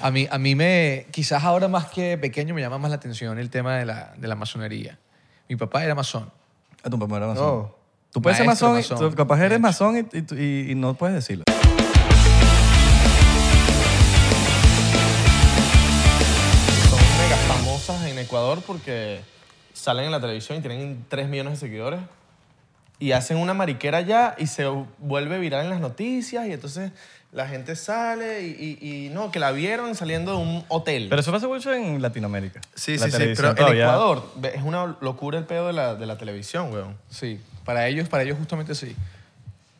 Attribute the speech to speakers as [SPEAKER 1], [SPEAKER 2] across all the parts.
[SPEAKER 1] A mí, a mí me, quizás ahora más que pequeño, me llama más la atención el tema de la, de la masonería. Mi papá era masón.
[SPEAKER 2] A tu papá era masón.
[SPEAKER 3] No.
[SPEAKER 2] Tú puedes
[SPEAKER 1] Maestro
[SPEAKER 2] ser masón,
[SPEAKER 1] masón,
[SPEAKER 2] y- tú- capaz
[SPEAKER 1] de
[SPEAKER 2] eres
[SPEAKER 1] hecho.
[SPEAKER 2] masón y, y tú- y- y no puedes decirlo.
[SPEAKER 3] Son mega famosas en Ecuador porque salen en la televisión y tienen 3 millones de seguidores. Y hacen una mariquera allá y se vuelve viral en las noticias. Y entonces la gente sale y, y- y no, que la vieron saliendo de un hotel.
[SPEAKER 2] Pero eso pasa mucho en Latinoamérica.
[SPEAKER 3] sí,
[SPEAKER 2] La
[SPEAKER 3] sí, sí.
[SPEAKER 2] televisión
[SPEAKER 3] Pero en
[SPEAKER 2] todavía-
[SPEAKER 3] Ecuador ve- es una locura el pedo de la, de la televisión, weón.
[SPEAKER 1] Sí. Para ellos, para ellos justamente sí.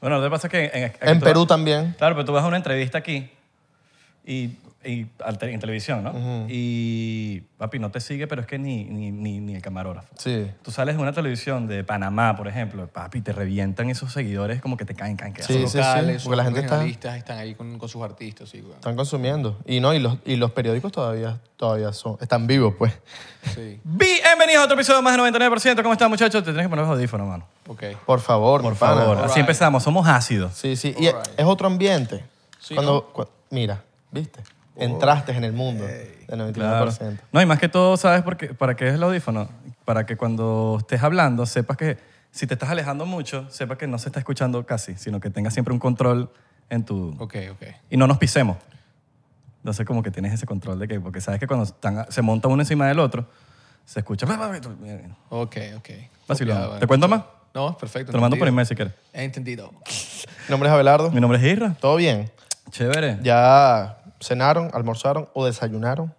[SPEAKER 2] Bueno, lo que pasa es que en,
[SPEAKER 3] En
[SPEAKER 2] tú-
[SPEAKER 3] Perú también.
[SPEAKER 2] Claro, pero tú vas a una entrevista aquí y, y al te- en televisión, ¿no? Y papi, no te sigue, pero es que ni, ni, ni, ni el camarógrafo.
[SPEAKER 3] Sí.
[SPEAKER 2] Tú sales de una televisión de Panamá, por ejemplo, papi, te revientan esos seguidores como que te caen, caen, caen.
[SPEAKER 3] Sí, sí, sí,
[SPEAKER 1] Locales,
[SPEAKER 3] porque la gente está-
[SPEAKER 1] regionalistas, están ahí con, con sus artistas. Sí, güey.
[SPEAKER 3] Están consumiendo. Y no, y los, y los periódicos todavía, todavía son, están vivos, pues.
[SPEAKER 1] Sí.
[SPEAKER 2] Bienvenidos a otro episodio de más del 99%. ¿Cómo están, muchachos? Te tienes que poner los audífonos, mano.
[SPEAKER 1] Ok.
[SPEAKER 3] Por favor,
[SPEAKER 2] Por
[SPEAKER 3] mi pana.
[SPEAKER 2] favor,
[SPEAKER 1] Alright.
[SPEAKER 2] así empezamos. Somos ácidos.
[SPEAKER 3] Sí, sí. Y es- es otro ambiente.
[SPEAKER 1] Sí,
[SPEAKER 3] cuando, cua- mira, ¿viste? Entraste en el mundo del 99%.
[SPEAKER 2] Claro. No, y más que todo, ¿sabes por qué- para qué es el audífono? Para que cuando estés hablando, sepas que si te estás alejando mucho, sepas que no se está escuchando casi, sino que tengas siempre un control en tu...
[SPEAKER 1] Ok, ok.
[SPEAKER 2] Y no nos pisemos. Entonces como que tienes ese control de que... Porque sabes que cuando están- se monta uno encima del otro, se escucha...
[SPEAKER 1] Ok, ok.
[SPEAKER 2] Vacilón.
[SPEAKER 1] Copiado,
[SPEAKER 2] ¿Te cuento más?
[SPEAKER 1] No, perfecto.
[SPEAKER 2] Te lo mando por
[SPEAKER 1] entendido.
[SPEAKER 2] email si quieres.
[SPEAKER 1] Entendido.
[SPEAKER 3] Mi nombre es Abelardo.
[SPEAKER 2] Mi nombre es Isra.
[SPEAKER 3] ¿Todo bien?
[SPEAKER 2] Chévere.
[SPEAKER 3] ¿Ya cenaron, almorzaron o desayunaron?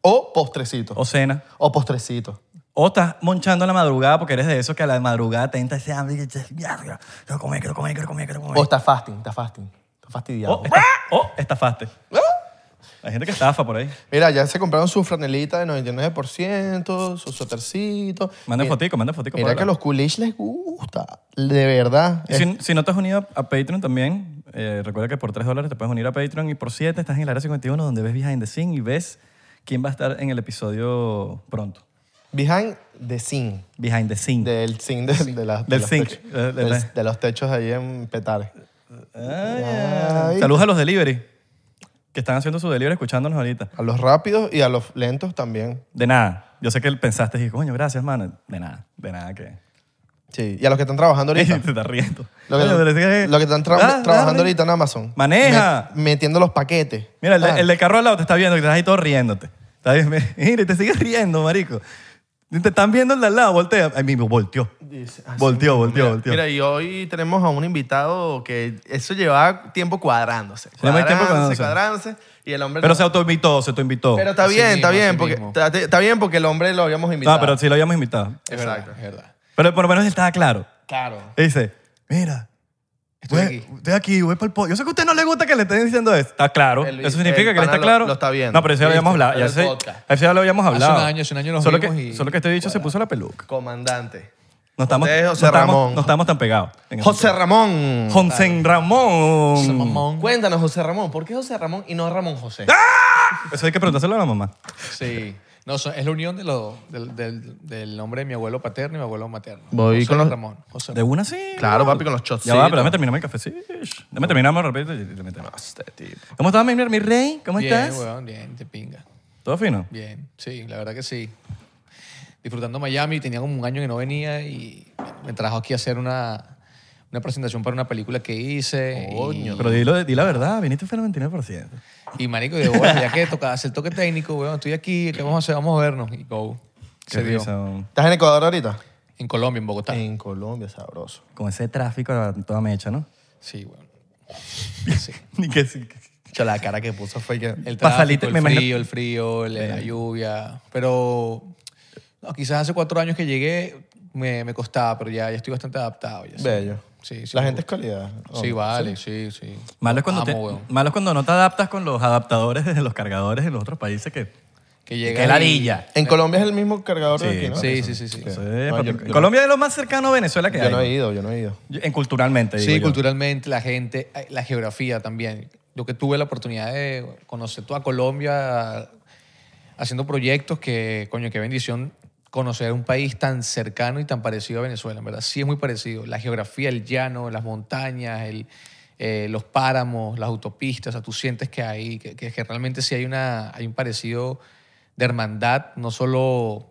[SPEAKER 3] ¿O postrecito?
[SPEAKER 2] O cena.
[SPEAKER 3] O postrecito.
[SPEAKER 2] O estás monchando en la madrugada porque eres de esos que a la madrugada te entra ese hambre y dices, "Ya, ya, quiero comer, quiero comer, quiero comer, quiero comer".
[SPEAKER 3] ¿O estás fasting? ¿Estás fasting? ¿Estás fastidiado?
[SPEAKER 2] O, esta-
[SPEAKER 3] ¡ah!
[SPEAKER 2] o oh, estafaste.
[SPEAKER 3] Oh.
[SPEAKER 2] Hay gente que estafa por ahí.
[SPEAKER 3] Mira, ya se compraron su franelita de 99%, su sotercito.
[SPEAKER 2] Manden
[SPEAKER 3] Mira-
[SPEAKER 2] fotico, manden fotico.
[SPEAKER 3] Mira
[SPEAKER 2] ponla.
[SPEAKER 3] que a los coolish les gusta. De verdad.
[SPEAKER 2] Y si, si no te has unido a, a Patreon también, eh, recuerda que por 3 dólares te puedes unir a Patreon y por 7 estás en el área 51 donde ves Behind the Scene y ves quién va a estar en el episodio pronto.
[SPEAKER 3] Behind the scene.
[SPEAKER 2] Behind the Scene.
[SPEAKER 3] Del zinc de, de las- de
[SPEAKER 2] Del
[SPEAKER 3] los
[SPEAKER 2] zinc, eh,
[SPEAKER 3] techos.
[SPEAKER 2] de- de-
[SPEAKER 3] Del- de los techos de ahí en Petare. Ay.
[SPEAKER 2] Ah, Saludos a los delivery que están haciendo su delivery escuchándonos ahorita.
[SPEAKER 3] A los rápidos y a los lentos también.
[SPEAKER 2] De nada. Yo sé que pensaste y coño, gracias, mano. De nada, de nada que...
[SPEAKER 3] Sí. Y a los que están trabajando
[SPEAKER 2] Ey,
[SPEAKER 3] ahorita.
[SPEAKER 2] te estás riendo.
[SPEAKER 3] Lo que,
[SPEAKER 2] Oye, pero es que-
[SPEAKER 3] lo que están tra-
[SPEAKER 2] Ah, dale.
[SPEAKER 3] trabajando ahorita en Amazon.
[SPEAKER 2] Maneja.
[SPEAKER 3] Me- metiendo los paquetes.
[SPEAKER 2] Mira, el, de-
[SPEAKER 3] Ah,
[SPEAKER 2] el del carro al lado te está viendo, que estás ahí todo riéndote. Está bien, mira, y te sigues riendo, marico. Y Te están viendo el de al lado, voltea. Ay, mi, volteó.
[SPEAKER 3] dice, ah, sí.
[SPEAKER 2] Volteó, volteó, volteó.
[SPEAKER 3] Mira, y hoy tenemos a un invitado que eso llevaba tiempo cuadrándose.
[SPEAKER 2] Lleva
[SPEAKER 3] Cuadrándose,
[SPEAKER 2] tiempo
[SPEAKER 3] cuadrándose.
[SPEAKER 2] cuadrándose.
[SPEAKER 3] y el hombre...
[SPEAKER 2] Pero se autoinvitó, se autoinvitó. Ah,
[SPEAKER 3] Pero está
[SPEAKER 1] Así
[SPEAKER 3] bien,
[SPEAKER 1] mismo,
[SPEAKER 3] está bien,
[SPEAKER 1] así
[SPEAKER 3] porque,
[SPEAKER 1] mismo.
[SPEAKER 3] está, está bien porque el hombre lo habíamos invitado.
[SPEAKER 2] No, pero sí lo habíamos invitado.
[SPEAKER 1] Es verdad,
[SPEAKER 3] Exacto.
[SPEAKER 1] es verdad.
[SPEAKER 2] Pero por lo menos él estaba claro.
[SPEAKER 1] Claro.
[SPEAKER 2] Y dice, mira,
[SPEAKER 1] Estoy
[SPEAKER 2] voy-
[SPEAKER 1] aquí.
[SPEAKER 2] Estoy aquí, voy para el podcast. Yo sé que a usted no le gusta que le estén diciendo eso. Está claro.
[SPEAKER 3] El-
[SPEAKER 2] eso significa
[SPEAKER 3] el
[SPEAKER 2] que él
[SPEAKER 3] pana
[SPEAKER 2] está
[SPEAKER 3] lo-
[SPEAKER 2] claro.
[SPEAKER 3] lo está viendo.
[SPEAKER 2] No, pero eso ya lo
[SPEAKER 3] Viste,
[SPEAKER 2] habíamos hablado. Ya
[SPEAKER 1] el
[SPEAKER 2] sé,
[SPEAKER 1] podcast.
[SPEAKER 2] eso ya lo habíamos
[SPEAKER 1] Hace
[SPEAKER 2] hablado.
[SPEAKER 1] un año, hace un año nos
[SPEAKER 2] solo
[SPEAKER 1] vimos
[SPEAKER 2] que,
[SPEAKER 1] y-
[SPEAKER 2] Solo que este bicho se puso la peluca.
[SPEAKER 3] Comandante.
[SPEAKER 2] No estamos,
[SPEAKER 3] Ustedes,
[SPEAKER 2] no
[SPEAKER 3] José
[SPEAKER 2] estamos-
[SPEAKER 3] Ramón.
[SPEAKER 2] no estamos tan pegados. en ese
[SPEAKER 3] José Ramón.
[SPEAKER 2] Jonsen Ramón.
[SPEAKER 1] Mamón.
[SPEAKER 3] Cuéntanos, José Ramón, ¿por qué José Ramón y no Ramón José?
[SPEAKER 2] Eso hay que preguntárselo a la mamá.
[SPEAKER 1] Sí. No, son- es la unión de los del, del, del nombre de mi abuelo paterno y mi abuelo materno.
[SPEAKER 3] Voy
[SPEAKER 1] José
[SPEAKER 3] con los-
[SPEAKER 1] Ramón. José
[SPEAKER 2] ¿De una sí?
[SPEAKER 3] Claro, papi, con los shots.
[SPEAKER 2] Ya va, pero déjame terminar mi cafecito. Déjame terminar más rápido y te metemos. ¿Cómo estás, mi, mi rey? ¿Cómo
[SPEAKER 1] Bien,
[SPEAKER 2] estás?
[SPEAKER 1] weón, bien, te pinga.
[SPEAKER 2] ¿Todo fino?
[SPEAKER 1] Bien, sí, la verdad que sí. Disfrutando Miami, tenía como un año que no venía y me trajo aquí a hacer una, una presentación para una película que hice.
[SPEAKER 3] Coño.
[SPEAKER 2] Pero dilo, di la verdad, viniste fue el 99%.
[SPEAKER 1] Y, y marico, digo, bueno, ya que toca hacer toque técnico, weón, estoy aquí, ¿qué vamos a hacer? Vamos a vernos. Y go.
[SPEAKER 2] Qué
[SPEAKER 1] Se dio.
[SPEAKER 2] risa, weón.
[SPEAKER 3] ¿Estás en Ecuador ahorita?
[SPEAKER 1] En Colombia, en Bogotá.
[SPEAKER 3] En Colombia, sabroso.
[SPEAKER 2] Con ese tráfico a toda mecha, ¿no?
[SPEAKER 1] Sí, weón. Sí.
[SPEAKER 2] Ni que sí.
[SPEAKER 3] Yo la cara que puso fue que...
[SPEAKER 1] El
[SPEAKER 2] Pa'
[SPEAKER 1] tráfico,
[SPEAKER 2] salirte,
[SPEAKER 1] el
[SPEAKER 2] me
[SPEAKER 1] frío,
[SPEAKER 2] imagino-
[SPEAKER 1] el frío, la,
[SPEAKER 3] Eh.
[SPEAKER 1] la lluvia. Pero no, quizás hace cuatro años que llegué me, me costaba, pero ya, ya estoy bastante adaptado. ya sé.
[SPEAKER 3] Bello.
[SPEAKER 1] Sí, sí.
[SPEAKER 3] la
[SPEAKER 1] me
[SPEAKER 3] gente es
[SPEAKER 1] gusta.
[SPEAKER 3] calidad.
[SPEAKER 1] Sí, vale, sí, sí.
[SPEAKER 2] Malo es, cuando
[SPEAKER 1] Amo,
[SPEAKER 2] te-
[SPEAKER 1] weón.
[SPEAKER 2] malo es cuando no te adaptas con los adaptadores de los cargadores de los otros países que...
[SPEAKER 1] Que llega.
[SPEAKER 2] ¡Qué
[SPEAKER 1] y-
[SPEAKER 2] ladilla!
[SPEAKER 3] En Colombia es el mismo cargador de
[SPEAKER 2] Sí,
[SPEAKER 3] aquí, ¿no?
[SPEAKER 1] Sí, sí, sí, sí.
[SPEAKER 2] Sí,
[SPEAKER 3] No,
[SPEAKER 2] papi.
[SPEAKER 3] yo- yo-
[SPEAKER 2] Colombia es lo más cercano a Venezuela que
[SPEAKER 3] Yo
[SPEAKER 2] hay.
[SPEAKER 3] no he ido, yo no he ido.
[SPEAKER 2] Yo- En culturalmente,
[SPEAKER 1] Sí,
[SPEAKER 2] digo yo.
[SPEAKER 1] culturalmente, la gente, eh, la geografía también. Yo que tuve la oportunidad de conocer toda Colombia haciendo proyectos que, coño, qué bendición conocer un país tan cercano y tan parecido a Venezuela, en verdad. Sí es muy parecido. La geografía, el llano, las montañas, el, eh, los páramos, las autopistas, o sea, tú sientes que hay, que, que- que realmente sí hay, una, hay un parecido de hermandad, no solo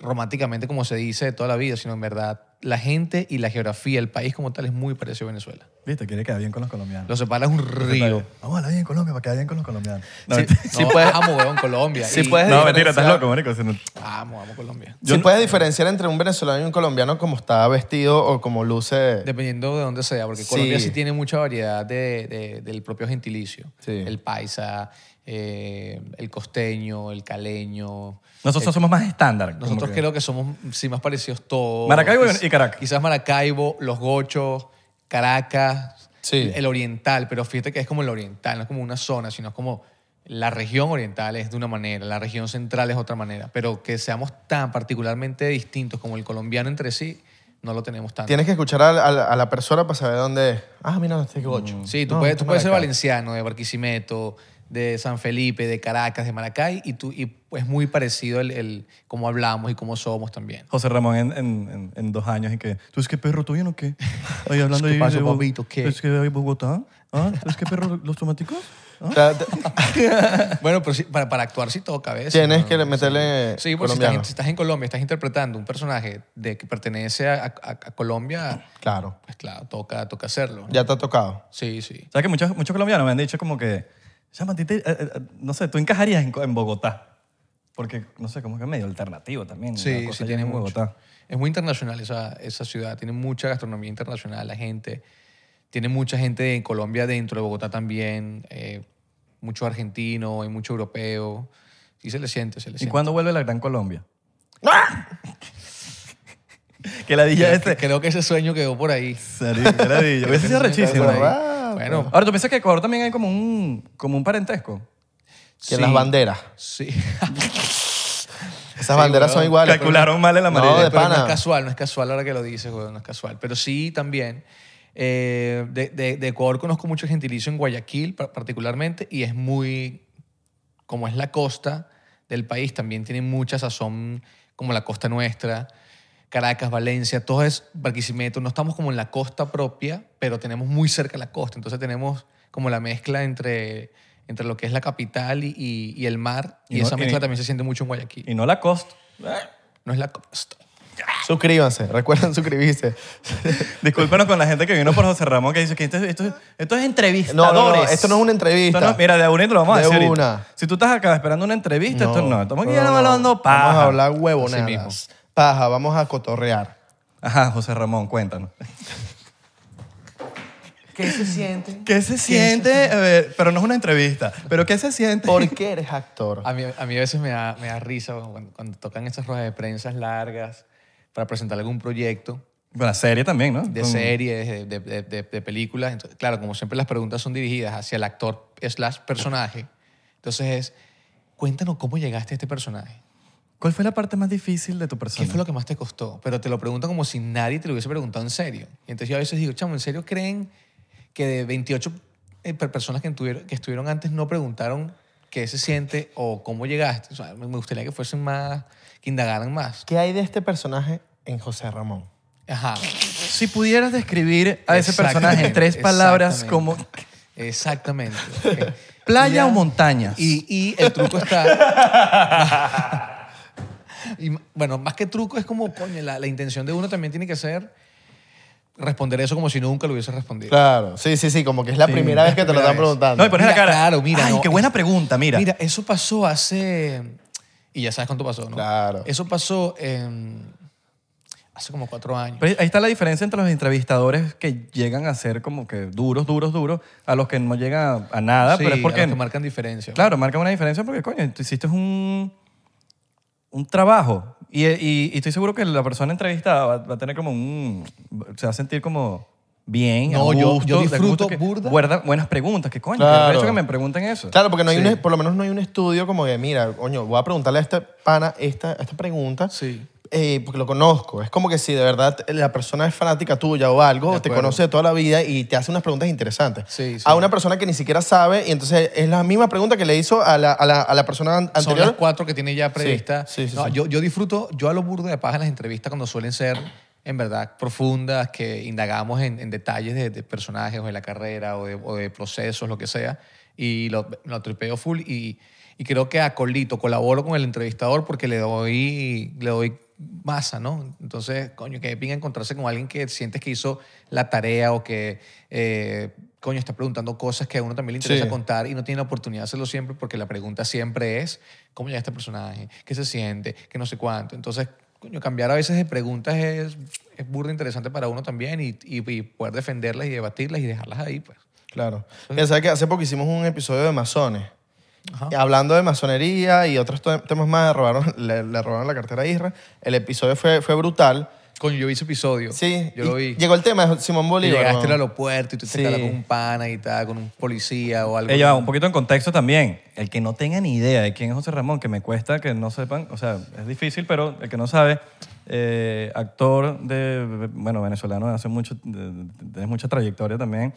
[SPEAKER 1] románticamente como se dice de toda la vida, sino en verdad la gente y la geografía, el país como tal es muy parecido a Venezuela.
[SPEAKER 2] Viste, quiere quedar bien con los colombianos.
[SPEAKER 1] Lo separa un río.
[SPEAKER 2] Vamos a hablar bien en Colombia para quedar bien con los colombianos. No,
[SPEAKER 3] Sí.
[SPEAKER 2] mentira.
[SPEAKER 1] No,
[SPEAKER 3] Si puedes-
[SPEAKER 1] amo, weón, Colombia.
[SPEAKER 3] Si
[SPEAKER 1] Y-
[SPEAKER 3] puedes-
[SPEAKER 2] No, mentira, estás
[SPEAKER 3] diferenciar-
[SPEAKER 2] loco, marico. si no-
[SPEAKER 1] Amo, amo Colombia.
[SPEAKER 3] Si puedes diferenciar entre un venezolano y un colombiano como está vestido o como luce.
[SPEAKER 1] Dependiendo de dónde sea, porque Colombia
[SPEAKER 3] Sí.
[SPEAKER 1] sí tiene mucha variedad de- de- del propio gentilicio.
[SPEAKER 3] Sí.
[SPEAKER 1] El paisa, eh, el costeño, el caleño.
[SPEAKER 2] Nosotros somos más estándar. como
[SPEAKER 1] Nosotros
[SPEAKER 2] Eh, que-
[SPEAKER 1] creo que somos sí, más parecidos todos.
[SPEAKER 2] Maracaibo y-
[SPEAKER 1] Quiz-
[SPEAKER 2] y Caracas.
[SPEAKER 1] Quizás Maracaibo, Los Gochos, Caracas,
[SPEAKER 3] Sí.
[SPEAKER 1] el oriental, pero fíjate que es como el oriental, no es como una zona, sino es como la región oriental es de una manera, la región central es otra manera, pero que seamos tan particularmente distintos como el colombiano entre sí, no lo tenemos tanto.
[SPEAKER 3] Tienes que escuchar a, a- a la persona para saber dónde es. Ah, mira, este es gocho.
[SPEAKER 2] Mm.
[SPEAKER 1] Sí, tú
[SPEAKER 3] No,
[SPEAKER 1] puedes,
[SPEAKER 3] este
[SPEAKER 1] tú
[SPEAKER 3] es
[SPEAKER 1] puedes ser
[SPEAKER 3] Maracay.
[SPEAKER 1] valenciano, de Barquisimeto, de San Felipe, de Caracas, de Maracay, y, tú, y es muy parecido el, el cómo hablamos y cómo somos también.
[SPEAKER 2] José Ramón en, en- en- en dos años y que, ¿tú es que perro tuyo o qué? Ahí hablando
[SPEAKER 1] ¿Es que
[SPEAKER 2] ahí
[SPEAKER 1] pasó,
[SPEAKER 2] de Bo-
[SPEAKER 1] papito, qué?
[SPEAKER 2] ¿Es que hay Bogotá? ¿Ah? ¿Tú es que perro los tomáticos? ¿Ah?
[SPEAKER 3] Tra- tra-
[SPEAKER 1] Bueno, pero sí, para, para actuar sí toca a veces.
[SPEAKER 3] Tienes
[SPEAKER 1] ¿no?
[SPEAKER 3] que meterle
[SPEAKER 1] Sí, porque si
[SPEAKER 3] colombiano.
[SPEAKER 1] estás, si estás en Colombia, estás interpretando un personaje de que pertenece a, a- a Colombia,
[SPEAKER 3] Claro.
[SPEAKER 1] pues claro, toca, toca hacerlo. ¿no?
[SPEAKER 3] Ya te ha tocado.
[SPEAKER 1] Sí, sí.
[SPEAKER 2] ¿Sabes que muchos, muchos colombianos me han dicho como que, "Chama, a ti te- eh, eh, no sé, tú encajarías en, co- en Bogotá? Porque, no sé, como que es medio alternativo también.
[SPEAKER 1] Sí,
[SPEAKER 2] la cosa
[SPEAKER 1] sí,
[SPEAKER 2] allá
[SPEAKER 1] tiene
[SPEAKER 2] en
[SPEAKER 1] mucho.
[SPEAKER 2] Bogotá.
[SPEAKER 1] Es muy internacional esa, esa ciudad, tiene mucha gastronomía internacional, la gente. Tiene mucha gente en Colombia dentro de Bogotá también, eh, mucho argentino, hay mucho europeo. Sí se le siente, se le
[SPEAKER 2] ¿Y
[SPEAKER 1] siente.
[SPEAKER 2] cuándo vuelve la Gran Colombia? ¡Ah! que la dilla
[SPEAKER 1] Creo
[SPEAKER 2] este.
[SPEAKER 1] que- Creo que ese sueño quedó por ahí.
[SPEAKER 2] Sería- que la dilla. Hubiese sido rechísimo.
[SPEAKER 3] ¿verdad?
[SPEAKER 2] ahí.
[SPEAKER 1] Bueno,
[SPEAKER 2] Ahora, ¿tú piensas que Ecuador también hay como un, como un parentesco?
[SPEAKER 3] Que
[SPEAKER 1] sí,
[SPEAKER 3] las banderas.
[SPEAKER 1] Sí.
[SPEAKER 3] Esas banderas son
[SPEAKER 1] weón.
[SPEAKER 3] iguales.
[SPEAKER 2] Calcularon mal el amarillo.
[SPEAKER 3] No, de
[SPEAKER 2] Pero
[SPEAKER 1] Pero no es
[SPEAKER 3] pana.
[SPEAKER 1] casual, no es casual ahora que lo dices, weón, no es casual. Pero sí también. eh, de, de- de Ecuador conozco mucho gentilicio en Guayaquil par- particularmente y es muy, como es la costa del país, también tiene mucha sazón como la costa nuestra, Caracas, Valencia, todo es Barquisimeto, no estamos como en la costa propia, pero tenemos muy cerca la costa, entonces tenemos como la mezcla entre, entre lo que es la capital y, y- y el mar, y,
[SPEAKER 2] Y no-
[SPEAKER 1] esa
[SPEAKER 2] y-
[SPEAKER 1] mezcla también se siente mucho en Guayaquil.
[SPEAKER 2] Y no la costa.
[SPEAKER 1] No es la costa.
[SPEAKER 3] Suscríbanse. Recuerden suscribirse.
[SPEAKER 2] Discúlpenos con la gente que vino por José Ramón que dice que esto, esto, esto es
[SPEAKER 3] No,
[SPEAKER 2] entrevistadores.
[SPEAKER 3] no, no, esto no es una entrevista.
[SPEAKER 2] Esto no- mira, de a una te lo vamos a
[SPEAKER 3] De
[SPEAKER 2] decir ahorita.
[SPEAKER 3] una.
[SPEAKER 2] Si tú estás acá esperando una entrevista, esto no. Estamos aquí
[SPEAKER 3] no, no.
[SPEAKER 2] hablando paja.
[SPEAKER 3] Vamos a hablar
[SPEAKER 1] Así mismo.
[SPEAKER 3] huevonadas. Paja, vamos a cotorrear.
[SPEAKER 2] Ajá, José Ramón, cuéntanos.
[SPEAKER 3] ¿Qué se siente?
[SPEAKER 2] ¿Qué se siente? A ver, pero no es una entrevista. ¿Pero qué se siente?
[SPEAKER 3] ¿Por qué eres actor?
[SPEAKER 1] A mí, a mí a veces me da, me da risa cuando, cuando tocan estas ruedas de prensa largas para presentar algún proyecto
[SPEAKER 2] Bueno, serie también, ¿no?
[SPEAKER 1] de
[SPEAKER 2] Con-
[SPEAKER 1] series, de, de- de- de- de películas. Entonces, claro, como siempre las preguntas son dirigidas hacia el actor slash personaje. Entonces es, cuéntanos cómo llegaste a este personaje.
[SPEAKER 2] ¿Cuál fue la parte más difícil de tu persona?
[SPEAKER 1] ¿Qué fue lo que más te costó? Pero te lo preguntan como si nadie te lo hubiese preguntado en serio. Y entonces yo a veces digo, chamo, ¿en serio creen que de 28 eh, per- personas que, tuvieron- que estuvieron antes no preguntaron qué se siente o cómo llegaste? O sea, me me gustaría que fuesen más, que indagaran más.
[SPEAKER 3] ¿Qué hay de este personaje en José Ramón?
[SPEAKER 1] Ajá.
[SPEAKER 2] Si pudieras describir a ese
[SPEAKER 1] Exactamente,
[SPEAKER 2] personaje en tres palabras
[SPEAKER 1] exactamente.
[SPEAKER 2] como
[SPEAKER 1] Exactamente.
[SPEAKER 2] playa o montaña.
[SPEAKER 1] Y, y el truco está... Y, bueno, más que truco es como, coño, la, la intención de uno también tiene que ser responder eso como si nunca lo hubiese respondido.
[SPEAKER 3] Claro. Sí, sí, sí. Como que es la primera vez que te lo
[SPEAKER 1] primera
[SPEAKER 3] están
[SPEAKER 1] vez.
[SPEAKER 3] preguntando.
[SPEAKER 2] No, y pones la
[SPEAKER 1] Ah, Mira,
[SPEAKER 2] cara.
[SPEAKER 1] claro, mira,
[SPEAKER 2] Ay,
[SPEAKER 1] no,
[SPEAKER 2] qué
[SPEAKER 1] es-
[SPEAKER 2] buena pregunta, mira.
[SPEAKER 1] Mira. eso pasó hace. Y ya sabes cuánto pasó, ¿no?
[SPEAKER 3] Claro.
[SPEAKER 1] Eso pasó en- hace como cuatro años.
[SPEAKER 2] Pero ahí está la diferencia entre los entrevistadores que llegan a ser como que duros, duros, duros, a los que no llegan a, a nada,
[SPEAKER 1] Sí,
[SPEAKER 2] ah, pero es
[SPEAKER 1] a
[SPEAKER 2] porque...
[SPEAKER 1] los que marcan diferencia.
[SPEAKER 2] Claro, marca una diferencia porque, coño, tú hiciste un, un trabajo y, y- y estoy seguro que la persona entrevistada va, va a tener como un... se va a sentir como bien,
[SPEAKER 1] No,
[SPEAKER 2] a
[SPEAKER 1] yo-
[SPEAKER 2] gusto,
[SPEAKER 1] yo
[SPEAKER 2] de
[SPEAKER 1] disfruto
[SPEAKER 2] gusto que-
[SPEAKER 1] burda.
[SPEAKER 2] guarda- buenas preguntas, que coño,
[SPEAKER 3] Claro.
[SPEAKER 2] de hecho que me pregunten eso.
[SPEAKER 3] Claro, porque no hay
[SPEAKER 1] Sí.
[SPEAKER 3] un es- por lo menos no hay un estudio como que, mira, coño, voy a preguntarle a este pana esta, esta pregunta.
[SPEAKER 1] Sí.
[SPEAKER 3] eh, porque lo conozco. Es como que si de verdad la persona es fanática tuya o algo,
[SPEAKER 1] De
[SPEAKER 3] te
[SPEAKER 1] acuerdo.
[SPEAKER 3] conoce de toda la vida y te hace unas preguntas interesantes.
[SPEAKER 1] Sí, sí.
[SPEAKER 3] A una persona que ni siquiera sabe y entonces es la misma pregunta que le hizo a la, a la, a la persona an-
[SPEAKER 1] Son las
[SPEAKER 3] anterior.
[SPEAKER 1] cuatro que tiene ya prevista.
[SPEAKER 3] Sí, sí, sí,
[SPEAKER 1] No,
[SPEAKER 3] sí.
[SPEAKER 1] Yo, yo disfruto, yo a lo burdo de paja en las entrevistas cuando suelen ser en verdad profundas que indagamos en, en detalles de, de personajes o de la carrera o de, o de procesos, lo que sea, y lo, lo tripeo full y, y creo que acolito, colaboro con el entrevistador porque le doy, le doy masa, ¿no? Entonces, coño, que pinga encontrarse con alguien que sientes que hizo la tarea o que, eh, coño, está preguntando cosas que a uno también le interesa
[SPEAKER 3] Sí.
[SPEAKER 1] contar y no tiene la oportunidad de hacerlo siempre porque la pregunta siempre es, ¿cómo llega este personaje? ¿Qué se siente? ¿Qué no sé cuánto? Entonces, coño, cambiar a veces de preguntas es, es burda interesante para uno también y, y- y poder defenderlas y debatirlas y dejarlas ahí, pues.
[SPEAKER 3] Claro. Mira, ¿sabes que hace poco hicimos un episodio de masones?
[SPEAKER 1] Ajá.
[SPEAKER 3] Y Hablando de masonería y otros to- temas más, robaron, le, le robaron la cartera a Isra. El episodio fue, fue brutal.
[SPEAKER 1] Coño, yo vi ese episodio.
[SPEAKER 3] Sí,
[SPEAKER 1] Yo lo
[SPEAKER 3] y
[SPEAKER 1] vi.
[SPEAKER 3] Llegó el tema de Simón
[SPEAKER 1] Y
[SPEAKER 3] Bolívar.
[SPEAKER 1] llegaste al
[SPEAKER 3] weón.
[SPEAKER 1] aeropuerto y tú te
[SPEAKER 3] Sí.
[SPEAKER 1] estabas con un pana y tal, con un policía o algo.
[SPEAKER 2] Ella, un poquito en contexto también. El que no tenga ni idea de quién es José Ramón, que me cuesta que no sepan, o sea, es difícil, pero el que no sabe, eh, actor de, bueno, venezolano, hace mucho, de- de- tiene mucha trayectoria también.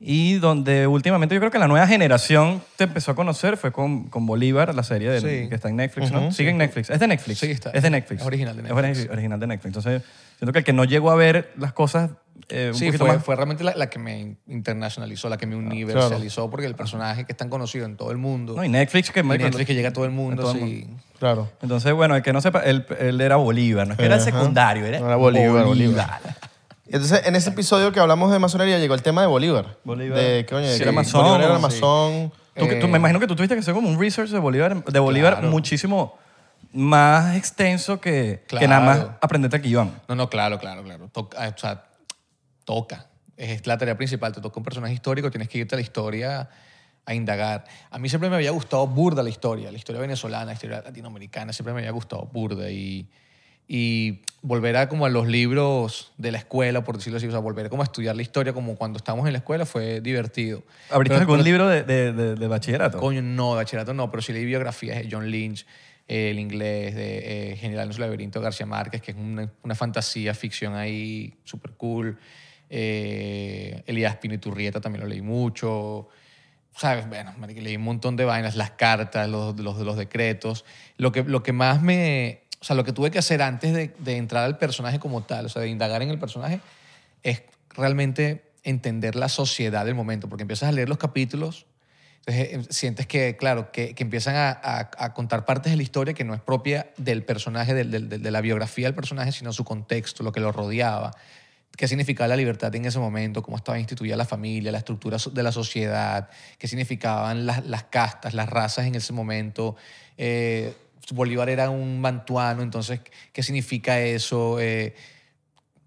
[SPEAKER 2] Y donde últimamente yo creo que la nueva generación te empezó a conocer fue con, con Bolívar, la serie de-
[SPEAKER 1] Sí.
[SPEAKER 2] que está en Netflix, ¿no? Sigue en Netflix. Es de Netflix.
[SPEAKER 1] Sí, está.
[SPEAKER 2] Es de Netflix.
[SPEAKER 1] Es original de
[SPEAKER 2] Es
[SPEAKER 1] Netflix.
[SPEAKER 2] ori- original de Netflix. Entonces, siento que el que no llegó a ver las cosas eh, un
[SPEAKER 1] Sí,
[SPEAKER 2] poquito
[SPEAKER 1] fue,
[SPEAKER 2] más... Ah,
[SPEAKER 1] fue realmente la, la que me internacionalizó, la que me universalizó, porque el personaje que es tan conocido en todo el mundo,
[SPEAKER 2] No, y Netflix que...
[SPEAKER 1] y
[SPEAKER 2] marico,
[SPEAKER 1] Netflix que llega a todo el mundo,
[SPEAKER 2] todo el
[SPEAKER 1] sí.
[SPEAKER 3] Claro.
[SPEAKER 2] Entonces, bueno, el que no sepa, él, él era Bolívar, no es que era el
[SPEAKER 3] Ajá.
[SPEAKER 2] secundario, era,
[SPEAKER 3] No, era Bolívar,
[SPEAKER 2] Bolívar.
[SPEAKER 3] Entonces, en ese episodio que hablamos de masonería, llegó el tema de Bolívar.
[SPEAKER 2] Bolívar.
[SPEAKER 3] De, coño,
[SPEAKER 2] Sí,
[SPEAKER 3] de
[SPEAKER 2] era
[SPEAKER 3] que
[SPEAKER 2] masón,
[SPEAKER 3] Bolívar era
[SPEAKER 2] sí.
[SPEAKER 3] masón.
[SPEAKER 2] Tú que- tú- me imagino que tú tuviste que hacer como un research de Bolívar, de Bolívar
[SPEAKER 1] Claro.
[SPEAKER 2] muchísimo más extenso que, que
[SPEAKER 1] Claro.
[SPEAKER 2] nada más aprenderte el guión.
[SPEAKER 1] No, no, claro, claro, claro. Toca, ah, o sea, toca. Es la tarea principal. Te toca un personaje histórico, tienes que irte a la historia a indagar. A mí siempre me había gustado burda la historia, la historia venezolana, la historia latinoamericana, siempre me había gustado burda y, y volver a como a los libros de la escuela, por decirlo así, o sea, volver como a estudiar la historia como cuando estábamos en la escuela fue divertido.
[SPEAKER 2] ¿Abriste
[SPEAKER 1] Pero-
[SPEAKER 2] algún
[SPEAKER 1] pero-
[SPEAKER 2] libro de, de- de- de bachillerato?
[SPEAKER 1] Coño, no, de bachillerato no, pero sí leí biografías de John Lynch, eh, el inglés, de eh, General en su laberinto de García Márquez, que es una, una fantasía, ficción ahí, súper cool. Eh, Elías Pino y Turrieta también lo leí mucho. ¿Sabes? Bueno, marica, leí un montón de vainas, las cartas, los, los, los decretos. Lo que, lo que más me... O sea, lo que tuve que hacer antes de, de entrar al personaje como tal, o sea, de indagar en el personaje, es realmente entender la sociedad del momento, porque empiezas a leer los capítulos entonces eh, sientes que, claro, que, que empiezan a, a- a contar partes de la historia que no es propia del personaje, del- del- del- de la biografía del personaje, sino su contexto, lo que lo rodeaba. ¿Qué significaba la libertad en ese momento? ¿Cómo estaba instituida la familia, la estructura so- de la sociedad? ¿Qué significaban las, las castas, las razas en ese momento? Eh, Bolívar era un mantuano, entonces, ¿qué significa eso? Eh,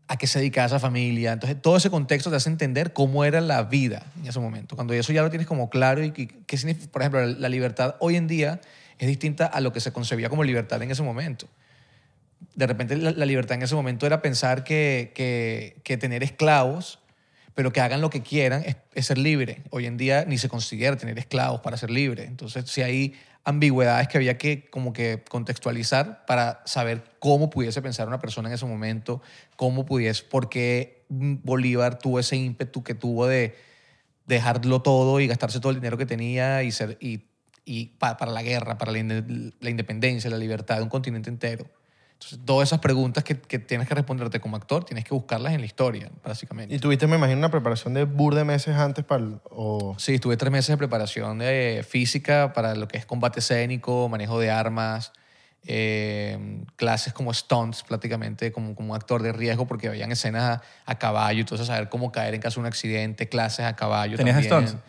[SPEAKER 1] a qué se dedicaba esa familia. Entonces, todo ese contexto te hace entender cómo era la vida en ese momento. Cuando eso ya lo tienes como claro y que- qué significa, por ejemplo, la libertad hoy en día es distinta a lo que se concebía como libertad en ese momento. De repente, la, la libertad en ese momento era pensar que, que- que tener esclavos, pero que hagan lo que quieran, es, es ser libre. Hoy en día ni se considera tener esclavos para ser libre. Entonces, si hay ambigüedades que había que como que contextualizar para saber cómo pudiese pensar una persona en ese momento, cómo pudiese, por qué Bolívar tuvo ese ímpetu que tuvo de dejarlo todo y gastarse todo el dinero que tenía y ser y, y pa- para la guerra, para la, inde- la independencia, la libertad de un continente entero. Entonces, todas esas preguntas que, que tienes que responderte como actor, tienes que buscarlas en la historia, básicamente.
[SPEAKER 3] Y tuviste, me imagino, una preparación de burde meses antes para el- o-
[SPEAKER 1] Sí, estuve tres meses de preparación de física para lo que es combate escénico, manejo de armas, eh, clases como stunts prácticamente, como, como un actor de riesgo porque habían escenas a, a caballo, entonces saber cómo caer en caso de un accidente, clases a caballo
[SPEAKER 2] ¿Tenías
[SPEAKER 1] también.
[SPEAKER 2] stunts?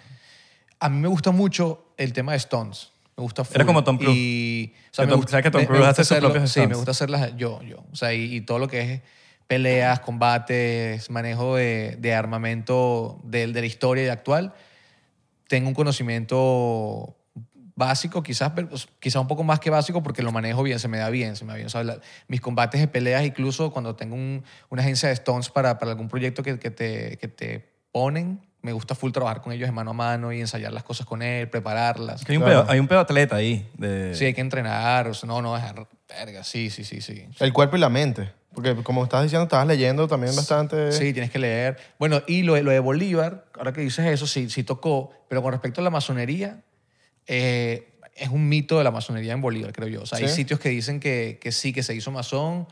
[SPEAKER 1] A mí me gusta mucho el tema de stunts. Me gusta full.
[SPEAKER 2] como Tom Cruise.
[SPEAKER 1] Y, o sea,
[SPEAKER 2] Que
[SPEAKER 1] me
[SPEAKER 2] Tom-
[SPEAKER 1] gusta-
[SPEAKER 2] ¿sabes que Tom
[SPEAKER 1] me- me
[SPEAKER 2] Cruise
[SPEAKER 1] gusta
[SPEAKER 2] hace sus
[SPEAKER 1] hacerlo-
[SPEAKER 2] propios
[SPEAKER 1] Sí, me
[SPEAKER 2] stunts?
[SPEAKER 1] gusta hacerlas yo, yo. O sea, y, y todo lo que es peleas, combates, manejo de, de armamento de, de la historia y actual, tengo un conocimiento básico, quizás, pero, pues, quizás un poco más que básico porque lo manejo bien, se me da bien, se me da bien. O sea, la- mis combates de peleas, incluso cuando tengo un- una agencia de stones para, para algún proyecto que, que te, que te ponen, me gusta full trabajar con ellos de mano a mano y ensayar las cosas con él, prepararlas.
[SPEAKER 2] Que hay, un
[SPEAKER 3] Claro.
[SPEAKER 2] pedo, hay un pedo atleta ahí. De,
[SPEAKER 1] Sí, hay que entrenar, o sea, no, no, dejar, verga, sí, sí, sí, sí.
[SPEAKER 3] el cuerpo y la mente. Porque como estabas diciendo, estabas leyendo también bastante.
[SPEAKER 1] Sí, tienes que leer. Bueno, y lo, de- lo de Bolívar, ahora que dices eso, sí, sí tocó, pero con respecto a la masonería, eh, es un mito de la masonería en Bolívar, creo yo. O sea, hay
[SPEAKER 3] Sí.
[SPEAKER 1] sitios que dicen que, que sí, que se hizo masón,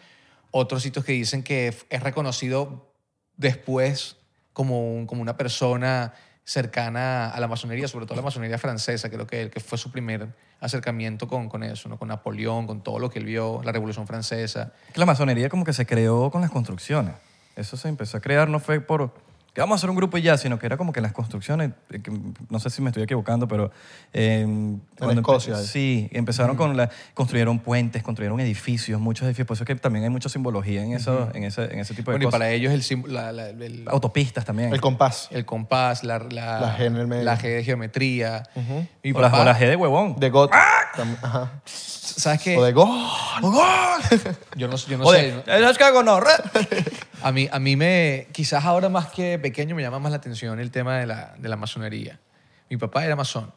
[SPEAKER 1] otros sitios que dicen que f- es reconocido después como, un- como una persona cercana a la masonería, sobre todo a la masonería francesa, creo que, que fue su primer acercamiento con, con eso, ¿no? con Napoleón, con todo lo que él vio, la Revolución Francesa.
[SPEAKER 2] Que la masonería como que se creó con las construcciones. Eso se empezó a crear, no fue por que vamos a hacer un grupo y ya, sino que era como que las construcciones, eh, que, no sé si me estoy equivocando, pero... eh, cuando empe-
[SPEAKER 3] Escocia, eh.
[SPEAKER 2] Sí, empezaron con la... Construyeron puentes, construyeron edificios, muchos edificios. Por eso es que también hay mucha simbología en, eso, en, ese, en ese tipo de
[SPEAKER 1] Bueno, y
[SPEAKER 2] cosas.
[SPEAKER 1] para ellos el, sim- la- la- el-
[SPEAKER 2] Autopistas también.
[SPEAKER 3] El compás
[SPEAKER 1] el compás, la, la,
[SPEAKER 3] La G en el medio.
[SPEAKER 1] la G de geometría. Mi
[SPEAKER 2] o, la,
[SPEAKER 1] papá-
[SPEAKER 2] o la G de huevón.
[SPEAKER 3] de God. Tam- Ah. ajá.
[SPEAKER 1] ¿Sabes qué?
[SPEAKER 3] O de God.
[SPEAKER 1] Yo no, yo no
[SPEAKER 2] O de...
[SPEAKER 1] sé. ¿no?
[SPEAKER 2] "Eh, los cago, no, re".
[SPEAKER 1] A mí, a mí me, quizás ahora más que pequeño me llama más la atención el tema de la, de la masonería. Mi papá era masón.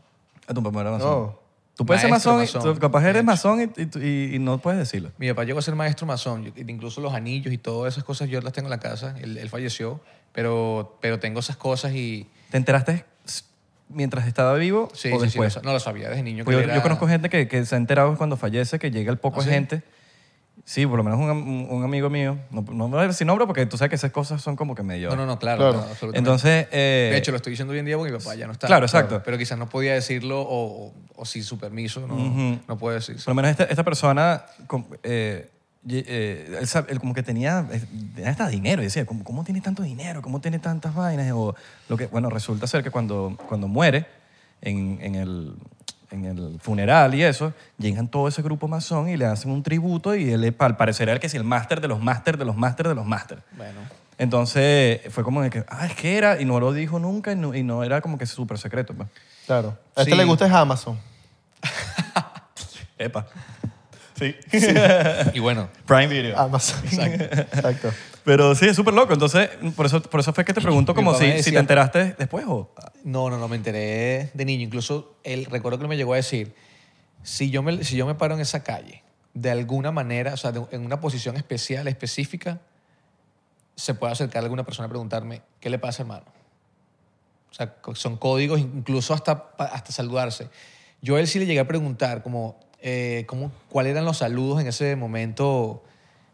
[SPEAKER 2] Ah, tu papá era masón.
[SPEAKER 3] No.
[SPEAKER 2] Tú puedes
[SPEAKER 1] Maestro
[SPEAKER 2] ser masón, y-
[SPEAKER 1] masón,
[SPEAKER 2] tú- capaz
[SPEAKER 1] de
[SPEAKER 2] eres
[SPEAKER 1] hecho.
[SPEAKER 2] masón y- y- y- y no puedes decirlo.
[SPEAKER 1] Mi papá llegó a ser maestro masón. Yo- Incluso los anillos y todas esas cosas yo las tengo en la casa. Él, él falleció, pero, pero tengo esas cosas y...
[SPEAKER 2] ¿Te enteraste s- mientras estaba vivo
[SPEAKER 1] Sí,
[SPEAKER 2] o
[SPEAKER 1] sí, sí,
[SPEAKER 2] después?
[SPEAKER 1] lo sa- no lo sabía desde niño. que
[SPEAKER 2] Pues yo,
[SPEAKER 1] él era-
[SPEAKER 2] yo conozco gente que, que se ha enterado cuando fallece, que llega el poco
[SPEAKER 1] ¿Ah, sí?
[SPEAKER 2] gente. Sí, por lo menos un, am- un- un amigo mío. No, no voy a decir nombre porque tú sabes que esas cosas son como que medio...
[SPEAKER 1] No, no, no, claro.
[SPEAKER 3] Claro.
[SPEAKER 1] no, absolutamente.
[SPEAKER 2] Entonces... eh,
[SPEAKER 1] de hecho, lo estoy diciendo hoy en día porque mi papá ya no está.
[SPEAKER 2] Claro, exacto.
[SPEAKER 1] Pero quizás no podía decirlo o, o- o sin su permiso, no, no puedo decir.
[SPEAKER 2] Por lo menos esta, esta persona, com- eh, ye- eh, él, sab- él como que tenía, eh, tenía hasta dinero. Y decía, ¿cómo, cómo tiene tanto dinero? ¿Cómo tiene tantas vainas? O lo que, bueno, resulta ser que cuando, cuando muere en, en el, en el funeral y eso, llegan todo ese grupo masón y le hacen un tributo y él, eh, pa- al parecer, era el que es el máster de los máster de los máster de los máster.
[SPEAKER 1] Bueno,
[SPEAKER 2] Entonces fue como de que, ah, es que era, y no lo dijo nunca, y no, y no era como que súper secreto. pues.
[SPEAKER 3] Claro. A este
[SPEAKER 1] Sí.
[SPEAKER 3] le gusta es Amazon.
[SPEAKER 2] Epa.
[SPEAKER 3] Sí. Ah,
[SPEAKER 1] y bueno,
[SPEAKER 2] Prime Video.
[SPEAKER 3] Amazon. Exacto.
[SPEAKER 2] Pero sí, es súper loco. Entonces, por eso, por eso fue que te pregunto
[SPEAKER 1] Mi
[SPEAKER 2] como
[SPEAKER 1] papá
[SPEAKER 2] si,
[SPEAKER 1] me
[SPEAKER 2] si
[SPEAKER 1] decía-
[SPEAKER 2] te enteraste después o...
[SPEAKER 1] No, no, no, me enteré de niño. Incluso él, recuerdo que él me llegó a decir, si yo me, si yo me paro en esa calle, de alguna manera, o sea, de- en una posición especial, específica, se puede acercar alguna persona a preguntarme, ¿qué le pasa, hermano? O sea, co- son códigos, incluso hasta, pa- hasta saludarse. Yo a él sí le llegué a preguntar como, eh, como cuáles eran los saludos en ese momento,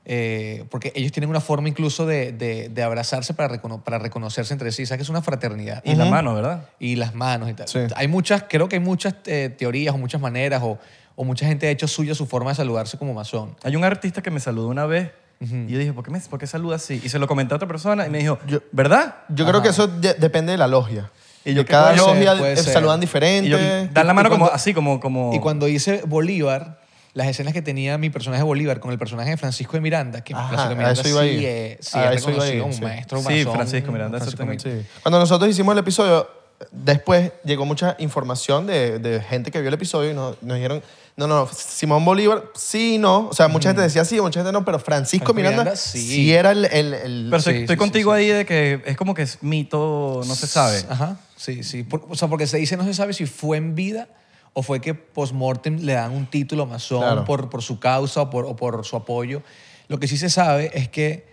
[SPEAKER 1] eh, porque ellos tienen una forma incluso de, de- de abrazarse para, recono- para reconocerse entre sí. ¿Sabes que es una fraternidad?
[SPEAKER 2] Y la mano, ¿verdad?
[SPEAKER 1] y las manos y tal.
[SPEAKER 3] Sí.
[SPEAKER 1] Hay muchas, creo que hay muchas eh, teorías o muchas maneras o, o mucha gente ha hecho suya su forma de saludarse como masón.
[SPEAKER 2] Hay un artista que me saludó una vez y yo dije, ¿por qué, me, ¿por qué saluda así? Y se lo comenté a otra persona y me dijo,
[SPEAKER 3] Yo-
[SPEAKER 2] ¿verdad?
[SPEAKER 3] Yo creo que eso de- depende de la logia.
[SPEAKER 2] Y yo
[SPEAKER 3] De
[SPEAKER 2] que
[SPEAKER 3] cada
[SPEAKER 2] puede ser,
[SPEAKER 3] logia
[SPEAKER 1] puede
[SPEAKER 3] eh,
[SPEAKER 1] ser.
[SPEAKER 3] saludan
[SPEAKER 2] Y yo,
[SPEAKER 3] diferente.
[SPEAKER 2] dan la
[SPEAKER 1] y
[SPEAKER 2] mano como
[SPEAKER 1] cuando-
[SPEAKER 2] así, como... como
[SPEAKER 3] Oh.
[SPEAKER 1] Y cuando hice Bolívar, las escenas que tenía mi personaje Bolívar con el personaje de Francisco de Miranda, que
[SPEAKER 3] Ajá,
[SPEAKER 1] Francisco de
[SPEAKER 3] a
[SPEAKER 1] Miranda
[SPEAKER 3] eso iba a
[SPEAKER 1] sí,
[SPEAKER 3] ir.
[SPEAKER 1] eh, sí
[SPEAKER 3] A
[SPEAKER 1] es
[SPEAKER 3] eso iba a ir,
[SPEAKER 1] reconocido como
[SPEAKER 3] sí.
[SPEAKER 1] maestro
[SPEAKER 2] Sí,
[SPEAKER 1] masón.
[SPEAKER 2] Francisco Miranda, eso tengo-
[SPEAKER 1] Miranda.
[SPEAKER 3] Sí. Cuando nosotros hicimos el episodio, después llegó mucha información de, de gente que vio el episodio y nos, nos dijeron, no, no, Simón Bolívar, sí, no. O sea, mucha gente decía sí, mucha gente no, pero Francisco
[SPEAKER 1] Francisco
[SPEAKER 3] Miranda,
[SPEAKER 1] Miranda,
[SPEAKER 3] sí.
[SPEAKER 1] sí.
[SPEAKER 3] era el... el- el-
[SPEAKER 2] Pero estoy-
[SPEAKER 1] Sí,
[SPEAKER 2] estoy
[SPEAKER 1] sí,
[SPEAKER 2] contigo
[SPEAKER 1] sí,
[SPEAKER 2] ahí de que es como que es mito, no se sabe.
[SPEAKER 1] Ajá, sí, sí. Por- o sea, porque se dice, no se sabe si fue en vida o fue que post-mortem le dan un título masón
[SPEAKER 3] Claro.
[SPEAKER 1] por, por su causa o por, o por su apoyo. Lo que sí se sabe es que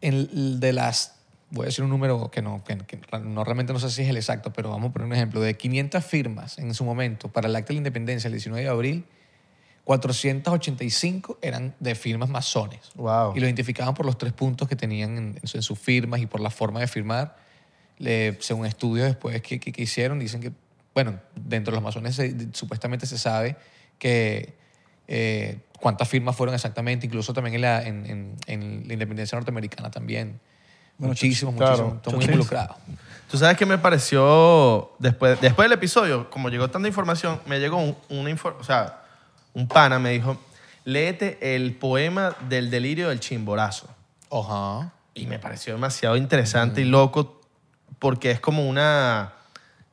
[SPEAKER 1] en- de las, voy a decir un número que no, que- que no realmente no sé si es el exacto, pero vamos a poner un ejemplo, de 500 firmas en su momento para el Acta de la Independencia el 19 de abril, 485 eran de firmas masones.
[SPEAKER 3] Wow.
[SPEAKER 1] Y lo identificaban por los tres puntos que tenían en, en su- en sus firmas y por la forma de firmar. Le- según estudios después que, que- que hicieron, dicen que, bueno, dentro de los masones se- de- supuestamente se sabe que eh, cuántas firmas fueron exactamente, incluso también en la, en, en- en la independencia norteamericana también.
[SPEAKER 2] Bueno,
[SPEAKER 1] muchísimos,
[SPEAKER 3] claro,
[SPEAKER 1] muchísimos, todo muy
[SPEAKER 2] Chuchis.
[SPEAKER 1] involucrado.
[SPEAKER 3] Tú sabes que me pareció, después, después del episodio, como llegó tanta información, me llegó un, una infor- o sea, un pana me dijo, léete el poema del delirio del chimborazo.
[SPEAKER 1] Ajá.
[SPEAKER 3] Y me pareció demasiado interesante y loco porque es como una...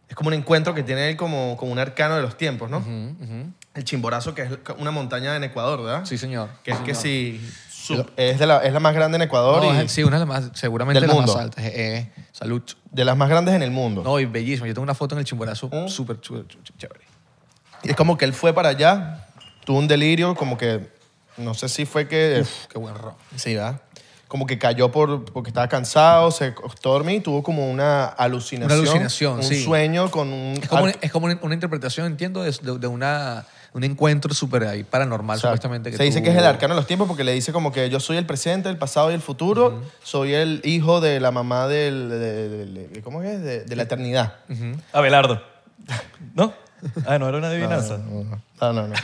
[SPEAKER 3] Es como un encuentro que tiene él como, como un arcano de los tiempos, ¿no?
[SPEAKER 1] Ujú, Mm, ujú.
[SPEAKER 3] El Chimborazo, que es una montaña en Ecuador, ¿verdad?
[SPEAKER 1] Sí, señor.
[SPEAKER 3] Que es
[SPEAKER 1] Sí,
[SPEAKER 3] que
[SPEAKER 1] señor.
[SPEAKER 3] si... sub- es, de la, es la más grande en Ecuador
[SPEAKER 1] No,
[SPEAKER 3] y
[SPEAKER 1] es- sí, una de las más, seguramente
[SPEAKER 3] del
[SPEAKER 1] la
[SPEAKER 3] mundo.
[SPEAKER 1] más altas. Eh, eh, salud.
[SPEAKER 3] de las más grandes en el mundo.
[SPEAKER 1] No, y bellísimo. Yo tengo una foto en el chimborazo
[SPEAKER 3] Mm.
[SPEAKER 1] súper chu- chu- chu- chévere.
[SPEAKER 3] Y es como que él fue para allá, tuvo un delirio, como que... No sé si fue que...
[SPEAKER 1] Qué buen ron.
[SPEAKER 3] Sí, ¿verdad? Como que cayó por, porque estaba cansado, se costó dormir y tuvo como una alucinación.
[SPEAKER 1] Una alucinación,
[SPEAKER 3] un
[SPEAKER 1] sí.
[SPEAKER 3] sueño con un...
[SPEAKER 1] Es como,
[SPEAKER 3] ar-
[SPEAKER 1] es como una interpretación, entiendo, de, de- de una un encuentro súper ahí paranormal,
[SPEAKER 3] O sea,
[SPEAKER 1] supuestamente. Que
[SPEAKER 3] se dice que es
[SPEAKER 1] tuvo.
[SPEAKER 3] el arcano de los tiempos porque le dice como que yo soy el presente, el pasado y el futuro. Soy el hijo de la mamá del... de- de- de- ¿Cómo es? De, de la eternidad.
[SPEAKER 2] Abelardo. ¿No? Ah, no, era una adivinanza.
[SPEAKER 3] No, no, no.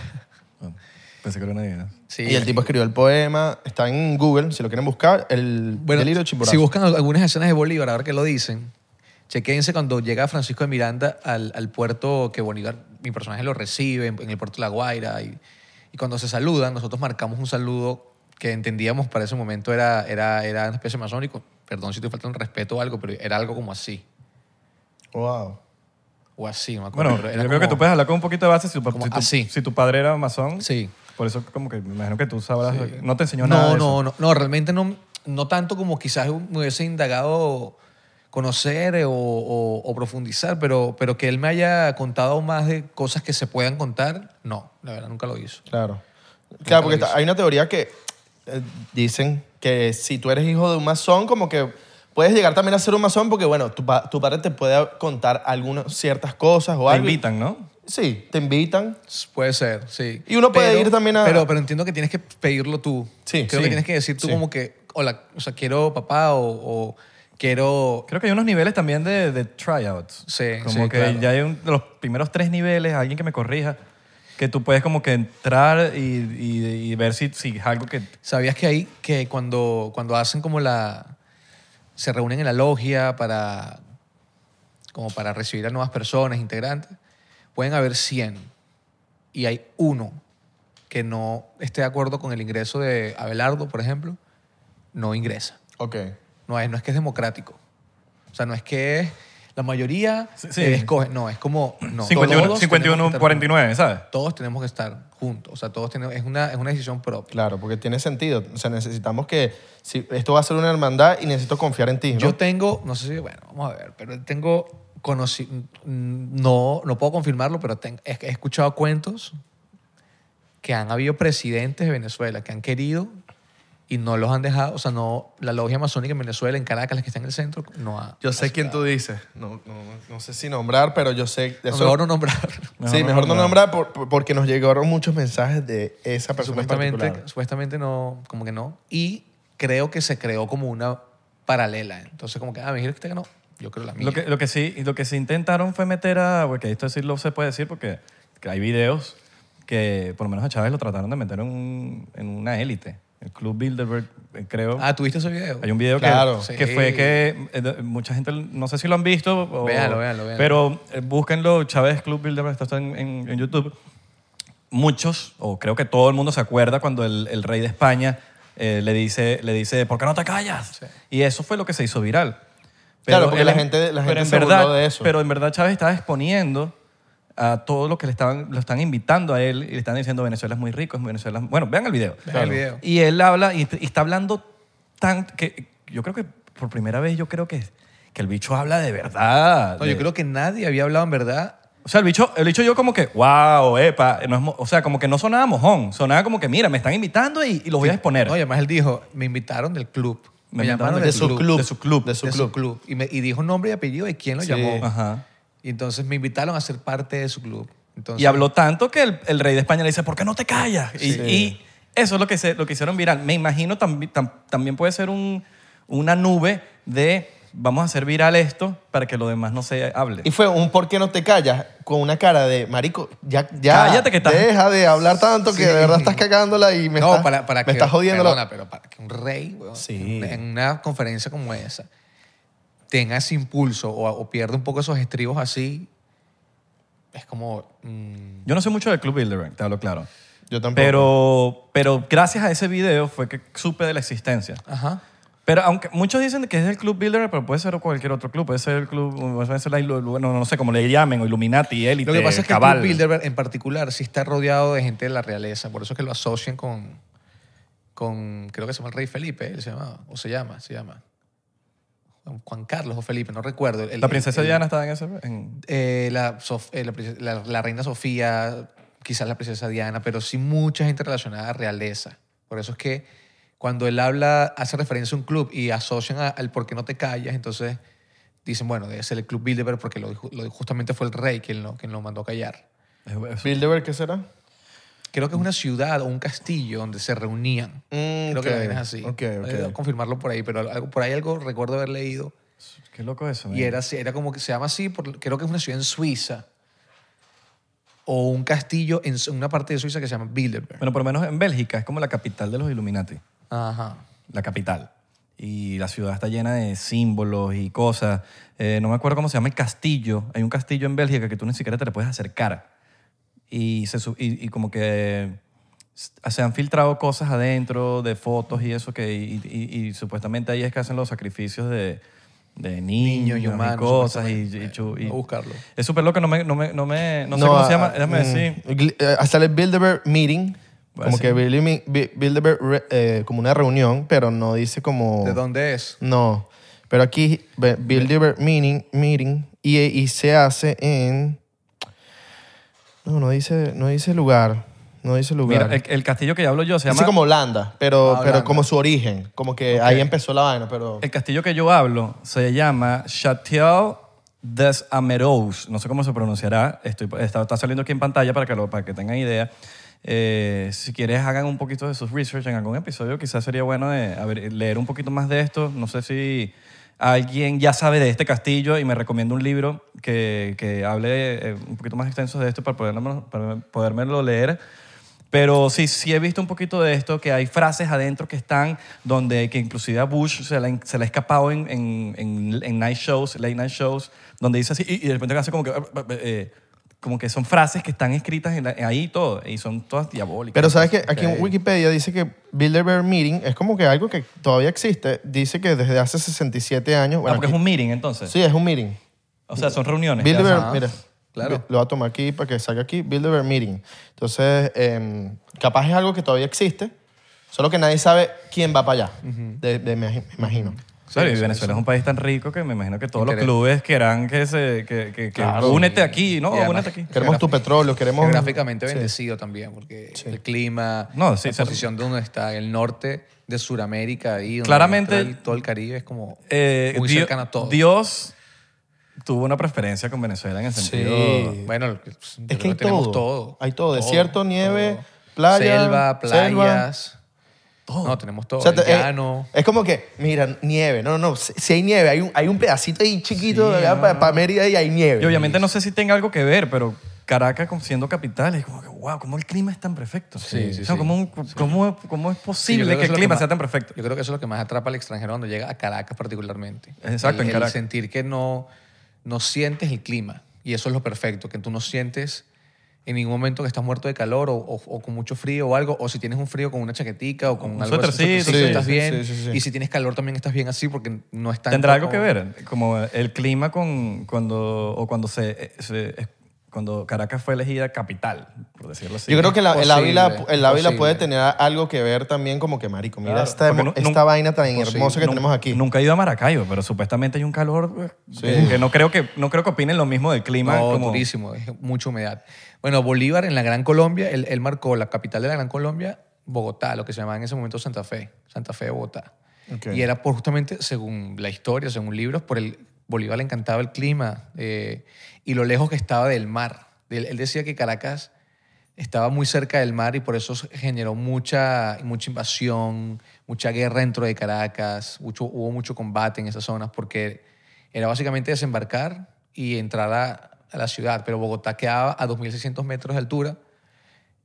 [SPEAKER 2] Bueno, pensé que era una adivinanza.
[SPEAKER 1] Sí.
[SPEAKER 3] Y el tipo escribió el poema. Está en Google, si lo quieren buscar. El
[SPEAKER 1] Bueno,
[SPEAKER 3] delirio de
[SPEAKER 1] si
[SPEAKER 3] Chimborazo.
[SPEAKER 1] buscan al- algunas escenas de Bolívar, ahora que lo dicen, chequéense cuando llega Francisco de Miranda al, al puerto que Bolívar, mi personaje lo recibe, en, en el puerto de La Guaira, y, y cuando se saludan, nosotros marcamos un saludo que entendíamos para ese momento era, era, era una especie de masónico. Perdón si te falta un respeto o algo, pero era algo como así.
[SPEAKER 3] Wow.
[SPEAKER 1] O así, no me acuerdo.
[SPEAKER 2] Bueno,
[SPEAKER 1] pero
[SPEAKER 2] yo
[SPEAKER 1] era
[SPEAKER 2] creo que
[SPEAKER 1] como-
[SPEAKER 2] tú puedes hablar con un poquito de base si tu,
[SPEAKER 1] como
[SPEAKER 2] si tu-
[SPEAKER 1] así.
[SPEAKER 2] si tu padre era masón.
[SPEAKER 1] Sí.
[SPEAKER 2] Por eso como que me imagino que tú sabrás. No te enseñó
[SPEAKER 1] no,
[SPEAKER 2] nada de
[SPEAKER 1] no,
[SPEAKER 2] eso.
[SPEAKER 1] no, no, realmente no, no tanto como quizás me hubiese indagado conocer eh, o, o- o profundizar, pero, pero que él me haya contado más de cosas que se puedan contar, no, la verdad nunca lo hizo.
[SPEAKER 3] Claro. Claro, porque
[SPEAKER 1] lo hizo.
[SPEAKER 3] hay una teoría que eh, dicen que si tú eres hijo de un masón, como que puedes llegar también a ser un masón porque, bueno, tu, pa- tu padre te puede contar algunas ciertas cosas o
[SPEAKER 2] Te
[SPEAKER 3] algo.
[SPEAKER 2] invitan, ¿no?
[SPEAKER 3] Sí, te invitan.
[SPEAKER 1] S- Puede ser, sí.
[SPEAKER 3] Y uno puede ir también a-
[SPEAKER 1] Pero, pero entiendo que tienes que pedirlo tú.
[SPEAKER 3] Sí,
[SPEAKER 1] Creo
[SPEAKER 3] sí,
[SPEAKER 1] que tienes que decir tú
[SPEAKER 3] sí.
[SPEAKER 1] como que, hola, o sea, quiero papá o, o quiero...
[SPEAKER 2] Creo que hay unos niveles también de, de tryouts.
[SPEAKER 1] Sí,
[SPEAKER 2] Como
[SPEAKER 1] sí,
[SPEAKER 2] que
[SPEAKER 1] claro.
[SPEAKER 2] ya hay un- los primeros tres niveles, alguien que me corrija, que tú puedes como que entrar y, y- y ver si, si es algo que...
[SPEAKER 1] ¿Sabías que ahí, que cuando, cuando hacen como la... se reúnen en la logia para... como para recibir a nuevas personas, integrantes, pueden haber 100 y hay uno que no esté de acuerdo con el ingreso de Abelardo, por ejemplo, no ingresa.
[SPEAKER 3] Ok.
[SPEAKER 1] No es, no es que es democrático. O sea, no es que es la mayoría
[SPEAKER 2] Sí, sí.
[SPEAKER 1] eh, escoge. No, es como... No, todos
[SPEAKER 2] 51,
[SPEAKER 1] tenemos que estar
[SPEAKER 2] 51 49, ¿sabes?
[SPEAKER 1] juntos. Todos tenemos que estar juntos. O sea, todos tenemos... Es una, es una decisión propia.
[SPEAKER 3] Claro, porque tiene sentido. O sea, necesitamos que. Si, esto va a ser una hermandad y necesito confiar en ti. ¿no?
[SPEAKER 1] Yo tengo, no sé si, bueno, vamos a ver, pero tengo, conoci mm, no, no puedo confirmarlo, pero ten- he, he escuchado cuentos que han habido presidentes de Venezuela que han querido y no los han dejado, o sea, no, la logia masónica en Venezuela, en Caracas, las que están en el centro, no ha...
[SPEAKER 3] Yo sé quién tú dices. No, no, no sé si nombrar, pero yo sé.
[SPEAKER 1] no,
[SPEAKER 3] eso-
[SPEAKER 1] mejor no nombrar.
[SPEAKER 2] Mejor
[SPEAKER 3] sí,
[SPEAKER 2] no
[SPEAKER 3] mejor no
[SPEAKER 2] nombrar.
[SPEAKER 3] nombrar por- por- porque nos llegaron muchos mensajes de esa persona. en
[SPEAKER 1] supuestamente,
[SPEAKER 3] particular.
[SPEAKER 1] supuestamente no, como que no. Y creo que se creó como una paralela. Entonces, como que, ah, me dijeron que usted ganó, yo creo la mía.
[SPEAKER 2] Lo que, lo, que sí, lo que sí intentaron fue meter a... Porque esto sí lo se puede decir porque que hay videos que por lo menos a Chávez lo trataron de meter en, un- en una élite. El Club Bilderberg, eh, creo.
[SPEAKER 1] Ah, ¿tuviste ese video?
[SPEAKER 2] Hay un video que-
[SPEAKER 3] Claro.
[SPEAKER 2] que,
[SPEAKER 1] Sí.
[SPEAKER 2] fue que eh, mucha gente, no sé si lo han visto. O,
[SPEAKER 1] Véalo, véalo, véalo.
[SPEAKER 2] Pero eh, búsquenlo, Chávez Club Builder, está en, en- en YouTube. Muchos, o creo que todo el mundo se acuerda cuando el, el rey de España eh, le, dice, le dice, ¿por qué no te callas? Y eso fue lo que se hizo viral.
[SPEAKER 3] Claro, porque
[SPEAKER 2] él
[SPEAKER 3] la
[SPEAKER 2] en-
[SPEAKER 3] gente- la
[SPEAKER 2] pero
[SPEAKER 3] gente
[SPEAKER 2] en
[SPEAKER 3] se burló
[SPEAKER 2] verdad,
[SPEAKER 3] de eso.
[SPEAKER 2] Pero en verdad Chávez estaba exponiendo a todo lo que le estaban, lo están invitando a él y le están diciendo Venezuela es muy rico, es muy Venezuela... es muy-". Bueno, vean el video.
[SPEAKER 1] Vean el video.
[SPEAKER 2] Y él habla y, y está hablando tan que yo creo que por primera vez yo creo que, que el bicho habla de verdad.
[SPEAKER 1] No,
[SPEAKER 2] de-
[SPEAKER 1] yo creo que nadie había hablado en verdad.
[SPEAKER 2] O sea, el bicho, el bicho yo como que, wow, epa. no es mo- o sea, como que no sonaba mojón. Sonaba como que, mira, me están invitando y, y los voy a exponer.
[SPEAKER 1] No, y además él dijo, me invitaron del club. Me,
[SPEAKER 2] Me invitaron
[SPEAKER 1] llamaron
[SPEAKER 2] del
[SPEAKER 1] del
[SPEAKER 2] club,
[SPEAKER 1] club,
[SPEAKER 2] de su club,
[SPEAKER 1] De su club. Y, me- y dijo nombre y apellido de quién lo
[SPEAKER 3] Sí.
[SPEAKER 1] llamó.
[SPEAKER 2] Ajá.
[SPEAKER 1] Y entonces me invitaron a ser parte de su club. Entonces,
[SPEAKER 2] Y habló tanto que el, el rey de España le dice, ¿por qué no te callas? Y, y eso es lo que, se, lo que hicieron viral. Me imagino tambi- tam- también puede ser un, una nube de vamos a hacer viral esto para que lo demás no se hable.
[SPEAKER 3] Y fue un ¿por qué no te callas? Con una cara de, marico, ya, ya
[SPEAKER 2] Cállate que estás-
[SPEAKER 3] deja de hablar tanto que
[SPEAKER 1] Sí.
[SPEAKER 3] de verdad estás cagándola y me
[SPEAKER 1] no,
[SPEAKER 3] estás,
[SPEAKER 1] para, para
[SPEAKER 3] me
[SPEAKER 1] que,
[SPEAKER 3] estás jodiendo. la-
[SPEAKER 1] Perdona, pero para que un rey, weón,
[SPEAKER 3] Sí.
[SPEAKER 1] en, en una conferencia como esa, tenga ese impulso o, o pierda un poco esos estribos así, es como... mm,
[SPEAKER 2] Yo no sé mucho del Club Bilderberg, te hablo claro.
[SPEAKER 3] Yo tampoco.
[SPEAKER 2] Pero, pero gracias a ese video fue que supe de la existencia.
[SPEAKER 1] ajá.
[SPEAKER 2] Pero aunque muchos dicen que es el Club Bilderberg, pero puede ser cualquier otro club. Puede ser el club, puede ser la, ilu- bueno, no sé cómo le llamen, o Illuminati, Élite,
[SPEAKER 1] Lo que pasa es que
[SPEAKER 2] Cabal.
[SPEAKER 1] el Club Bilderberg en particular sí está rodeado de gente de la realeza, por eso es que lo asocian con, con creo que se llama el rey Felipe, él se llamaba, o se llama, se llama. Juan Carlos o Felipe, no recuerdo. El-
[SPEAKER 2] La princesa
[SPEAKER 1] el-
[SPEAKER 2] Diana estaba en ese... en-
[SPEAKER 1] eh, la, Sof- eh, la princesa- la- la reina Sofía, quizás la princesa Diana, pero sí mucha gente relacionada a realeza. Por eso es que cuando él habla, hace referencia a un club y asocian a- al por qué no te callas, entonces dicen, bueno, debe ser el club Bilderberg porque lo dijo- lo- justamente fue el rey quien lo, quien lo mandó a callar.
[SPEAKER 2] es- es-
[SPEAKER 3] Bilderberg, ¿qué será?
[SPEAKER 1] creo que es una ciudad o un castillo donde se reunían.
[SPEAKER 3] Mm,
[SPEAKER 1] Creo que la
[SPEAKER 3] ok,
[SPEAKER 1] vaina es así.
[SPEAKER 3] ok, ok.
[SPEAKER 1] Eh, debo confirmarlo por ahí, pero algo- por ahí algo recuerdo haber leído.
[SPEAKER 2] Qué loco eso, man.
[SPEAKER 1] Y era, así- era como que se llama así, por- creo que es una ciudad en Suiza. O un castillo en su- una parte de Suiza que se llama Bilderberg.
[SPEAKER 2] Bueno, por lo menos en Bélgica es como la capital de los Illuminati.
[SPEAKER 1] Ajá.
[SPEAKER 2] la capital. Y la ciudad está llena de símbolos y cosas. Eh, no me acuerdo cómo se llama el castillo. Hay un castillo en Bélgica que tú ni siquiera te le puedes acercar. Y, se su- y- y como que s- se han filtrado cosas adentro de fotos y eso que y, y- y supuestamente ahí es que hacen los sacrificios de, de
[SPEAKER 1] Niños
[SPEAKER 2] niños,
[SPEAKER 1] y humanos.
[SPEAKER 2] y cosas y,
[SPEAKER 1] supuestamente.
[SPEAKER 2] y chu- y-
[SPEAKER 1] Voy a buscarlo.
[SPEAKER 2] es súper loco no me no me no, me- no sé cómo
[SPEAKER 3] ah,
[SPEAKER 2] se llama
[SPEAKER 3] ah,
[SPEAKER 2] déjame
[SPEAKER 3] mm,
[SPEAKER 2] decir
[SPEAKER 3] gl- eh, Hasta el Bilderberg Meeting.
[SPEAKER 2] Ah,
[SPEAKER 3] como
[SPEAKER 2] sí.
[SPEAKER 3] que Bilderberg, Bi- Bilderberg re- eh, como una reunión, pero no dice
[SPEAKER 2] Oh.
[SPEAKER 3] como...
[SPEAKER 1] ¿De dónde es?
[SPEAKER 3] No. Pero aquí, Bi- Bilderberg Meeting, meeting y, y se hace en... No, no dice, no dice lugar. No dice lugar.
[SPEAKER 2] mira el, el castillo que ya hablo yo se
[SPEAKER 3] dice
[SPEAKER 2] llama
[SPEAKER 3] como Holanda, pero,
[SPEAKER 1] Ah, Holanda.
[SPEAKER 3] pero como su origen. Como que ahí empezó la vaina, pero...
[SPEAKER 2] El castillo que yo hablo se llama Chateau des Amerous. No sé cómo se pronunciará. Estoy, está, está saliendo aquí en pantalla para que, lo- para que tengan idea. Eh, si quieres, hagan un poquito de sus research en algún episodio. Quizás sería bueno de- a ver, leer un poquito más de esto. No sé si alguien ya sabe de este castillo y me recomienda un libro que, que hable eh, un poquito más extenso de esto para, poderlo, para podérmelo leer. Pero sí, sí he visto un poquito de esto, que hay frases adentro que están donde que inclusive a Bush se le, se le ha escapado en, en, en- en night shows, late night shows, donde dice así, y, y de repente hace como que... eh, eh, como que son frases que están escritas en la- ahí y todo, y son todas diabólicas.
[SPEAKER 3] Pero sabes que aquí
[SPEAKER 2] Ok.
[SPEAKER 3] en Wikipedia dice que Bilderberg Meeting es como que algo que todavía existe. Dice que desde hace 67 años.
[SPEAKER 2] Ah,
[SPEAKER 3] Bueno,
[SPEAKER 2] porque
[SPEAKER 3] aquí-
[SPEAKER 2] es un meeting entonces.
[SPEAKER 3] Sí, es un meeting.
[SPEAKER 2] O sea, son reuniones. ya
[SPEAKER 3] Bilderberg,
[SPEAKER 1] ajá,
[SPEAKER 3] mira.
[SPEAKER 1] claro.
[SPEAKER 3] Lo voy a tomar aquí para que salga aquí. Bilderberg Meeting. Entonces, em, capaz es algo que todavía existe, solo que nadie sabe quién va para allá. de, de- me imag- me imagino.
[SPEAKER 2] Claro, y
[SPEAKER 1] Sí, sí,
[SPEAKER 2] Venezuela es un país tan rico que me imagino que todos los
[SPEAKER 1] Interés.
[SPEAKER 2] clubes querrán que se... Que, que- que
[SPEAKER 1] Claro.
[SPEAKER 2] únete aquí, ¿no?
[SPEAKER 1] Y además-
[SPEAKER 2] únete aquí.
[SPEAKER 3] Queremos tu petróleo, queremos...
[SPEAKER 1] Geográficamente bendecido también, porque el clima,
[SPEAKER 2] No, sí,
[SPEAKER 1] la
[SPEAKER 2] ser-
[SPEAKER 1] posición de donde está, el norte de Sudamérica, ahí donde
[SPEAKER 2] Claramente-
[SPEAKER 1] está el- todo el Caribe es como
[SPEAKER 2] Eh,
[SPEAKER 1] muy
[SPEAKER 2] Dio-
[SPEAKER 1] cercano a todo.
[SPEAKER 2] Dios tuvo una preferencia con Venezuela en el sentido.
[SPEAKER 3] Sí.
[SPEAKER 1] Este, Bueno, lo que- yo
[SPEAKER 3] Es
[SPEAKER 1] creo
[SPEAKER 3] que hay
[SPEAKER 1] tenemos
[SPEAKER 3] todo.
[SPEAKER 1] todo.
[SPEAKER 3] Hay todo. Desierto, nieve, playa,
[SPEAKER 1] Selva,
[SPEAKER 3] selva.
[SPEAKER 1] playas. No, tenemos todo.
[SPEAKER 3] O sea,
[SPEAKER 1] El
[SPEAKER 3] te- eh,
[SPEAKER 1] llano.
[SPEAKER 3] es como que, mira, nieve. No, no, no. Si, si hay nieve, hay un, hay un pedacito ahí chiquito para Mérida y hay nieve.
[SPEAKER 2] Y obviamente no sé si tenga algo que ver, pero Caracas como siendo capital es como que, wow, cómo el clima es tan perfecto.
[SPEAKER 1] Sí, sí,
[SPEAKER 2] O sea,
[SPEAKER 1] sí.
[SPEAKER 2] ¿cómo, cómo- cómo es
[SPEAKER 1] Sí, yo
[SPEAKER 2] posible
[SPEAKER 1] creo
[SPEAKER 2] que,
[SPEAKER 1] eso es
[SPEAKER 2] el
[SPEAKER 1] lo
[SPEAKER 2] clima
[SPEAKER 1] más-
[SPEAKER 2] sea tan perfecto?
[SPEAKER 1] Yo creo que eso es lo que más atrapa al extranjero cuando llega a Caracas particularmente.
[SPEAKER 2] Exacto,
[SPEAKER 1] El-
[SPEAKER 2] en Caracas.
[SPEAKER 1] El sentir que no, no sientes el clima. Y eso es lo perfecto, que tú no sientes en ningún momento que estás muerto de calor o, o- o con mucho frío o algo. O si tienes un frío con una chaquetica o con
[SPEAKER 2] Un
[SPEAKER 1] algo así,
[SPEAKER 2] suétercito,
[SPEAKER 1] suétercito,
[SPEAKER 3] sí,
[SPEAKER 1] estás
[SPEAKER 3] sí,
[SPEAKER 1] bien.
[SPEAKER 3] sí, sí, sí.
[SPEAKER 1] Y si tienes calor también estás bien así porque no está
[SPEAKER 2] ¿Tendrá algo que ver? Como el clima con cuando, o cuando se, eh, se- cuando Caracas fue elegida capital, por decirlo así.
[SPEAKER 3] Yo creo que la- el
[SPEAKER 1] Posible,
[SPEAKER 3] Ávila, el Ávila
[SPEAKER 1] posible.
[SPEAKER 3] puede tener algo que ver también como que, marico, mira
[SPEAKER 2] Claro,
[SPEAKER 3] esta,
[SPEAKER 2] porque nu-
[SPEAKER 3] esta
[SPEAKER 2] nun-
[SPEAKER 3] vaina tan
[SPEAKER 1] posible,
[SPEAKER 3] hermosa que
[SPEAKER 2] Nun-
[SPEAKER 3] tenemos aquí.
[SPEAKER 2] Nunca he ido a Maracaibo, pero supuestamente hay un calor eh, que no creo que no creo que opinen lo mismo del clima.
[SPEAKER 1] No,
[SPEAKER 2] como,
[SPEAKER 1] durísimo, es mucha humedad. Bueno, Bolívar en la Gran Colombia, él, él marcó la capital de la Gran Colombia, Bogotá, lo que se llamaba en ese momento Santa Fe, Santa Fe de Bogotá.
[SPEAKER 3] Ok.
[SPEAKER 1] Y era por justamente, según la historia, según libros, por el Bolívar le encantaba el clima eh, y lo lejos que estaba del mar. Él, él decía que Caracas estaba muy cerca del mar y por eso generó mucha, mucha invasión, mucha guerra dentro de Caracas, mucho- hubo mucho combate en esas zonas porque era básicamente desembarcar y entrar a, a la ciudad, pero Bogotá quedaba a 2.600 metros de altura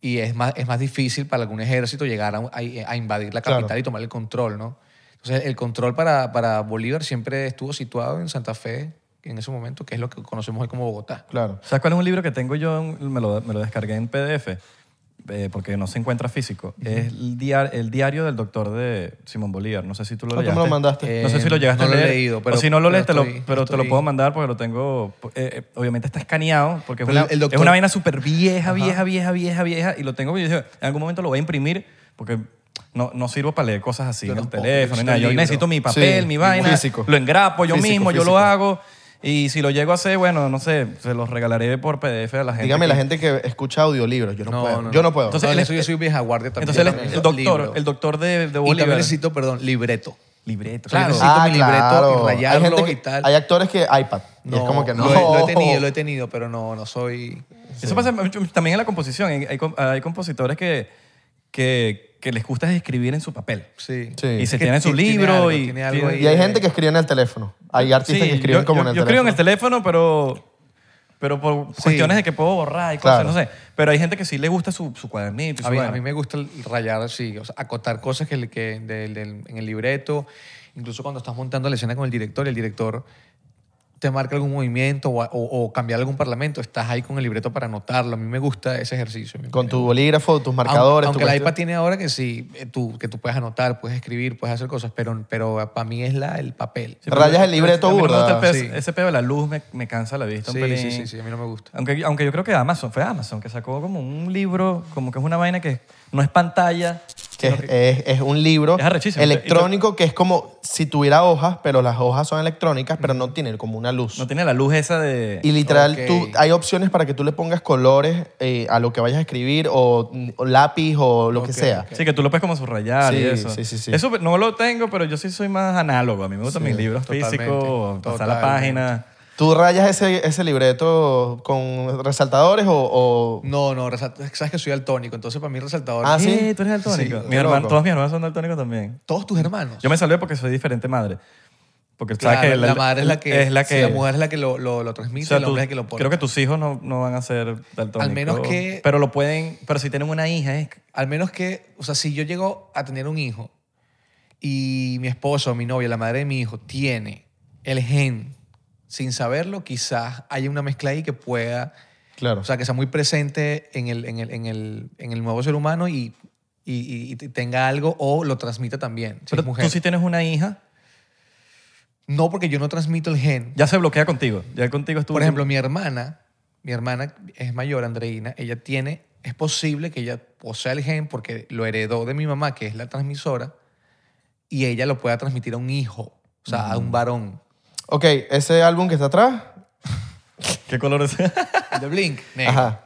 [SPEAKER 1] y es más, es más difícil para algún ejército llegar a, un- a- a invadir la capital
[SPEAKER 3] Claro.
[SPEAKER 1] y tomar el control, ¿no? Entonces, el control para, para Bolívar siempre estuvo situado en Santa Fe en ese momento, que es lo que conocemos hoy como Bogotá.
[SPEAKER 3] Claro.
[SPEAKER 2] ¿Sabes cuál es un libro que tengo yo? Me lo, me lo descargué en PDF eh, porque no se encuentra físico. Es el, diar- el diario del doctor de Simón Bolívar. No sé si tú lo
[SPEAKER 3] Ah, tú me
[SPEAKER 2] leíste.
[SPEAKER 3] lo mandaste.
[SPEAKER 1] Eh,
[SPEAKER 2] no sé si lo llegaste
[SPEAKER 1] no
[SPEAKER 2] a
[SPEAKER 1] lo he
[SPEAKER 2] leer.
[SPEAKER 1] leído, pero-
[SPEAKER 2] o si no lo
[SPEAKER 1] pero
[SPEAKER 2] lees, te lo-
[SPEAKER 1] estoy-
[SPEAKER 2] pero te lo
[SPEAKER 1] estoy-
[SPEAKER 2] puedo mandar porque lo tengo. eh, eh, obviamente está escaneado porque es
[SPEAKER 1] Pero
[SPEAKER 2] una,
[SPEAKER 1] el doctor-
[SPEAKER 2] es una vaina súper vieja, vieja, vieja, vieja, vieja. Y lo tengo. Y yo dije, en algún momento lo voy a imprimir porque no, no sirvo para leer cosas así
[SPEAKER 1] Yo
[SPEAKER 2] en el
[SPEAKER 1] tampoco,
[SPEAKER 2] teléfono.
[SPEAKER 1] yo
[SPEAKER 2] ni nada. Yo
[SPEAKER 1] necesito el
[SPEAKER 2] necesito
[SPEAKER 1] libro.
[SPEAKER 2] mi papel,
[SPEAKER 3] Sí,
[SPEAKER 2] mi vaina.
[SPEAKER 3] físico.
[SPEAKER 2] Lo engrapo yo
[SPEAKER 3] Físico,
[SPEAKER 2] mismo, yo
[SPEAKER 3] físico.
[SPEAKER 2] lo hago. Y si lo llego a hacer, bueno, no sé, se los regalaré por PDF a la gente.
[SPEAKER 3] Dígame
[SPEAKER 2] que-
[SPEAKER 3] la gente que escucha audiolibros. Yo no, puedo. yo no puedo.
[SPEAKER 2] Entonces,
[SPEAKER 1] Entonces,
[SPEAKER 2] él es-
[SPEAKER 1] yo soy vieja guardia también.
[SPEAKER 2] Entonces, el,
[SPEAKER 1] Yo
[SPEAKER 2] el
[SPEAKER 1] también.
[SPEAKER 2] doctor,
[SPEAKER 1] Libro.
[SPEAKER 2] el doctor de, de
[SPEAKER 1] Y también
[SPEAKER 2] Bolívar.
[SPEAKER 1] necesito, perdón, libreto.
[SPEAKER 2] libretos.
[SPEAKER 1] Claro.
[SPEAKER 2] Libretos.
[SPEAKER 1] necesito mi libreto y
[SPEAKER 3] Ah, hay,
[SPEAKER 1] rayarlo
[SPEAKER 3] gente
[SPEAKER 1] y
[SPEAKER 3] que,
[SPEAKER 1] tal.
[SPEAKER 3] hay actores que iPad. Y es como que no.
[SPEAKER 1] Lo he, lo he tenido, lo he tenido, pero no, no soy...
[SPEAKER 2] Eso pasa mucho también en la composición. Hay, hay com- hay compositores que, que, que les gusta escribir en su papel.
[SPEAKER 1] Sí.
[SPEAKER 3] Sí.
[SPEAKER 2] Y se
[SPEAKER 1] Es que
[SPEAKER 2] tienen su
[SPEAKER 1] tiene
[SPEAKER 2] libro
[SPEAKER 1] algo,
[SPEAKER 2] y...
[SPEAKER 1] tiene algo ahí.
[SPEAKER 3] Y hay gente que escribe en el teléfono. Hay artistas
[SPEAKER 2] Sí,
[SPEAKER 3] que escriben
[SPEAKER 2] yo,
[SPEAKER 3] como
[SPEAKER 2] yo-
[SPEAKER 3] en el
[SPEAKER 2] yo escribo en
[SPEAKER 1] este-
[SPEAKER 3] teléfono.
[SPEAKER 2] el teléfono, pero, pero por
[SPEAKER 1] Sí.
[SPEAKER 2] cuestiones de que puedo borrar y cosas,
[SPEAKER 3] Claro.
[SPEAKER 2] no sé. Pero hay gente que sí le gusta su, su cuadernito. y su
[SPEAKER 1] A mí,
[SPEAKER 2] vaina.
[SPEAKER 1] a mí me gusta el rayar, sí, o sea, acotar cosas que, le- que del- del- en el libreto, incluso cuando estás montando la escena con el director, el director te marca algún movimiento o, o- o cambiar algún parlamento, estás ahí con el libreto para anotarlo. A mí me gusta ese ejercicio.
[SPEAKER 3] Con tu bolígrafo, tus
[SPEAKER 1] Aunque-
[SPEAKER 3] marcadores.
[SPEAKER 1] Aunque,
[SPEAKER 3] tu
[SPEAKER 1] la
[SPEAKER 3] cuestión.
[SPEAKER 1] iPad tiene ahora que sí, eh, tú, que tú puedes anotar, puedes escribir, puedes hacer cosas, pero, pero para mí es la, el papel.
[SPEAKER 2] Sí,
[SPEAKER 3] Rayas
[SPEAKER 2] pero-
[SPEAKER 3] el libreto
[SPEAKER 2] a mí no me gusta
[SPEAKER 3] burda.
[SPEAKER 2] el pez-
[SPEAKER 1] Sí.
[SPEAKER 2] Ese pedo de la luz me, me cansa la vista un
[SPEAKER 1] Sí,
[SPEAKER 2] pelín.
[SPEAKER 1] sí, sí, sí, a mí no me gusta.
[SPEAKER 2] Aunque, aunque yo creo que Amazon, fue Amazon que sacó como un libro, como que es una vaina que no es pantalla.
[SPEAKER 3] que es, es- es un libro
[SPEAKER 2] Es arrechísimo.
[SPEAKER 3] electrónico que es como si tuviera hojas, pero las hojas son electrónicas, pero no tienen como una luz.
[SPEAKER 2] No tiene la luz esa de...
[SPEAKER 3] y literal,
[SPEAKER 1] Ok.
[SPEAKER 3] tú, hay opciones para que tú le pongas colores eh, a lo que vayas a escribir o, o lápiz o lo que
[SPEAKER 1] Ok,
[SPEAKER 3] sea.
[SPEAKER 2] Sí, que tú lo puedes como subrayar y
[SPEAKER 3] Sí,
[SPEAKER 2] eso.
[SPEAKER 3] sí, sí, sí.
[SPEAKER 2] Eso no lo tengo, pero yo sí soy más análogo. A mí me gustan mis libros
[SPEAKER 1] totalmente,
[SPEAKER 2] físicos, pasar la
[SPEAKER 1] totalmente.
[SPEAKER 2] página.
[SPEAKER 3] ¿Tú rayas ese, ese libreto con resaltadores o...? o-
[SPEAKER 1] No, no, resalt- sabes que soy altónico, entonces para mí resaltador.
[SPEAKER 3] Ah, sí.
[SPEAKER 2] Eh, tú eres daltónico.
[SPEAKER 3] Sí,
[SPEAKER 2] mis hermanos,
[SPEAKER 3] loco.
[SPEAKER 2] todos mis hermanos son daltónicos también.
[SPEAKER 1] Todos tus hermanos.
[SPEAKER 2] Yo me salvé porque soy diferente madre. Porque
[SPEAKER 1] Claro,
[SPEAKER 2] sabes que
[SPEAKER 1] la, madre es la que,
[SPEAKER 2] es la que
[SPEAKER 1] sí, la mujer es la que lo, lo, lo transmite,
[SPEAKER 2] o sea,
[SPEAKER 1] el hombre
[SPEAKER 2] tú-
[SPEAKER 1] es el que lo pone.
[SPEAKER 2] creo que tus hijos no, no van a ser daltónicos.
[SPEAKER 1] Al menos que-
[SPEAKER 2] Pero lo pueden... Pero si tienen una hija, es...
[SPEAKER 1] Al menos que, o sea, si yo llego a tener un hijo y mi esposo, mi novia, la madre de mi hijo tiene el gen sin saberlo, quizás haya una mezcla ahí que pueda,
[SPEAKER 3] Claro.
[SPEAKER 1] o sea, que sea muy presente en el, en el, en el, en el nuevo ser humano y, y- y- y tenga algo o lo transmita también. si
[SPEAKER 2] pero
[SPEAKER 1] es mujer.
[SPEAKER 2] tú si tienes una hija,
[SPEAKER 1] No porque yo no transmito el gen.
[SPEAKER 2] ya se bloquea contigo. Ya contigo estuvo...
[SPEAKER 1] Por ejemplo, mi hermana, mi hermana es mayor, Andreina, ella tiene, es posible que ella posea el gen porque lo heredó de mi mamá, que es la transmisora, y ella lo pueda transmitir a un hijo, o sea,
[SPEAKER 2] Mm.
[SPEAKER 1] a un varón.
[SPEAKER 3] ok, ese álbum que está atrás.
[SPEAKER 2] ¿Qué color es?
[SPEAKER 1] De Blink, negro.
[SPEAKER 3] Ajá.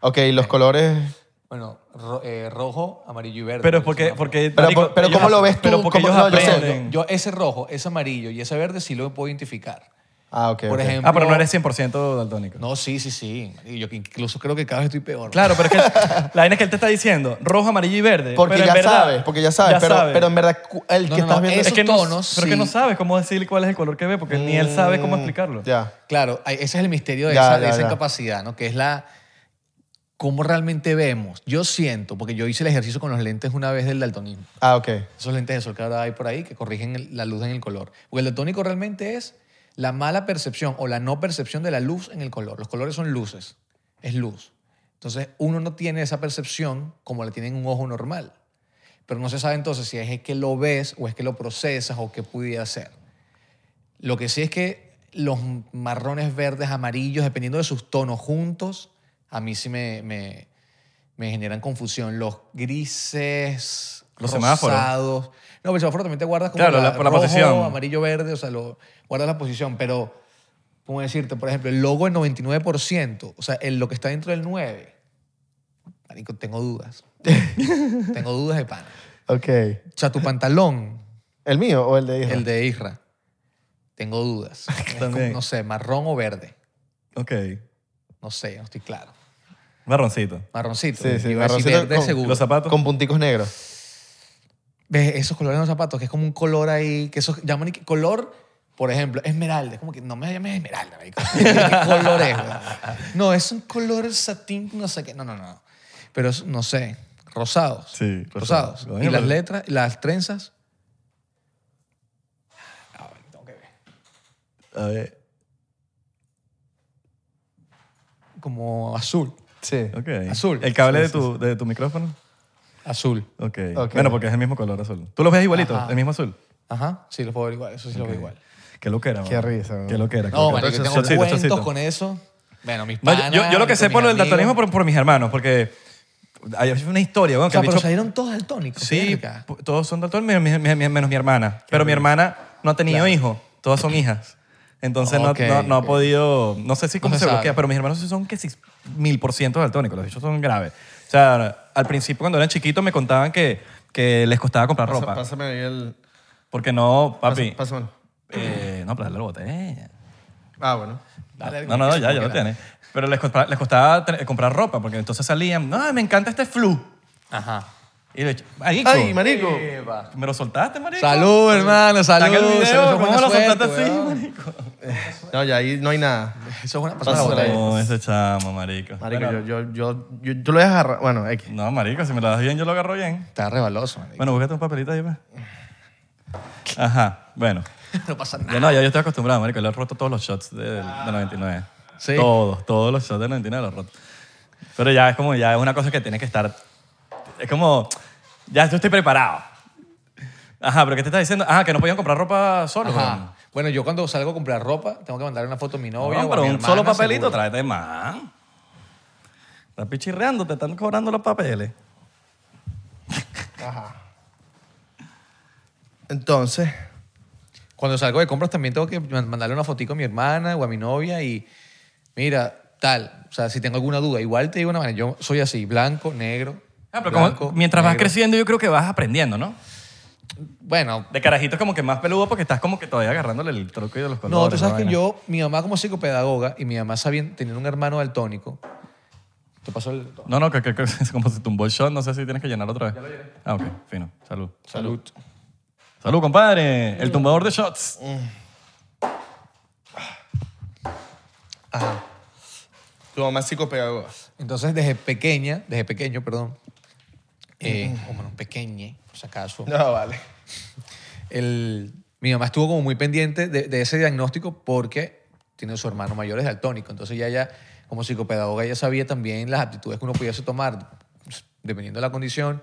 [SPEAKER 3] Ok, los colores...
[SPEAKER 1] Bueno, ro- eh, rojo, amarillo y verde.
[SPEAKER 2] pero es
[SPEAKER 1] se
[SPEAKER 2] porque...
[SPEAKER 1] llama.
[SPEAKER 2] porque
[SPEAKER 3] Pero por- pero
[SPEAKER 2] ellos
[SPEAKER 3] ¿cómo lo
[SPEAKER 2] hacen-
[SPEAKER 3] ves tú?
[SPEAKER 2] Pero porque
[SPEAKER 3] ¿Cómo-
[SPEAKER 2] ellos
[SPEAKER 3] no, yo sé,
[SPEAKER 2] aprenden.
[SPEAKER 1] Yo ese rojo, ese amarillo y ese verde sí lo puedo identificar.
[SPEAKER 3] Ah, ok.
[SPEAKER 1] Por
[SPEAKER 3] ok.
[SPEAKER 1] ejemplo...
[SPEAKER 2] Ah, pero no eres 100% daltónico.
[SPEAKER 1] No, sí, sí, sí. Y Yo que incluso creo que cada vez estoy peor.
[SPEAKER 2] Claro, pero es que la vaina es que él te está diciendo rojo, amarillo y verde.
[SPEAKER 3] Porque
[SPEAKER 2] pero en
[SPEAKER 3] ya
[SPEAKER 2] verdad-
[SPEAKER 3] sabes, porque ya sabes. pero, pero en verdad, cu- el
[SPEAKER 1] No,
[SPEAKER 3] que
[SPEAKER 1] no,
[SPEAKER 3] estás
[SPEAKER 1] no,
[SPEAKER 3] viendo...
[SPEAKER 1] esos
[SPEAKER 2] es que no,
[SPEAKER 1] tonos,
[SPEAKER 2] pero es que no
[SPEAKER 1] sí.
[SPEAKER 2] sabes cómo decir cuál es el color que ve, porque ni él sabe cómo explicarlo.
[SPEAKER 3] Mm. Ya.
[SPEAKER 1] Claro, hay- ese es el misterio de,
[SPEAKER 3] Ya,
[SPEAKER 1] esa, de
[SPEAKER 3] ya,
[SPEAKER 1] esa
[SPEAKER 3] ya.
[SPEAKER 1] incapacidad, ¿no? Que es la. cómo realmente vemos. Yo siento, porque yo hice el ejercicio con los lentes una vez del daltonismo.
[SPEAKER 3] Ah, ok.
[SPEAKER 1] Esos lentes de sol que ahora hay por ahí que corrigen el- la luz en el color. Porque el daltónico realmente es la mala percepción o la no percepción de la luz en el color. Los colores son luces, es luz. Entonces uno no tiene esa percepción como la tiene en un ojo normal. Pero no se sabe entonces si es que lo ves o es que lo procesas o qué pudiera ser. Lo que sí es que los marrones, verdes, amarillos, dependiendo de sus tonos juntos, a mí sí me, me, me generan confusión. Los grises,
[SPEAKER 2] Los semáforos.
[SPEAKER 1] rosados. No, pero el semáforo también te guardas como
[SPEAKER 2] Claro, la- por la
[SPEAKER 1] rojo,
[SPEAKER 2] posición.
[SPEAKER 1] amarillo, verde, o sea, lo, guardas la posición, pero, ¿cómo decirte? Por ejemplo, el logo en 99%, o sea, el- lo que está dentro del 9%, marico, tengo dudas. tengo dudas de pana.
[SPEAKER 3] Ok.
[SPEAKER 1] O sea, tu pantalón,
[SPEAKER 3] ¿El mío o el de Isra?
[SPEAKER 1] el de Isra. Tengo dudas. Es como,
[SPEAKER 2] También.
[SPEAKER 1] No sé, marrón o verde.
[SPEAKER 2] Ok.
[SPEAKER 1] No sé, no estoy claro.
[SPEAKER 2] Marroncito.
[SPEAKER 1] Marroncito.
[SPEAKER 3] Sí, sí,
[SPEAKER 1] Iba a decir
[SPEAKER 3] marroncito
[SPEAKER 1] verde
[SPEAKER 3] con-
[SPEAKER 1] seguro.
[SPEAKER 2] Los zapatos.
[SPEAKER 3] Con punticos negros.
[SPEAKER 1] ¿Ves? Esos colores en los zapatos, que es como un color ahí, que eso llaman y que- color, por ejemplo, esmeralda. Es como que no me llames esmeralda, marico. ¿Qué color es? güey? No, es un color satín, no sé qué. No, no, no. Pero es, no sé, rosados.
[SPEAKER 2] Sí, rosado.
[SPEAKER 1] rosados.
[SPEAKER 2] Coño,
[SPEAKER 1] Y las
[SPEAKER 2] pero-
[SPEAKER 1] letras, y las trenzas. Ah, bueno, tengo que ver.
[SPEAKER 2] A ver.
[SPEAKER 1] Como azul.
[SPEAKER 3] Sí.
[SPEAKER 2] Ok.
[SPEAKER 1] Azul.
[SPEAKER 2] El cable de, tu, de tu micrófono.
[SPEAKER 1] Azul.
[SPEAKER 2] Ok.
[SPEAKER 3] Ok.
[SPEAKER 2] Bueno, porque es el mismo color azul. ¿Tú los ves igualito?
[SPEAKER 1] Ajá.
[SPEAKER 2] El mismo azul.
[SPEAKER 1] Ajá, sí, lo puedo ver igual. Eso sí lo veo igual.
[SPEAKER 2] Qué lo que era.
[SPEAKER 3] Qué risa, bro.
[SPEAKER 2] Qué lo que era.
[SPEAKER 1] No, marico, yo tengo
[SPEAKER 2] Chocito,
[SPEAKER 1] cuentos
[SPEAKER 2] chocito.
[SPEAKER 1] con eso. Bueno, mis
[SPEAKER 2] No, yo-
[SPEAKER 1] panas.
[SPEAKER 2] yo, yo lo que
[SPEAKER 1] con
[SPEAKER 2] sé
[SPEAKER 1] mis
[SPEAKER 2] por el
[SPEAKER 1] amigos.
[SPEAKER 2] daltonismo por, por mis hermanos, porque hay una historia, bueno,
[SPEAKER 1] O
[SPEAKER 2] que
[SPEAKER 1] sea,
[SPEAKER 2] el
[SPEAKER 1] pero
[SPEAKER 2] bicho-
[SPEAKER 1] salieron todos daltónicos.
[SPEAKER 2] Sí,
[SPEAKER 1] verga.
[SPEAKER 2] po- todos son daltónicos, menos mi- mi- mi- menos mi hermana. Pero mi hermana no ha tenido hijos, todas son hijas. Entonces no-
[SPEAKER 1] Ok,
[SPEAKER 2] no, no, ha
[SPEAKER 1] ok.
[SPEAKER 2] podido, no sé si cómo
[SPEAKER 1] se
[SPEAKER 2] se,
[SPEAKER 1] sabe.
[SPEAKER 2] bloquea, pero mis hermanos sí son que sí, mil por ciento daltónicos, los hechos son graves. O sea, al principio cuando eran chiquitos me contaban que, que les costaba comprar ropa.
[SPEAKER 3] Pásame ahí el...
[SPEAKER 2] Porque no, papi.
[SPEAKER 3] Pasa- pásamelo.
[SPEAKER 2] eh, no, pero dale la botella.
[SPEAKER 3] Ah, bueno.
[SPEAKER 1] Dale,
[SPEAKER 2] No, no, no, ya, ya
[SPEAKER 1] como
[SPEAKER 2] lo
[SPEAKER 1] quieras.
[SPEAKER 2] tienes. Pero les costaba, les costaba tre- comprar ropa, porque entonces salían, no, me encanta este flu.
[SPEAKER 1] Ajá.
[SPEAKER 2] Y le echo- marico,
[SPEAKER 3] ¡Ay, marico!
[SPEAKER 2] ¿me lo soltaste, marico?
[SPEAKER 1] Salud, hermano, salud.
[SPEAKER 2] Saca el video,
[SPEAKER 1] Salud,
[SPEAKER 2] ¿cómo
[SPEAKER 1] buena
[SPEAKER 2] me lo soltaste
[SPEAKER 1] suerte,
[SPEAKER 2] así,
[SPEAKER 1] weón.
[SPEAKER 2] marico?
[SPEAKER 3] No, ya ahí no hay nada.
[SPEAKER 1] Eso es una
[SPEAKER 3] Pásala,
[SPEAKER 1] pasada.
[SPEAKER 3] ahí.
[SPEAKER 2] No, ese chamo, marico.
[SPEAKER 3] Marico,
[SPEAKER 2] Bueno,
[SPEAKER 3] yo, yo, yo, yo- tú lo dejas agarrar. Bueno, X.
[SPEAKER 2] No, marico, si me lo das bien, yo lo agarro bien.
[SPEAKER 1] Está rebaloso, marico.
[SPEAKER 2] Bueno, búscate un papelito ahí, pues. Ajá, bueno.
[SPEAKER 1] No pasa nada.
[SPEAKER 2] Ya no, ya yo estoy acostumbrado, marico. Le he roto todos los shots de, de 99.
[SPEAKER 1] Sí.
[SPEAKER 2] Todos, todos los shots de 99 los he roto. Pero ya es como, ya es una cosa que tienes que estar... Es como, ya yo estoy preparado. Ajá, pero ¿qué te estás diciendo? Ajá, que no podían comprar ropa solo. weón.
[SPEAKER 1] Ajá. Bueno, yo cuando salgo a comprar ropa, tengo que mandarle una foto a mi novia.
[SPEAKER 2] Weón,
[SPEAKER 1] o a
[SPEAKER 2] pero
[SPEAKER 1] mi
[SPEAKER 2] un
[SPEAKER 1] hermana,
[SPEAKER 2] solo papelito,
[SPEAKER 1] seguro.
[SPEAKER 2] tráete más. Estás pichirreando, te están cobrando los papeles.
[SPEAKER 3] Entonces,
[SPEAKER 1] Cuando salgo de compras también tengo que man- mandarle una fotico a mi hermana o a mi novia y mira, tal. O sea, si tengo alguna duda, igual te digo una manera. Yo soy así, blanco, negro.
[SPEAKER 2] Ah, pero como-
[SPEAKER 1] blanco,
[SPEAKER 2] mientras vas
[SPEAKER 1] negro.
[SPEAKER 2] creciendo, yo creo que vas aprendiendo, ¿no?
[SPEAKER 1] Bueno,
[SPEAKER 2] De carajito es como que más peludo porque estás como que todavía agarrándole el truco y de los colores.
[SPEAKER 1] no, tú sabes
[SPEAKER 2] la
[SPEAKER 1] que
[SPEAKER 2] vaina.
[SPEAKER 1] yo, mi mamá como psicopedagoga y mi mamá sabía, tenía un hermano daltónico. ¿Te pasó el...?
[SPEAKER 2] No, no, que, que- que es como se tumbó el shot, no sé si tienes que llenar otra vez. Ah, ok, fino. Salud.
[SPEAKER 1] Salud.
[SPEAKER 2] Salud, compadre. El tumbador de shots.
[SPEAKER 3] tu mamá es psicopedagoga.
[SPEAKER 1] Entonces, desde pequeña, desde pequeño, perdón, eh, o bueno, pequeñe, por si acaso,
[SPEAKER 3] No, vale.
[SPEAKER 1] el- mi mamá estuvo como muy pendiente de, de ese diagnóstico porque tiene su hermano mayor es daltónico. Entonces ya ella, como psicopedagoga, ella sabía también las aptitudes que uno pudiese tomar pues, dependiendo de la condición.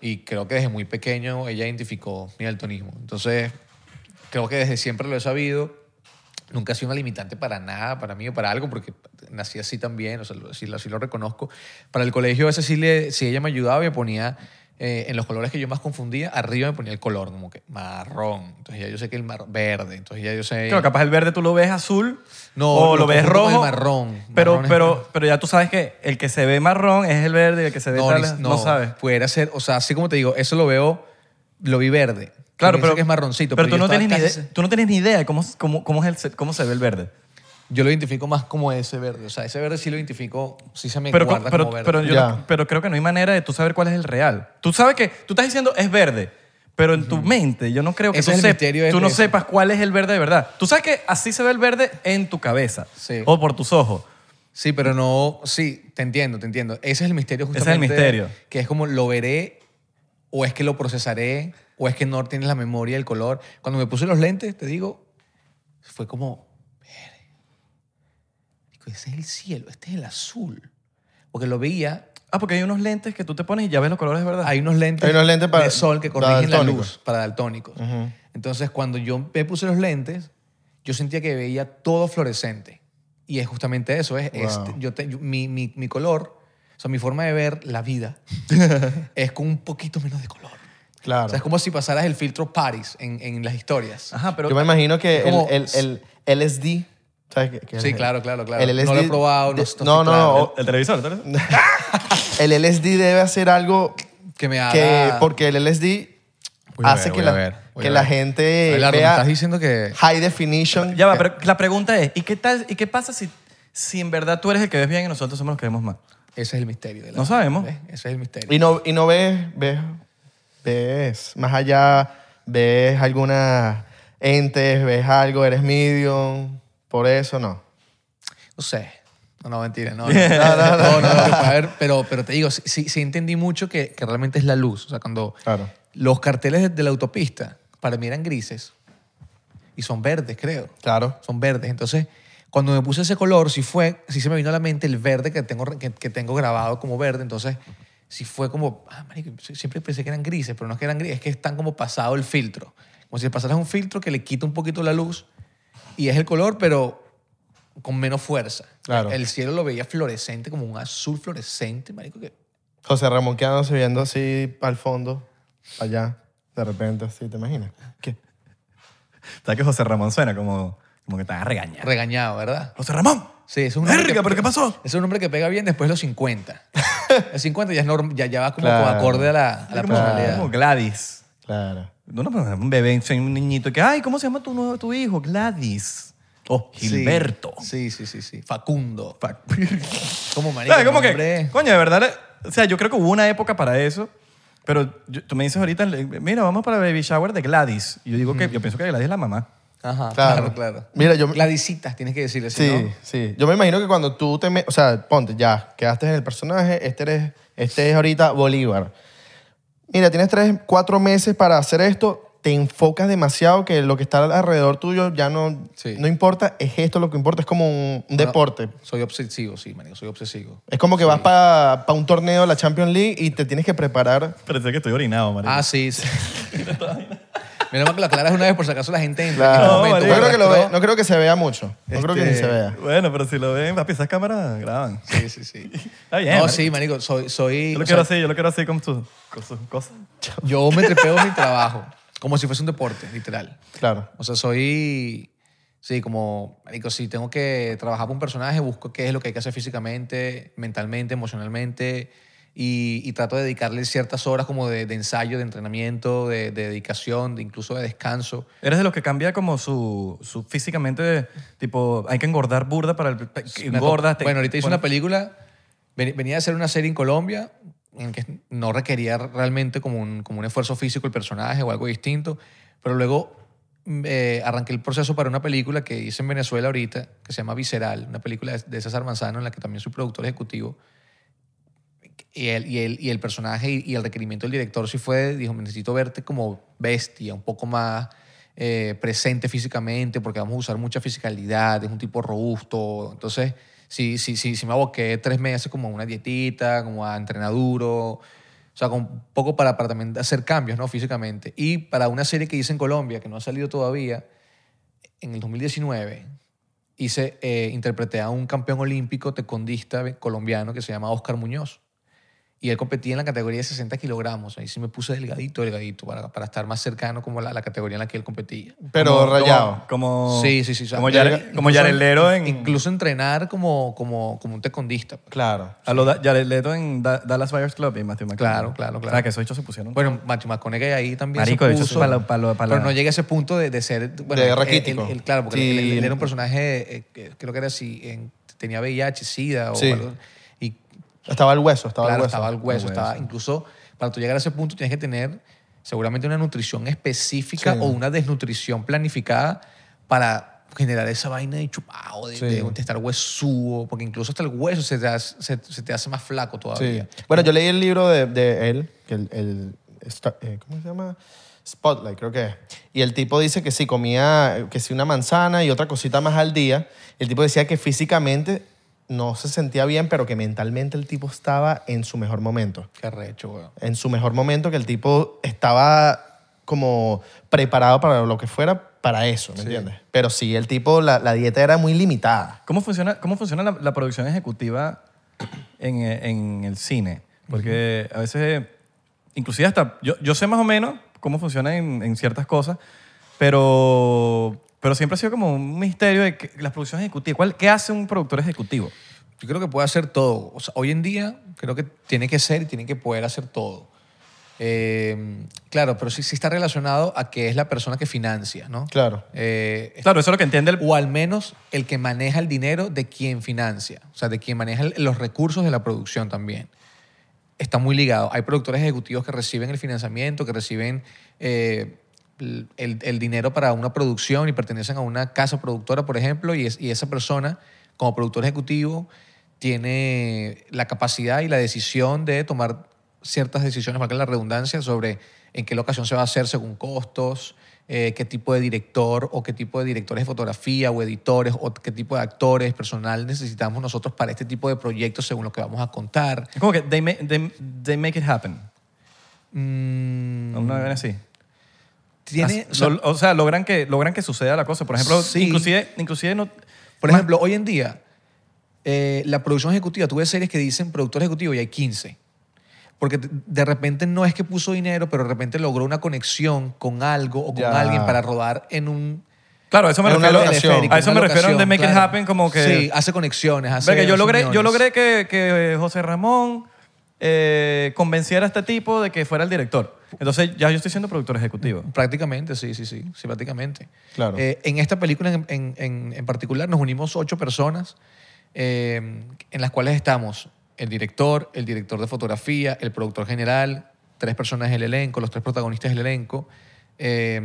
[SPEAKER 1] Y creo que desde muy pequeño ella identificó mi daltonismo. Entonces, creo que desde siempre lo he sabido. Nunca ha sido una limitante para nada, para mí o para algo, porque nací así también, o sea, lo- así, lo- así lo reconozco. Para el colegio, a veces sí, le, sí ella me ayudaba y me ponía eh, en los colores que yo más confundía, arriba me ponía el color, como que marrón. Entonces ya yo sé que el marrón, verde. Entonces ya yo sé.
[SPEAKER 2] Claro, capaz el verde tú lo ves azul
[SPEAKER 1] No,
[SPEAKER 2] o
[SPEAKER 1] lo
[SPEAKER 2] lo ves
[SPEAKER 1] confundo con
[SPEAKER 2] rojo.
[SPEAKER 1] el marrón.
[SPEAKER 2] Pero,
[SPEAKER 1] Marrón es- este.
[SPEAKER 2] pero, pero ya tú sabes que el que se ve marrón es el verde y el que se ve
[SPEAKER 1] no,
[SPEAKER 2] tal
[SPEAKER 1] ni-
[SPEAKER 2] es-
[SPEAKER 1] no,
[SPEAKER 2] no sabes.
[SPEAKER 1] Pudiera ser, o sea, así como te digo, eso lo veo, lo vi verde.
[SPEAKER 2] Claro,
[SPEAKER 1] Pienso
[SPEAKER 2] pero,
[SPEAKER 1] que es marroncito.
[SPEAKER 2] Pero, tú,
[SPEAKER 1] yo
[SPEAKER 2] no
[SPEAKER 1] estaba
[SPEAKER 2] tienes ni
[SPEAKER 1] casi
[SPEAKER 2] idea, tú no tienes ni idea de cómo, cómo, cómo, es el, se- cómo se ve el verde.
[SPEAKER 1] Yo lo identifico más como ese verde. O sea, ese verde sí lo identifico, sí se me
[SPEAKER 2] Pero, co-
[SPEAKER 1] guarda
[SPEAKER 2] pero,
[SPEAKER 1] como verde.
[SPEAKER 2] pero yo
[SPEAKER 3] Ya.
[SPEAKER 2] no- pero creo que no hay manera de tú saber cuál es el real. Tú sabes que tú estás diciendo es verde, pero en tu mente yo no creo que
[SPEAKER 1] Ese
[SPEAKER 2] tú,
[SPEAKER 1] es el
[SPEAKER 2] sep-
[SPEAKER 1] misterio de
[SPEAKER 2] tú no
[SPEAKER 1] eso.
[SPEAKER 2] sepas cuál es el verde de verdad. Tú sabes que así se ve el verde en tu cabeza
[SPEAKER 1] Sí.
[SPEAKER 2] o por tus ojos.
[SPEAKER 1] Sí, pero no, sí, te entiendo, te entiendo. Ese es el misterio
[SPEAKER 2] Ese es
[SPEAKER 1] justamente.
[SPEAKER 2] el misterio.
[SPEAKER 1] Que es como lo veré o es que lo procesaré o es que no tienes la memoria del color. Cuando me puse los lentes, te digo, fue como, "Ver, marico, ese es el cielo, este es el azul. Porque lo veía,
[SPEAKER 2] Ah, porque hay unos lentes que tú te pones y ya ves los colores de verdad.
[SPEAKER 1] hay unos lentes,
[SPEAKER 3] Hay unos lentes para-
[SPEAKER 1] de sol que
[SPEAKER 3] para
[SPEAKER 1] corrigen la
[SPEAKER 3] daltónicos.
[SPEAKER 1] luz para daltónicos.
[SPEAKER 3] Ujú.
[SPEAKER 1] Entonces, cuando yo me puse los lentes, yo sentía que veía todo fluorescente. Y es justamente eso, es, es-
[SPEAKER 3] Wow.
[SPEAKER 1] yo te- yo- mi, mi- mi color, o sea, mi forma de ver la vida es con un poquito menos de color.
[SPEAKER 3] Claro.
[SPEAKER 1] O sea, es como si pasaras el filtro Paris en, en las historias.
[SPEAKER 2] Ajá, pero
[SPEAKER 3] Yo me imagino que
[SPEAKER 1] Es como-
[SPEAKER 3] el, el, el LSD. ¿Sabes qué- qué es
[SPEAKER 1] Sí,
[SPEAKER 3] el-
[SPEAKER 1] claro, claro, claro.
[SPEAKER 3] El LSD,
[SPEAKER 1] No lo he probado, no
[SPEAKER 3] de-
[SPEAKER 1] estoy
[SPEAKER 3] no, no,
[SPEAKER 1] claro.
[SPEAKER 2] el,
[SPEAKER 3] no,
[SPEAKER 2] el televisor, ¿tú eres?
[SPEAKER 3] El LSD debe hacer algo
[SPEAKER 1] Que me haga...
[SPEAKER 3] que. Porque el LSD
[SPEAKER 1] Voy a
[SPEAKER 3] hace
[SPEAKER 1] ver,
[SPEAKER 3] que,
[SPEAKER 1] voy
[SPEAKER 3] la,
[SPEAKER 1] a ver, voy
[SPEAKER 3] que
[SPEAKER 1] a
[SPEAKER 3] la
[SPEAKER 1] ver.
[SPEAKER 3] gente
[SPEAKER 1] Abelardo, me
[SPEAKER 3] vea
[SPEAKER 1] estás diciendo que...
[SPEAKER 3] high definition.
[SPEAKER 2] Ya va, pero la pregunta es, ¿y qué tal y qué pasa si si en verdad tú eres el que ves bien y nosotros somos los que vemos mal?
[SPEAKER 1] Ese es el misterio. de la
[SPEAKER 2] No
[SPEAKER 1] vida,
[SPEAKER 2] sabemos.
[SPEAKER 1] ¿ves? Ese es el misterio.
[SPEAKER 3] Y no, y no ves, ves, ves, más allá, ves algunas entes, ves algo, eres medium, por eso no.
[SPEAKER 1] No sé. No, no, mentira. No, no, no, no, no, no, que puede haber, pero, pero te digo, sí, sí, sí entendí mucho que, que realmente es la luz. O sea, cuando
[SPEAKER 3] Claro.
[SPEAKER 1] los carteles de, de la autopista para mí eran grises y son verdes, creo.
[SPEAKER 3] Claro.
[SPEAKER 1] Son verdes. Entonces, cuando me puse ese color, sí fue, sí se me vino a la mente el verde que tengo, re- que, que tengo grabado como verde. Entonces, sí fue como, ah, marico, sí- siempre pensé que eran grises, pero no es que eran grises, es que están como pasado el filtro. Como si pasaras un filtro que le quita un poquito la luz y es el color, pero con menos fuerza.
[SPEAKER 3] Claro.
[SPEAKER 1] El cielo lo veía fluorescente, como un azul fluorescente, marico, que
[SPEAKER 3] José Ramón quedándose viendo así al fondo, allá, de repente, así, ¿te imaginas? ¿Qué?
[SPEAKER 2] ¿Sabes que José Ramón suena como, como que te van a regañar?
[SPEAKER 1] regañado, ¿verdad?
[SPEAKER 2] José Ramón.
[SPEAKER 1] Sí, es un hombre
[SPEAKER 2] Verga,
[SPEAKER 1] que-
[SPEAKER 2] pero ¿qué pasó?
[SPEAKER 1] Es un hombre que pega bien después de los 50. los 50 ya, es norm- ya, ya va como
[SPEAKER 3] Claro.
[SPEAKER 1] acorde a la, a la
[SPEAKER 2] Como-
[SPEAKER 1] personalidad.
[SPEAKER 2] Como Gladys.
[SPEAKER 3] Claro.
[SPEAKER 2] No, no, pero un bebé, soy un niñito que, ay, ¿cómo se llama tu, nuevo- tu hijo? Gladys. Oh,
[SPEAKER 1] Sí.
[SPEAKER 2] Gilberto.
[SPEAKER 1] Sí, sí, sí, sí. Facundo.
[SPEAKER 2] Fuck.
[SPEAKER 1] Como marico.
[SPEAKER 2] ¿Sabes? Como que,
[SPEAKER 1] nombre.
[SPEAKER 2] coño, de verdad, le- o sea, yo creo que hubo una época para eso, pero yo- tú me dices ahorita, le- mira, vamos para Baby Shower de Gladys. Y yo digo que, yo pienso que Gladys es la mamá.
[SPEAKER 1] Ajá, claro,
[SPEAKER 3] Claro.
[SPEAKER 1] claro.
[SPEAKER 3] Mira, yo-
[SPEAKER 1] Gladisitas, tienes que decirle. si
[SPEAKER 3] Sí,
[SPEAKER 1] no-
[SPEAKER 3] sí. Yo me imagino que cuando tú te... me- O sea, ponte, ya, quedaste en el personaje, este, eres, este es ahorita Bolívar. Mira, tienes tres, cuatro meses para hacer esto, te enfocas demasiado que lo que está alrededor tuyo ya no,
[SPEAKER 1] Sí.
[SPEAKER 3] no importa, es esto lo que importa, es como un,
[SPEAKER 1] no,
[SPEAKER 3] un deporte.
[SPEAKER 1] Soy obsesivo, sí, marico, soy obsesivo.
[SPEAKER 3] Es como que vas para un torneo de la Champions League y te tienes que preparar.
[SPEAKER 2] Parece que estoy orinado, marico.
[SPEAKER 1] Ah, sí. sí. Mira, más que lo aclaras una vez por si acaso la gente en
[SPEAKER 2] No,
[SPEAKER 1] algún momento.
[SPEAKER 2] marico.
[SPEAKER 3] yo creo que lo
[SPEAKER 1] arrastró.
[SPEAKER 3] ve- no creo que se vea mucho. No creo que ni
[SPEAKER 1] Este-
[SPEAKER 3] se vea.
[SPEAKER 2] Bueno, pero si lo ven, papi, esas cámaras graban.
[SPEAKER 1] Sí, sí, sí.
[SPEAKER 2] Está bien,
[SPEAKER 1] no,
[SPEAKER 2] marico.
[SPEAKER 1] sí, marico, soy... soy
[SPEAKER 2] Yo lo
[SPEAKER 1] o
[SPEAKER 2] quiero
[SPEAKER 1] sea,
[SPEAKER 2] así, yo lo quiero así con sus, con sus cosas.
[SPEAKER 1] yo me trepeo mi trabajo, como si fuese un deporte, literal.
[SPEAKER 3] Claro.
[SPEAKER 1] O sea, soy... Sí, como, marico, si tengo que trabajar por un personaje, busco qué es lo que hay que hacer físicamente, mentalmente, emocionalmente, y, y trato de dedicarle ciertas horas como de, de ensayo, de entrenamiento, de, de dedicación, de incluso de descanso.
[SPEAKER 2] Eres de los que cambia como su, su físicamente, tipo, hay que engordar burda para el... pe- que
[SPEAKER 1] Pues, Me
[SPEAKER 2] Engordas,
[SPEAKER 1] aco-
[SPEAKER 2] te-
[SPEAKER 1] bueno, ahorita hice
[SPEAKER 2] pones-
[SPEAKER 1] una película, ven- venía de hacer una serie en Colombia en que no requería realmente como un, como un esfuerzo físico el personaje o algo distinto, pero luego mm, eh, arranqué el proceso para una película que hice en Venezuela ahorita, que se llama Visceral, una película de- de César Manzano en la que también soy productor ejecutivo. Y el, y el, y el personaje y, y el requerimiento del director sí fue, dijo, necesito verte como bestia, un poco más eh, presente físicamente, porque vamos a usar mucha fisicalidad, es un tipo robusto. Entonces, sí, sí, sí, sí me aboqué tres meses como a una dietita, como a entrenar duro, o sea, con un poco para, para también hacer cambios, ¿no? Físicamente. Y para una serie que hice en Colombia, que no ha salido todavía, en el 2019 hice, eh, interpreté a un campeón olímpico tecondista ve- colombiano que se llama Oscar Muñoz. Y él competía en la categoría de 60 kilogramos. Ahí sí me puse delgadito, delgadito, para, para estar más cercano como a la, la categoría en la que él competía.
[SPEAKER 3] Pero
[SPEAKER 2] como-
[SPEAKER 3] rayado.
[SPEAKER 2] Como,
[SPEAKER 1] sí, sí, sí. o sea,
[SPEAKER 2] como,
[SPEAKER 1] ya-
[SPEAKER 2] Yare-
[SPEAKER 1] incluso-
[SPEAKER 2] como Yarelero en...
[SPEAKER 1] Incluso entrenar como, como, como un tecondista. pues.
[SPEAKER 3] Claro.
[SPEAKER 2] A lo da- Jared Leto en Da- Dallas Buyers Club y Matthew McConaughey.
[SPEAKER 1] Claro, claro, claro.
[SPEAKER 2] O sea, que esos hechos se pusieron.
[SPEAKER 1] Bueno, Matthew McConaughey ahí también
[SPEAKER 2] Marico,
[SPEAKER 1] se
[SPEAKER 2] eso es
[SPEAKER 1] puso.
[SPEAKER 2] pa' lo- pa' lo- pa'
[SPEAKER 1] pero
[SPEAKER 2] la-
[SPEAKER 1] no llega a ese punto de, de ser... Bueno,
[SPEAKER 3] De
[SPEAKER 1] él-
[SPEAKER 3] raquítico.
[SPEAKER 1] él- él- claro, porque
[SPEAKER 3] Sí.
[SPEAKER 1] él, él era un personaje, eh, que creo que era así, en- tenía VIH, SIDA o
[SPEAKER 3] Sí.
[SPEAKER 1] algo. Y
[SPEAKER 3] Estaba el hueso, estaba
[SPEAKER 1] claro,
[SPEAKER 3] el hueso.
[SPEAKER 1] estaba el hueso.
[SPEAKER 2] El
[SPEAKER 1] Estaba,
[SPEAKER 2] hueso.
[SPEAKER 1] incluso para tú llegar a ese punto tienes que tener seguramente una nutrición específica
[SPEAKER 3] Sí.
[SPEAKER 1] o una desnutrición planificada para generar esa vaina de chupado, de,
[SPEAKER 3] Sí.
[SPEAKER 1] de, de estar huesudo, porque incluso hasta el hueso se te hace, se- se te hace más flaco
[SPEAKER 3] Sí.
[SPEAKER 1] todavía.
[SPEAKER 3] Bueno, yo leí el libro de, de él, que el, el sta- eh, ¿cómo se llama? Spotlight, creo que es. Y el tipo dice que si comía, eh, que si una manzana y otra cosita más al día, el tipo decía que físicamente no se sentía bien, pero que mentalmente el tipo estaba en su mejor momento.
[SPEAKER 1] Qué recho, weón.
[SPEAKER 3] En su mejor momento, que el tipo estaba como preparado para lo que fuera para eso, ¿me entiendes? Pero sí, el tipo, la, la dieta era muy limitada.
[SPEAKER 2] ¿Cómo funciona, cómo funciona la, la producción ejecutiva en, eh, en el cine? Porque a veces, inclusive hasta, yo, yo sé más o menos cómo funciona en, en ciertas cosas, pero, pero siempre ha sido como un misterio de que, las producciones ejecutivas. ¿Cuál, ¿Qué hace un productor ejecutivo?
[SPEAKER 1] Yo creo que puede hacer todo. O sea, hoy en día creo que tiene que ser y tiene que poder hacer todo. Eh, claro, pero sí, sí está relacionado a que es la persona que financia, ¿no?
[SPEAKER 3] Claro.
[SPEAKER 1] Eh, es-
[SPEAKER 2] Claro, eso es lo que entiende el...
[SPEAKER 1] o al menos el que maneja el dinero de quien financia, o sea, de quien maneja el- los recursos de la producción también. Está muy ligado. Hay productores ejecutivos que reciben el financiamiento, que reciben eh, el, el- el dinero para una producción y pertenecen a una casa productora, por ejemplo, y, es- y esa persona, como productor ejecutivo, tiene la capacidad y la decisión de tomar ciertas decisiones, marcar la redundancia, sobre en qué locación se va a hacer según costos, eh, qué tipo de director o qué tipo de directores de fotografía o editores o qué tipo de actores, personal necesitamos nosotros para este tipo de proyectos según lo que vamos a contar.
[SPEAKER 2] Es como que they, ma- they- they make it happen.
[SPEAKER 1] Mm,
[SPEAKER 2] Una vaina así.
[SPEAKER 1] tiene,
[SPEAKER 2] As-
[SPEAKER 1] o sea,
[SPEAKER 2] lo- o sea, logran, que, logran que suceda la cosa. Por ejemplo,
[SPEAKER 1] Sí.
[SPEAKER 2] inclusive, inclusive no,
[SPEAKER 1] por ejemplo, hoy en día, eh, la producción ejecutiva, tú ves series que dicen productor ejecutivo y hay 15. Porque de- de repente no es que puso dinero, pero de repente logró una conexión con algo o con
[SPEAKER 3] Ya.
[SPEAKER 1] alguien para rodar en un
[SPEAKER 2] Claro, a eso me
[SPEAKER 3] En una
[SPEAKER 2] refiero.
[SPEAKER 3] locación.
[SPEAKER 2] A eso
[SPEAKER 1] una
[SPEAKER 2] me refiero en The
[SPEAKER 1] locación,
[SPEAKER 2] Make It
[SPEAKER 1] claro.
[SPEAKER 2] Happen, como que.
[SPEAKER 1] Sí, hace conexiones, hace.
[SPEAKER 2] Verga, yo
[SPEAKER 1] hace
[SPEAKER 2] logré, yo
[SPEAKER 1] uniones.
[SPEAKER 2] logré que, que José Ramón eh, convenciera a este tipo de que fuera el director. Entonces ya yo estoy siendo productor ejecutivo.
[SPEAKER 1] Prácticamente, sí, sí, sí, sí, prácticamente.
[SPEAKER 3] Claro.
[SPEAKER 1] Eh, en esta película en, en- en- en particular nos unimos ocho personas eh, en las cuales estamos el director, el director de fotografía, el productor general, tres personas del elenco, los tres protagonistas del elenco eh,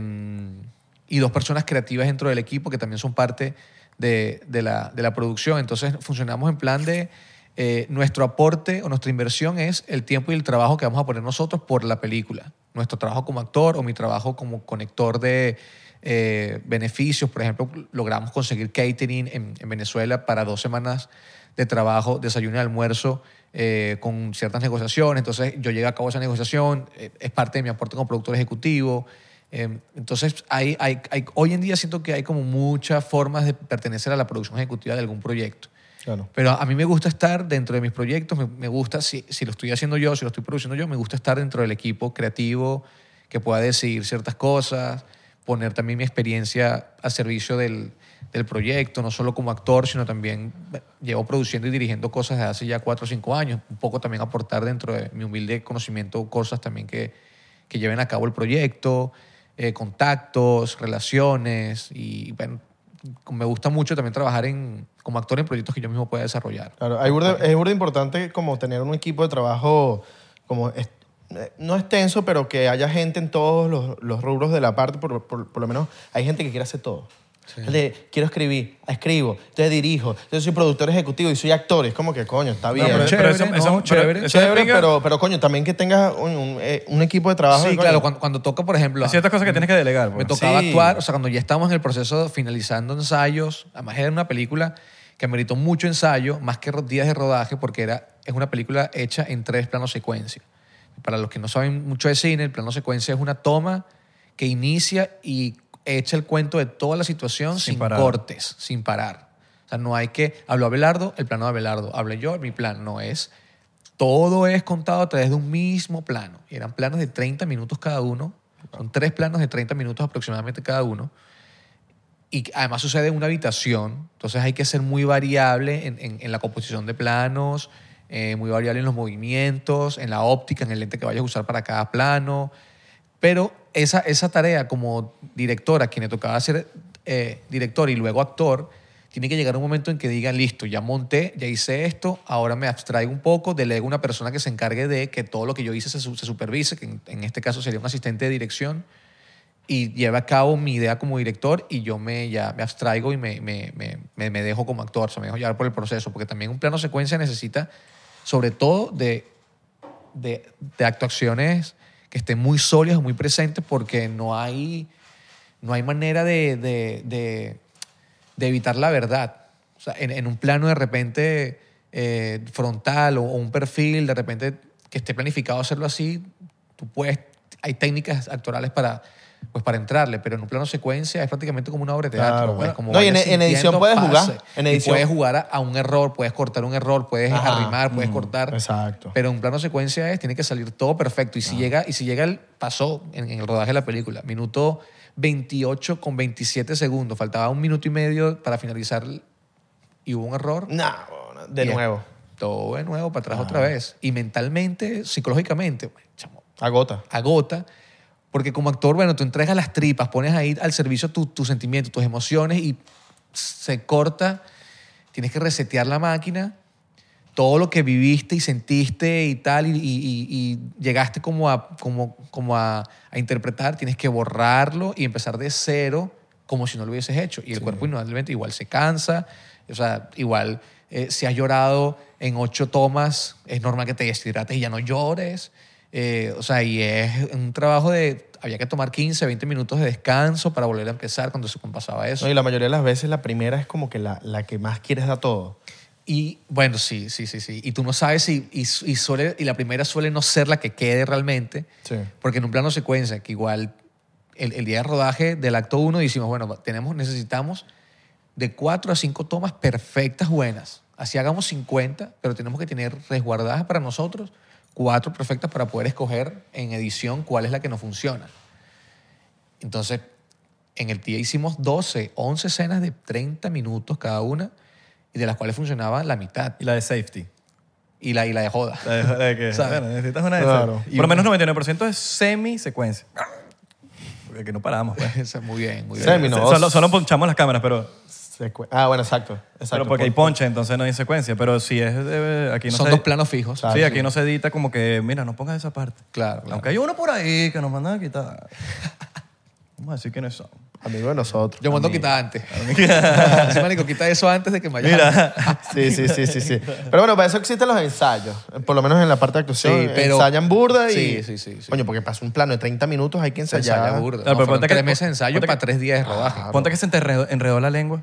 [SPEAKER 1] y dos personas creativas dentro del equipo que también son parte de, de la, de la producción. Entonces funcionamos en plan de... eh, nuestro aporte o nuestra inversión es el tiempo y el trabajo que vamos a poner nosotros por la película. Nuestro trabajo como actor o mi trabajo como conector de, eh, beneficios. Por ejemplo, logramos conseguir catering en, en Venezuela para dos semanas de trabajo, desayuno y almuerzo eh, con ciertas negociaciones. Entonces yo llegué a cabo esa negociación, eh, es parte de mi aporte como productor ejecutivo. Eh, entonces, hay, hay- hay- hoy en día siento que hay como muchas formas de pertenecer a la producción ejecutiva de algún proyecto.
[SPEAKER 3] Claro.
[SPEAKER 1] Pero a mí me gusta estar dentro de mis proyectos, me, me gusta, si, si lo estoy haciendo yo, si lo estoy produciendo yo, me gusta estar dentro del equipo creativo que pueda decidir ciertas cosas, poner también mi experiencia a servicio del, del proyecto, no solo como actor, sino también eh, llevo produciendo y dirigiendo cosas desde hace ya cuatro o cinco años, un poco también aportar dentro de mi humilde conocimiento cosas también que, que lleven a cabo el proyecto, eh, contactos, relaciones y bueno, me gusta mucho también trabajar en, como actor en proyectos que yo mismo pueda desarrollar.
[SPEAKER 3] Claro, hay burda- es burda importante como tener un equipo de trabajo como es- eh, no extenso, pero que haya gente en todos los, los rubros de la parte, por, por- por lo menos hay gente que quiere hacer todo. El de, quiero escribir, escribo, entonces dirijo, entonces soy productor ejecutivo y soy actor. Es como que, coño, está bien.
[SPEAKER 1] pero
[SPEAKER 3] Es
[SPEAKER 1] chévere, ¿no? Chévere,
[SPEAKER 2] eso es
[SPEAKER 3] chévere,
[SPEAKER 2] pinga.
[SPEAKER 3] pero, pero coño, también que tengas un, un, eh, un equipo de trabajo.
[SPEAKER 1] Sí,
[SPEAKER 3] coño,
[SPEAKER 1] claro, cuando, cuando toca, por ejemplo,
[SPEAKER 2] Hay ciertas cosas que tienes que delegar.
[SPEAKER 1] me
[SPEAKER 2] pues.
[SPEAKER 1] tocaba
[SPEAKER 3] Sí.
[SPEAKER 1] actuar, o sea, cuando ya estábamos en el proceso finalizando ensayos, además era una película que meritó mucho ensayo, más que ro- días de rodaje, porque era, es una película hecha en tres planos secuencia. Para los que no saben mucho de cine, el plano secuencia es una toma que inicia y echa el cuento de toda la situación
[SPEAKER 2] Sin
[SPEAKER 1] sin,
[SPEAKER 2] parar.
[SPEAKER 1] cortes, sin parar. O sea, no hay que, habló Abelardo, el plano de Abelardo, hablé yo, mi plan no es todo es contado a través de un mismo plano. Y eran planos de 30 minutos cada uno. Son tres planos de 30 minutos aproximadamente cada uno. Y que además sucede en una habitación. Entonces hay que ser muy variable en, en- en la composición de planos, eh, muy variable en los movimientos, en la óptica, en el lente que vayas a usar para cada plano. Pero esa, esa tarea como directora, quien le tocaba ser eh, director y luego actor, tiene que llegar un momento en que digan, listo, ya monté, ya hice esto, ahora me abstraigo un poco, delego a una persona que se encargue de que todo lo que yo hice se, su- se supervise, que en, en este caso sería un asistente de dirección, y lleve a cabo mi idea como director y yo me, ya me abstraigo y me, me, me- me- me dejo como actor, o sea, me dejo llevar por el proceso, porque también un plano secuencia necesita, sobre todo, de de, de actuaciones que estén muy sólidas, muy presentes, porque no hay, no hay manera de, de- de- de evitar la verdad. O sea, en, en un plano de repente eh, frontal o, o un perfil, de repente que esté planificado hacerlo así, tú puedes, hay técnicas actorales para, pues, para entrarle, pero en un plano secuencia es prácticamente como una obra de teatro. pues,
[SPEAKER 3] Claro. Bueno,
[SPEAKER 1] como
[SPEAKER 3] no, y en-
[SPEAKER 1] vayas
[SPEAKER 3] en edición
[SPEAKER 1] sintiendo,
[SPEAKER 3] puedes jugar.
[SPEAKER 1] pase.
[SPEAKER 3] En
[SPEAKER 1] Y
[SPEAKER 3] edición-
[SPEAKER 1] puedes jugar a, a un error, puedes cortar un error, puedes
[SPEAKER 3] Ajá. Mm.
[SPEAKER 1] arrimar, puedes cortar.
[SPEAKER 3] Exacto.
[SPEAKER 1] Pero un plano secuencia es, tiene que salir todo perfecto. Y si llega, y si llega el, pasó en, en el rodaje de la película, minuto 28 con 27 segundos, faltaba un minuto y medio para finalizar y hubo un error.
[SPEAKER 3] Nah, bueno, Mm, de
[SPEAKER 1] Y es
[SPEAKER 3] nuevo, Ah.
[SPEAKER 1] Todo de nuevo, para atrás otra vez. Y mentalmente, psicológicamente, chamo,
[SPEAKER 3] agota.
[SPEAKER 1] agota. Porque como actor, bueno, tú entregas las tripas, pones ahí al servicio tu- tus sentimientos, tus emociones y se corta. Tienes que resetear la máquina. Todo lo que viviste y sentiste y tal, y, y- y- y llegaste como, a, como, como a, a interpretar, tienes que borrarlo y empezar de cero como si no lo hubieses hecho. Y el cuerpo indudablemente igual se cansa, o sea, igual eh, si has llorado en ocho tomas, es normal que te deshidrates y ya no llores. Eh, o sea, y es un trabajo de. Había que tomar 15, 20 minutos de descanso para volver a empezar cuando se compasaba eso.
[SPEAKER 3] No, y la mayoría de las veces la primera es como que la, la que más quieres dar todo.
[SPEAKER 1] Y bueno, sí, sí, sí, sí. Y tú no sabes si. Y, y suele, y la primera suele no ser la que quede realmente.
[SPEAKER 3] Sí.
[SPEAKER 1] Porque en un plano secuencia, que igual el, el día de rodaje del acto 1 decimos, bueno, tenemos, necesitamos de 4 a 5 tomas perfectas, buenas. Así hagamos 50, pero tenemos que tener resguardadas para nosotros cuatro perfectas para poder escoger en edición cuál es la que nos funciona. Entonces, en el día hicimos 12, 11 escenas de 30 minutos cada una y de las cuales funcionaba la mitad.
[SPEAKER 2] Y la de safety.
[SPEAKER 1] Y y la, y la de joda.
[SPEAKER 2] La de- la de que,
[SPEAKER 1] ¿Sabes?
[SPEAKER 2] bueno, necesitas una de
[SPEAKER 3] Claro.
[SPEAKER 2] esas. Por lo menos 99% es semi-secuencia. Porque aquí no paramos, pues.
[SPEAKER 1] Eso, muy bien, muy bien.
[SPEAKER 3] Semi, no.
[SPEAKER 2] Solo, solo ponchamos las cámaras, pero,
[SPEAKER 3] Secue- Ah, bueno, exacto. exacto.
[SPEAKER 2] pero porque hay
[SPEAKER 3] Pon-
[SPEAKER 2] ponche, entonces no hay secuencia. Pero si es. eh, aquí no
[SPEAKER 1] Son
[SPEAKER 2] se-
[SPEAKER 1] dos planos fijos.
[SPEAKER 3] Claro.
[SPEAKER 2] Sí, aquí no se edita como que, mira, no pongas esa parte.
[SPEAKER 1] Claro, claro.
[SPEAKER 2] Aunque hay uno por ahí que nos mandan a quitar. Vamos a decir quiénes son.
[SPEAKER 3] Amigo de nosotros.
[SPEAKER 1] Yo mando quita antes. Sí, marico, quita eso antes de que me vaya.
[SPEAKER 3] Sí, sí, sí, sí, sí. Pero bueno, para eso existen los ensayos. eh, Por lo menos en la parte de actuación.
[SPEAKER 1] Sí, pero-
[SPEAKER 3] ensayan burda y...
[SPEAKER 1] Sí, sí, sí, sí.
[SPEAKER 3] Coño, porque pasa un plano de 30 minutos, hay que ensayar.
[SPEAKER 1] Ensaya burda.
[SPEAKER 2] Claro,
[SPEAKER 1] No,
[SPEAKER 2] pero
[SPEAKER 1] fueron
[SPEAKER 2] ponte que-
[SPEAKER 1] tres meses de ensayo
[SPEAKER 2] ponte que-
[SPEAKER 1] para tres días de rodaje.
[SPEAKER 2] Ponte que se te enredó, enredó la lengua.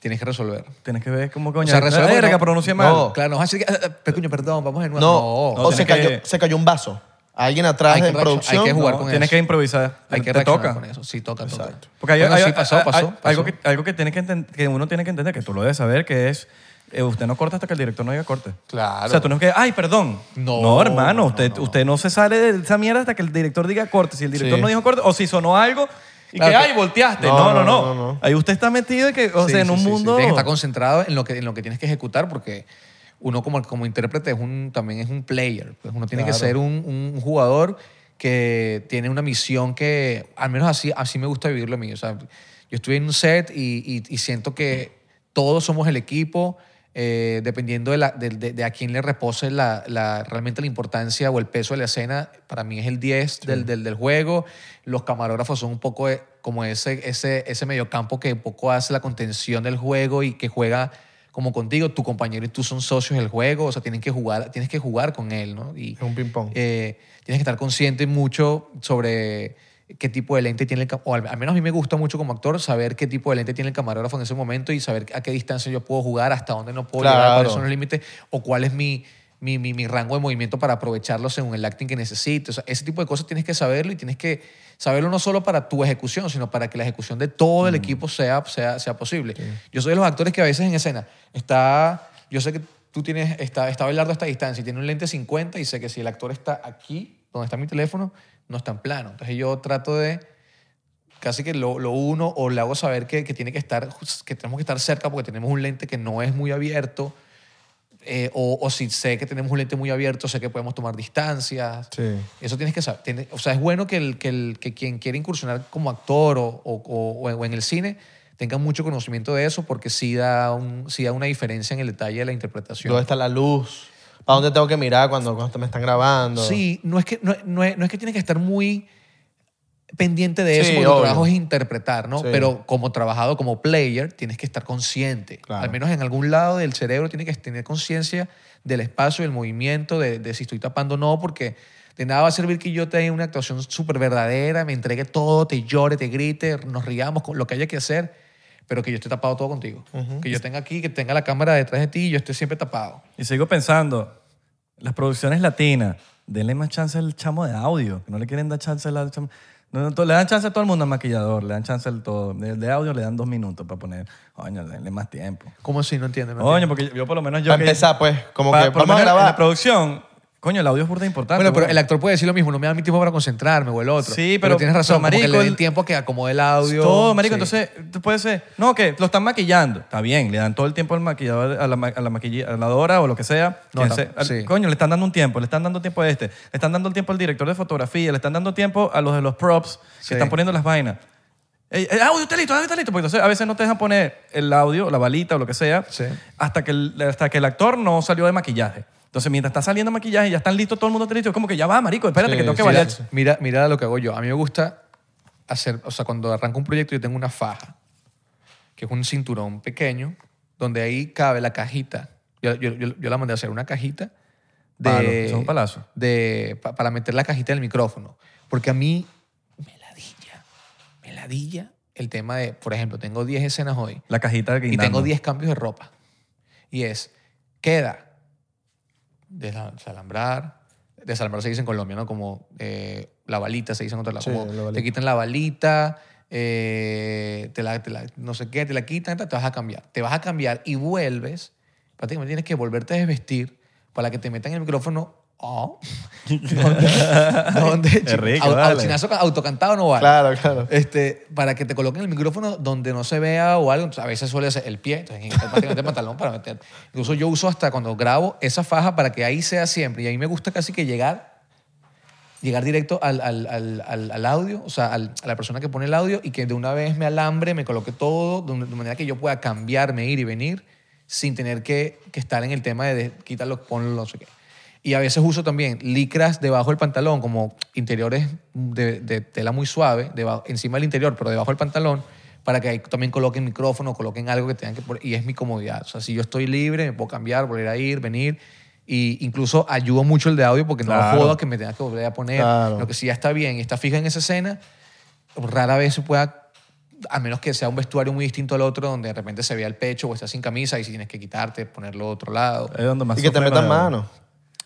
[SPEAKER 1] Tienes que resolver.
[SPEAKER 2] Tienes que ver cómo coño.
[SPEAKER 1] O sea, resuelve,
[SPEAKER 2] verga,
[SPEAKER 1] no.
[SPEAKER 2] pronuncié mal.
[SPEAKER 1] No, claro, no es así que, ah, ah, pequeño, perdón, vamos de
[SPEAKER 3] No,
[SPEAKER 1] nuevo. No,
[SPEAKER 3] o se
[SPEAKER 2] tienes
[SPEAKER 3] cayó,
[SPEAKER 2] que-
[SPEAKER 3] se cayó un vaso. Alguien atrás
[SPEAKER 1] Hay que
[SPEAKER 3] en
[SPEAKER 1] reaccionar,
[SPEAKER 3] producción.
[SPEAKER 1] hay que jugar
[SPEAKER 2] No,
[SPEAKER 1] con
[SPEAKER 2] tienes
[SPEAKER 1] eso.
[SPEAKER 2] que improvisar.
[SPEAKER 1] hay que
[SPEAKER 2] te
[SPEAKER 1] reaccionar
[SPEAKER 2] toca.
[SPEAKER 1] con eso. Sí, toca, toca.
[SPEAKER 2] Porque hay,
[SPEAKER 1] Bueno,
[SPEAKER 2] hay-
[SPEAKER 1] sí, pasó,
[SPEAKER 2] hay-
[SPEAKER 1] pasó,
[SPEAKER 2] hay-
[SPEAKER 1] pasó.
[SPEAKER 2] Algo, que, algo que, tiene que, enten- que uno tiene que entender, que tú lo debes saber, que es, eh, usted no corta hasta que el director no diga corte.
[SPEAKER 3] Claro.
[SPEAKER 2] O sea, tú no es que, ay, perdón.
[SPEAKER 1] No,
[SPEAKER 2] hermano,
[SPEAKER 1] no,
[SPEAKER 2] usted, usted no se sale de esa mierda hasta que el director diga corte. Si el director
[SPEAKER 3] Sí.
[SPEAKER 2] no dijo corte, o si sonó algo, y
[SPEAKER 1] Claro
[SPEAKER 2] que,
[SPEAKER 1] que-
[SPEAKER 2] ay, volteaste. No
[SPEAKER 3] No,
[SPEAKER 2] no no,
[SPEAKER 3] no, no, no.
[SPEAKER 2] Ahí usted está metido y que, o
[SPEAKER 1] Sí,
[SPEAKER 2] sea, en
[SPEAKER 1] sí,
[SPEAKER 2] un
[SPEAKER 1] sí, sí.
[SPEAKER 2] mundo...
[SPEAKER 1] Tienes que estar concentrado en lo que, en lo que tienes que ejecutar porque uno como, como intérprete es un, también es un player. Pues uno tiene que ser un, un jugador que tiene una misión que, al menos así, así me gusta vivirlo a mí. O sea, yo estoy en un set y, y- y siento que todos somos el equipo. eh, dependiendo de, la- de- de- de a quién le repose la, la- realmente la importancia o el peso de la escena, para mí es el 10 del, del- del juego. Los camarógrafos son un poco eh, como ese, ese, ese mediocampo que un poco hace la contención del juego y que juega como contigo. Tu compañero y tú son socios del juego, o sea, tienen que jugar, tienes que jugar con él, ¿no? Y,
[SPEAKER 3] Es un ping-pong.
[SPEAKER 1] eh, tienes que estar consciente mucho sobre qué tipo de lente tiene el cam- o al, al menos a mí me gusta mucho como actor saber qué tipo de lente tiene el camarógrafo en ese momento y saber a qué distancia yo puedo jugar, hasta dónde no puedo llegar,
[SPEAKER 3] Claro.
[SPEAKER 1] cuáles son los límites o cuál es mi, mi, mi- mi rango de movimiento para aprovecharlo según el acting que necesite. O sea, ese tipo de cosas tienes que saberlo y tienes que saberlo no solo para tu ejecución, sino para que la ejecución de todo el equipo sea, sea, sea posible. Yo soy de los actores que a veces en escena está, yo sé que tú tienes, está, está Abelardo a esta distancia y tiene un lente 50 y sé que si el actor está aquí, donde está mi teléfono, no está en plano. Entonces yo trato de casi que lo, lo uno o le hago saber que, que tiene que estar jus- que tenemos que estar cerca porque tenemos un lente que no es muy abierto eh, o, o si sé que tenemos un lente muy abierto sé que podemos tomar distancias
[SPEAKER 3] Sí.
[SPEAKER 1] eso tienes que saber tiene- o sea es bueno que, el, que, el, que quien quiere incursionar como actor o, o- o- o en el cine tenga mucho conocimiento de eso porque sí da, un, sí da una diferencia en el detalle de la interpretación
[SPEAKER 3] ¿Dónde está la luz? ¿Para dónde tengo que mirar cuando, cuando me están grabando?
[SPEAKER 1] Sí, no es que, no, no es, no es que tienes que estar muy pendiente de eso,
[SPEAKER 3] Sí,
[SPEAKER 1] porque
[SPEAKER 3] obvio.
[SPEAKER 1] tu trabajo es interpretar, ¿no?
[SPEAKER 3] Sí.
[SPEAKER 1] Pero como trabajado, como player, tienes que estar consciente.
[SPEAKER 3] Claro.
[SPEAKER 1] Al menos en algún lado del cerebro tienes que tener conciencia del espacio, del movimiento, de, de si estoy tapando o no, porque de nada va a servir que yo tenga una actuación súper verdadera, me entregue todo, te llore, te grite, nos riamos, con lo que haya que hacer, pero que yo esté tapado todo contigo. Que yo tenga aquí, que tenga la cámara detrás de ti y yo esté siempre tapado.
[SPEAKER 2] Y sigo pensando, las producciones latinas, denle más chance al chamo de audio, que no le quieren dar chance al chamo- no, no, to- le dan chance a todo el mundo al maquillador, le dan chance al todo. De, de audio le dan dos minutos para poner, coño, denle más tiempo.
[SPEAKER 1] ¿Cómo así? No entiendo. no
[SPEAKER 2] Coño,
[SPEAKER 1] entiendo.
[SPEAKER 2] porque yo por lo menos yo...
[SPEAKER 3] Para
[SPEAKER 2] que-
[SPEAKER 3] empezar, pues, como
[SPEAKER 2] pa-
[SPEAKER 3] que
[SPEAKER 2] por lo
[SPEAKER 3] vamos a
[SPEAKER 2] menos en la
[SPEAKER 3] grabar.
[SPEAKER 2] producción, coño, el audio es burda importante.
[SPEAKER 1] Bueno, pero
[SPEAKER 2] weón.
[SPEAKER 1] el actor puede decir lo mismo, no me da mi tiempo para concentrarme o el otro.
[SPEAKER 2] Sí, pero-
[SPEAKER 1] tienes razón,
[SPEAKER 2] pero,
[SPEAKER 1] como que
[SPEAKER 2] marico,
[SPEAKER 1] le den
[SPEAKER 2] el-
[SPEAKER 1] tiempo que acomode el audio.
[SPEAKER 2] Todo, marico.
[SPEAKER 1] Sí.
[SPEAKER 2] Entonces, tú puedes ser, no, que lo están maquillando. Está bien, le dan todo el tiempo al maquillador, a la, ma- a la maquilladora o lo que sea.
[SPEAKER 1] No,
[SPEAKER 2] Quien
[SPEAKER 1] tam-
[SPEAKER 2] sea. Al-
[SPEAKER 1] sí.
[SPEAKER 2] Coño, le están dando un tiempo, le están dando tiempo a este, le están dando el tiempo al director de fotografía, le están dando tiempo a los de los props que
[SPEAKER 1] Sí.
[SPEAKER 2] están poniendo las vainas. Eh, el audio está listo, el audio está listo. Porque entonces a veces no te dejan poner el audio, la balita o lo que sea,
[SPEAKER 1] Sí.
[SPEAKER 2] hasta, que el, hasta que el actor no salió de maquillaje. Entonces, mientras está saliendo maquillaje, ya están listos, todo el mundo está listo. Es como que ya va, marico, espérate,
[SPEAKER 3] Sí,
[SPEAKER 2] que tengo que
[SPEAKER 3] sí,
[SPEAKER 2] bailar.
[SPEAKER 3] sí.
[SPEAKER 1] Mira, mira lo que hago yo. A mí me gusta hacer, o sea, cuando arranco un proyecto yo tengo una faja, que es un cinturón pequeño, donde ahí cabe la cajita. Yo, yo- yo- yo la mandé a hacer una cajita de...
[SPEAKER 2] Palo, eso es un palazo.
[SPEAKER 1] De, pa- para meter la cajita del micrófono. Porque a mí me ladilla, me ladilla el tema de, por ejemplo, tengo 10 escenas hoy.
[SPEAKER 2] La cajita que
[SPEAKER 1] Y tengo 10 cambios de ropa. Y es, queda desal- desalambrar. Desalambrar se dice en Colombia, ¿no? Como eh, la balita se dice en otro lado.
[SPEAKER 3] Sí,
[SPEAKER 1] Como
[SPEAKER 3] la balita.
[SPEAKER 1] te quitan la balita, eh, te, la, te la- no sé qué, te la quitan, te vas a cambiar. Te vas a cambiar y vuelves. Prácticamente tienes que volverte a desvestir para que te metan el micrófono Oh. ¿Dónde? ¿Dónde? chico?
[SPEAKER 2] rico,
[SPEAKER 1] Au- au-
[SPEAKER 2] dale.
[SPEAKER 1] chinazo ca- autocantado no vale.
[SPEAKER 3] Claro, claro.
[SPEAKER 1] Este, para que te coloquen el micrófono donde no se vea o algo. Entonces, a veces suele ser el pie, entonces prácticamente el pantalón para meter. Incluso yo uso hasta cuando grabo esa faja para que ahí sea siempre. Y a mí me gusta casi que llegar, llegar directo al, al- al- al- al audio, o sea, al- a la persona que pone el audio y que de una vez me alambre, me coloque todo de, una- de manera que yo pueda cambiarme, ir y venir sin tener que, que estar en el tema de, de quítalo, ponlo, no sé qué. Y a veces uso también licras debajo del pantalón, como interiores de, de tela muy suave, deba- encima del interior, pero debajo del pantalón, para que ahí también coloquen micrófono, coloquen algo que tengan que poner. Y es mi comodidad. O sea, si yo estoy libre, me puedo cambiar, volver a ir, venir. Y incluso ayudo mucho el de audio porque no
[SPEAKER 2] Claro.
[SPEAKER 1] lo jodo que me tenga que volver a poner.
[SPEAKER 3] Claro.
[SPEAKER 1] Lo que sí ya está bien y está fija en esa escena, rara vez se pueda, a menos que sea un vestuario muy distinto al otro, donde de repente se vea el pecho o estás sin camisa y si tienes que quitarte, ponerlo a otro lado.
[SPEAKER 2] Es donde más
[SPEAKER 3] Y que te
[SPEAKER 2] sufre
[SPEAKER 3] metan
[SPEAKER 2] la-
[SPEAKER 3] mano.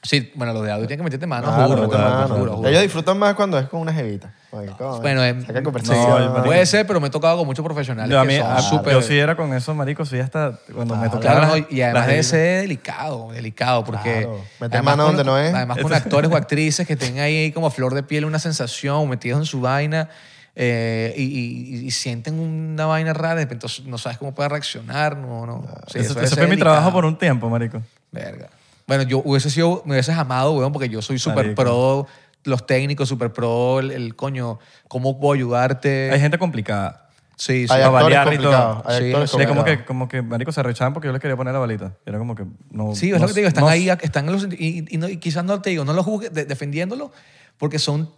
[SPEAKER 1] Sí, bueno, lo de audio tiene que meterte mano,
[SPEAKER 3] Claro,
[SPEAKER 1] juro,
[SPEAKER 3] mete
[SPEAKER 1] juro,
[SPEAKER 3] mano.
[SPEAKER 1] juro, juro.
[SPEAKER 3] Ellos disfrutan más cuando es con una jevita. Ay, coño,
[SPEAKER 1] Bueno, em,
[SPEAKER 3] saca
[SPEAKER 2] no,
[SPEAKER 3] conversación.
[SPEAKER 2] el-
[SPEAKER 1] Puede ser, pero me he tocado con muchos profesionales
[SPEAKER 2] Yo, a
[SPEAKER 1] que
[SPEAKER 2] mí,
[SPEAKER 1] son
[SPEAKER 2] a-
[SPEAKER 1] súper...
[SPEAKER 2] yo sí era con esos maricos, sí, hasta cuando me tocaron.
[SPEAKER 1] Claro, no,
[SPEAKER 2] las-
[SPEAKER 1] y además
[SPEAKER 2] las
[SPEAKER 1] de
[SPEAKER 2] heridas.
[SPEAKER 1] ser delicado, delicado, porque...
[SPEAKER 3] Claro, meter
[SPEAKER 1] además
[SPEAKER 3] mano
[SPEAKER 1] con-
[SPEAKER 3] donde no es.
[SPEAKER 1] Además con actores o actrices que tengan ahí como a flor de piel una sensación, metidos en su vaina, eh, y, y- y sienten una vaina rara, entonces no sabes cómo puede reaccionar, no, no. Sí,
[SPEAKER 2] Ese-
[SPEAKER 1] eso debe
[SPEAKER 2] ese
[SPEAKER 1] ser
[SPEAKER 2] fue mi
[SPEAKER 1] delicado.
[SPEAKER 2] trabajo por un tiempo, marico.
[SPEAKER 1] Verga. Bueno, yo hubiese sido, me hubieses amado, weón, porque yo soy súper
[SPEAKER 2] Marico.
[SPEAKER 1] pro, los técnicos, súper pro, el, el coño, cómo puedo ayudarte.
[SPEAKER 2] Hay gente complicada.
[SPEAKER 1] sí, sí.
[SPEAKER 3] Hay
[SPEAKER 2] a
[SPEAKER 3] actores
[SPEAKER 2] variar y todo.
[SPEAKER 3] complicados.
[SPEAKER 1] Sí,
[SPEAKER 3] Hay actores
[SPEAKER 1] sí,
[SPEAKER 2] De como
[SPEAKER 3] complicados.
[SPEAKER 2] que, como que, marico, se rechaban porque yo les quería poner la balita. Y era como que no...
[SPEAKER 1] Sí, es
[SPEAKER 2] no-
[SPEAKER 1] lo que te digo, están
[SPEAKER 2] no-
[SPEAKER 1] ahí, están en los, y, y no- y quizás no te digo, no los juzgues de- defendiéndolo, porque son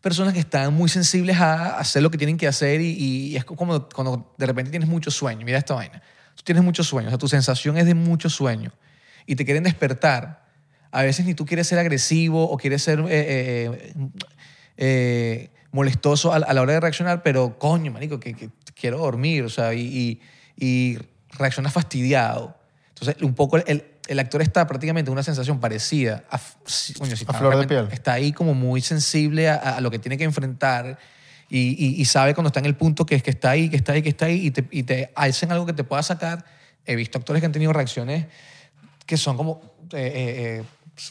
[SPEAKER 1] personas que están muy sensibles a hacer lo que tienen que hacer y, y es como cuando de repente tienes mucho sueño, mira esta vaina, tú tienes mucho sueño, o sea, tu sensación es de mucho sueño y te quieren despertar, a veces ni tú quieres ser agresivo o quieres ser eh, eh, eh, eh, molestoso a, a la hora de reaccionar, pero coño, marico, que, que quiero dormir, o sea, y, y, y reaccionas fastidiado. Entonces, un poco el- el, el actor está prácticamente en una sensación parecida a, f- si- coño, si
[SPEAKER 3] A
[SPEAKER 1] está
[SPEAKER 3] flor de
[SPEAKER 1] realmente-
[SPEAKER 3] piel.
[SPEAKER 1] Está ahí como muy sensible a, a lo que tiene que enfrentar y, y- y sabe cuando está en el punto que es que está ahí, que está ahí, que está ahí y te, y te hacen algo que te pueda sacar. He visto actores que han tenido reacciones que son como eh, eh, eh,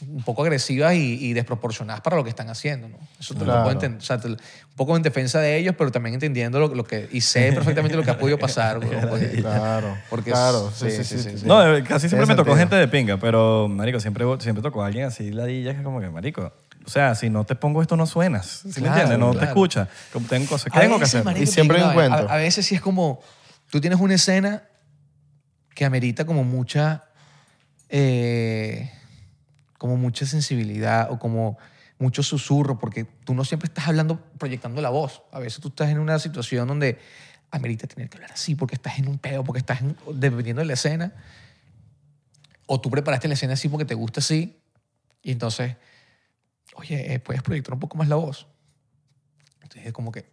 [SPEAKER 1] un poco agresivas y, y desproporcionadas para lo que están haciendo, ¿no? Eso te lo
[SPEAKER 3] Claro.
[SPEAKER 1] puedo entender. O sea, te lo- un poco en defensa de ellos, pero también entendiendo lo, lo que... Y sé perfectamente lo que ha podido pasar, pues. güey. porque-
[SPEAKER 3] Claro.
[SPEAKER 1] Porque
[SPEAKER 3] claro,
[SPEAKER 1] es-
[SPEAKER 3] sí, sí, sí. sí, sí.
[SPEAKER 2] No, eh, casi siempre
[SPEAKER 3] Tiene
[SPEAKER 2] me tocó gente
[SPEAKER 3] sentido.
[SPEAKER 2] de pinga, pero, marico, siempre, siempre tocó a alguien así ladilla que como que, marico, o sea, si no te pongo esto no suenas, ¿sí me
[SPEAKER 1] Claro,
[SPEAKER 2] entiendes? No te
[SPEAKER 1] claro.
[SPEAKER 2] escuchas. Como tengo cosas que
[SPEAKER 1] A
[SPEAKER 2] tengo que
[SPEAKER 1] veces,
[SPEAKER 2] hacer.
[SPEAKER 1] marico,
[SPEAKER 3] Y
[SPEAKER 1] te
[SPEAKER 3] siempre
[SPEAKER 1] digo
[SPEAKER 3] hay
[SPEAKER 1] una
[SPEAKER 3] un
[SPEAKER 1] vaina,
[SPEAKER 3] cuento.
[SPEAKER 1] A, a veces sí es como, tú tienes una escena que amerita como mucha, eh, como mucha sensibilidad o como mucho susurro, porque tú no siempre estás hablando, proyectando la voz. A veces tú estás en una situación donde amerita tener que hablar así, porque estás en un pedo, porque estás en- dependiendo de la escena, o tú preparaste la escena así porque te gusta así, y entonces, oye, eh, puedes proyectar un poco más la voz. Entonces es como que,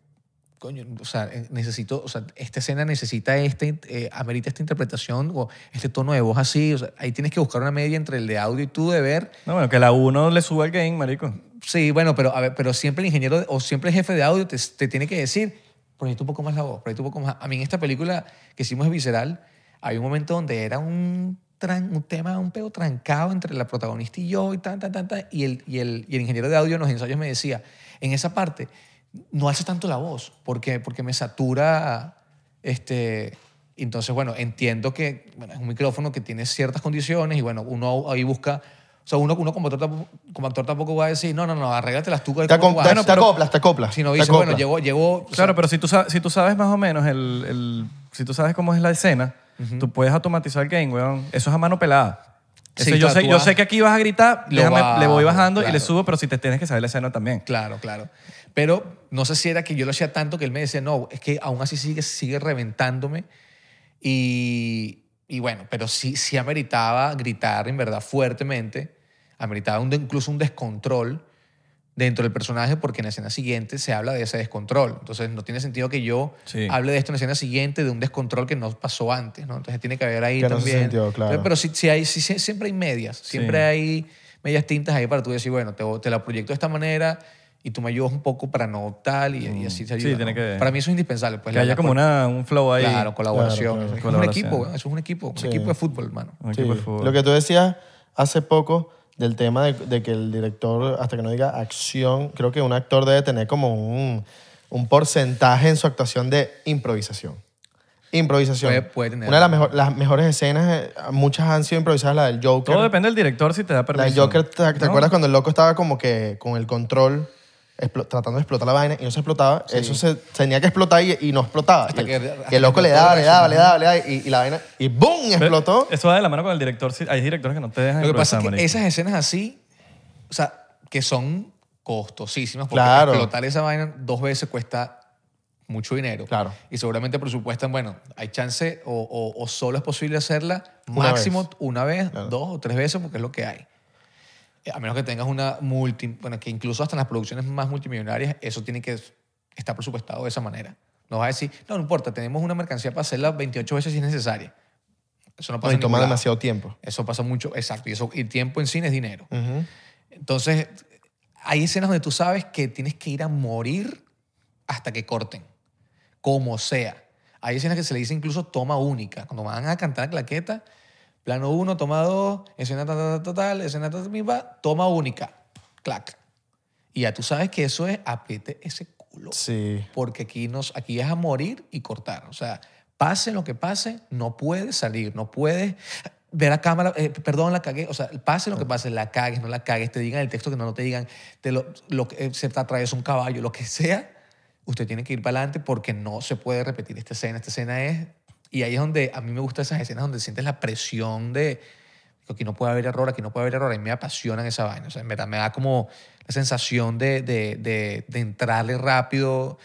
[SPEAKER 1] coño, o sea, eh, necesito, o sea, esta escena necesita este, eh, amerita esta interpretación o este tono de voz así. O sea, ahí tienes que buscar una media entre el de audio y tú de ver.
[SPEAKER 2] No, bueno, que la uno le suba el game, marico.
[SPEAKER 1] Sí, bueno, pero, a ver, pero siempre el ingeniero de- o siempre el jefe de audio te, te tiene que decir, proyecta un poco más la voz, proyecta un poco más. A mí en esta película que hicimos de Visceral, había un momento donde era un, tran- un tema, un pedo trancado entre la protagonista y yo y tan, tan, tan, tan. Y el, y, el, y el ingeniero de audio en los ensayos me decía, en esa parte, no alces tanto la voz, porque, porque me satura este... Entonces, bueno, entiendo que bueno, es un micrófono que tiene ciertas condiciones y bueno, uno ahí busca... O sea, uno, uno como, actor tampoco, como actor tampoco va a decir, no, no, no, arréglatelas tú.
[SPEAKER 3] Te, acom-
[SPEAKER 1] ¿cómo tú
[SPEAKER 3] te-
[SPEAKER 1] haces?"
[SPEAKER 3] te acoplas, te acoplas.
[SPEAKER 1] ah, Si no
[SPEAKER 3] te
[SPEAKER 1] dice, bueno,
[SPEAKER 3] acoplas.
[SPEAKER 1] llegó, llegó. o sea,
[SPEAKER 2] Claro, pero si tú, sabes, si tú sabes más o menos el, el- Si tú sabes cómo es la escena, tú puedes automatizar el game, weón. Eso es a mano pelada.
[SPEAKER 1] Sí,
[SPEAKER 2] Eso yo,
[SPEAKER 1] claro,
[SPEAKER 2] sé,
[SPEAKER 1] tú
[SPEAKER 2] yo
[SPEAKER 1] vas-
[SPEAKER 2] sé que aquí vas a gritar,
[SPEAKER 1] Lo
[SPEAKER 2] déjame- le voy
[SPEAKER 1] bajo,
[SPEAKER 2] bajando y le
[SPEAKER 1] claro.
[SPEAKER 2] subo, pero si te tienes que saber la escena también.
[SPEAKER 1] Claro, claro. Pero no sé si era que yo lo hacía tanto que él me decía, no, es que aún así sigue, sigue reventándome. Y, y bueno, pero sí, sí ameritaba gritar, en verdad, fuertemente. Ameritaba un de- incluso un descontrol dentro del personaje porque en la escena siguiente se habla de ese descontrol. Entonces no tiene sentido que yo
[SPEAKER 2] Sí.
[SPEAKER 1] hable de esto en la escena siguiente de un descontrol que no pasó antes, ¿no? Entonces tiene que haber ahí
[SPEAKER 3] Que no se
[SPEAKER 1] también.
[SPEAKER 3] sintió, claro.
[SPEAKER 1] Entonces, pero sí, sí hay, sí- sí- siempre hay medias, siempre
[SPEAKER 2] Sí.
[SPEAKER 1] hay medias tintas ahí para tú decir, bueno, te, te la proyecto de esta manera y tú me ayudas un poco para no tal y, y así se
[SPEAKER 2] Mm. Sí,
[SPEAKER 1] ayuda.
[SPEAKER 2] tiene
[SPEAKER 1] ¿no?
[SPEAKER 2] que-
[SPEAKER 1] Para mí eso es indispensable. Pues,
[SPEAKER 2] que
[SPEAKER 1] la-
[SPEAKER 2] haya
[SPEAKER 1] la
[SPEAKER 2] como
[SPEAKER 1] col-
[SPEAKER 2] una, un flow ahí.
[SPEAKER 1] Claro, colaboración.
[SPEAKER 3] Claro, claro.
[SPEAKER 1] Es un
[SPEAKER 2] Colaboración.
[SPEAKER 1] equipo, weón, eso es un equipo, un
[SPEAKER 3] Sí.
[SPEAKER 1] equipo de fútbol, hermano.
[SPEAKER 2] Un
[SPEAKER 3] Sí,
[SPEAKER 2] equipo de fútbol.
[SPEAKER 3] Lo que tú decías hace poco del tema de, de que el director, hasta que no diga acción, creo que un actor debe tener como un, un porcentaje en su actuación de improvisación. Improvisación.
[SPEAKER 1] Puede- puede tener.
[SPEAKER 3] Una de las, mejor- las mejores escenas, eh, muchas han sido improvisadas, la del Joker.
[SPEAKER 2] Todo depende del director si te da permiso.
[SPEAKER 3] La del Joker, ¿te,
[SPEAKER 2] No.
[SPEAKER 3] te acuerdas cuando el loco estaba como que con el control explo- tratando de explotar la vaina y no se explotaba? Eso se tenía que explotar y, y no explotaba.
[SPEAKER 1] Hasta
[SPEAKER 3] y,
[SPEAKER 1] que-
[SPEAKER 3] el,
[SPEAKER 1] hasta
[SPEAKER 3] y el loco
[SPEAKER 1] que
[SPEAKER 3] le
[SPEAKER 1] explotó
[SPEAKER 3] daba, le daba, le daba, le daba y, y la vaina y ¡boom! explotó.
[SPEAKER 2] Eso va de la mano con el director. si- Hay directores que no te dejan
[SPEAKER 1] Lo que pasa
[SPEAKER 2] improvisar,
[SPEAKER 1] es que esas
[SPEAKER 2] marico.
[SPEAKER 1] escenas así, o sea, que son costosísimas, porque
[SPEAKER 3] Claro.
[SPEAKER 1] explotar esa vaina dos veces cuesta mucho dinero.
[SPEAKER 3] Claro.
[SPEAKER 1] Y seguramente presupuestan, bueno, hay chance o, o- o solo es posible hacerla
[SPEAKER 3] Una
[SPEAKER 1] máximo
[SPEAKER 3] vez.
[SPEAKER 1] una vez,
[SPEAKER 3] Claro.
[SPEAKER 1] dos o tres veces, porque es lo que hay. Eh, A menos que tengas una multi... Bueno, que incluso hasta en las producciones más multimillonarias eso tiene que estar presupuestado de esa manera. No vas a decir, no, no importa, tenemos una mercancía para hacerla 28 veces si es necesaria. Eso no pasa
[SPEAKER 3] y
[SPEAKER 1] en ningún
[SPEAKER 3] toma
[SPEAKER 1] lado.
[SPEAKER 3] demasiado tiempo.
[SPEAKER 1] Eso pasa mucho, exacto. Y, eso, y tiempo en cine es dinero.
[SPEAKER 3] Ujú.
[SPEAKER 1] Entonces, hay escenas donde tú sabes que tienes que ir a morir hasta que corten, como sea. Hay escenas que se le dice incluso toma única. Cuando van a cantar claqueta, plano uno, toma dos, escena tal, tal, tal, tal, escena tal, tal, tal, toma única, clac. Y ya tú sabes que eso es apriete ese culo
[SPEAKER 3] Sí.
[SPEAKER 1] porque aquí, nos, aquí es a morir y cortar. O sea, pase lo que pase, no puedes salir, no puedes ver a cámara, eh, perdón, la cagué. O sea, pase lo que pase, la cagues, no la cagues, te digan el texto que no, no te digan, te lo, lo que, eh, se te atraviesa un caballo, lo que sea, usted tiene que ir para adelante porque no se puede repetir esta escena. Esta escena es... Y ahí es donde a mí me gustan esas escenas donde sientes la presión de que aquí no puede haber error, aquí no puede haber error. A mí me apasionan esa vaina. O sea, en verdad me da como la sensación de, de, de, de entrarle rápido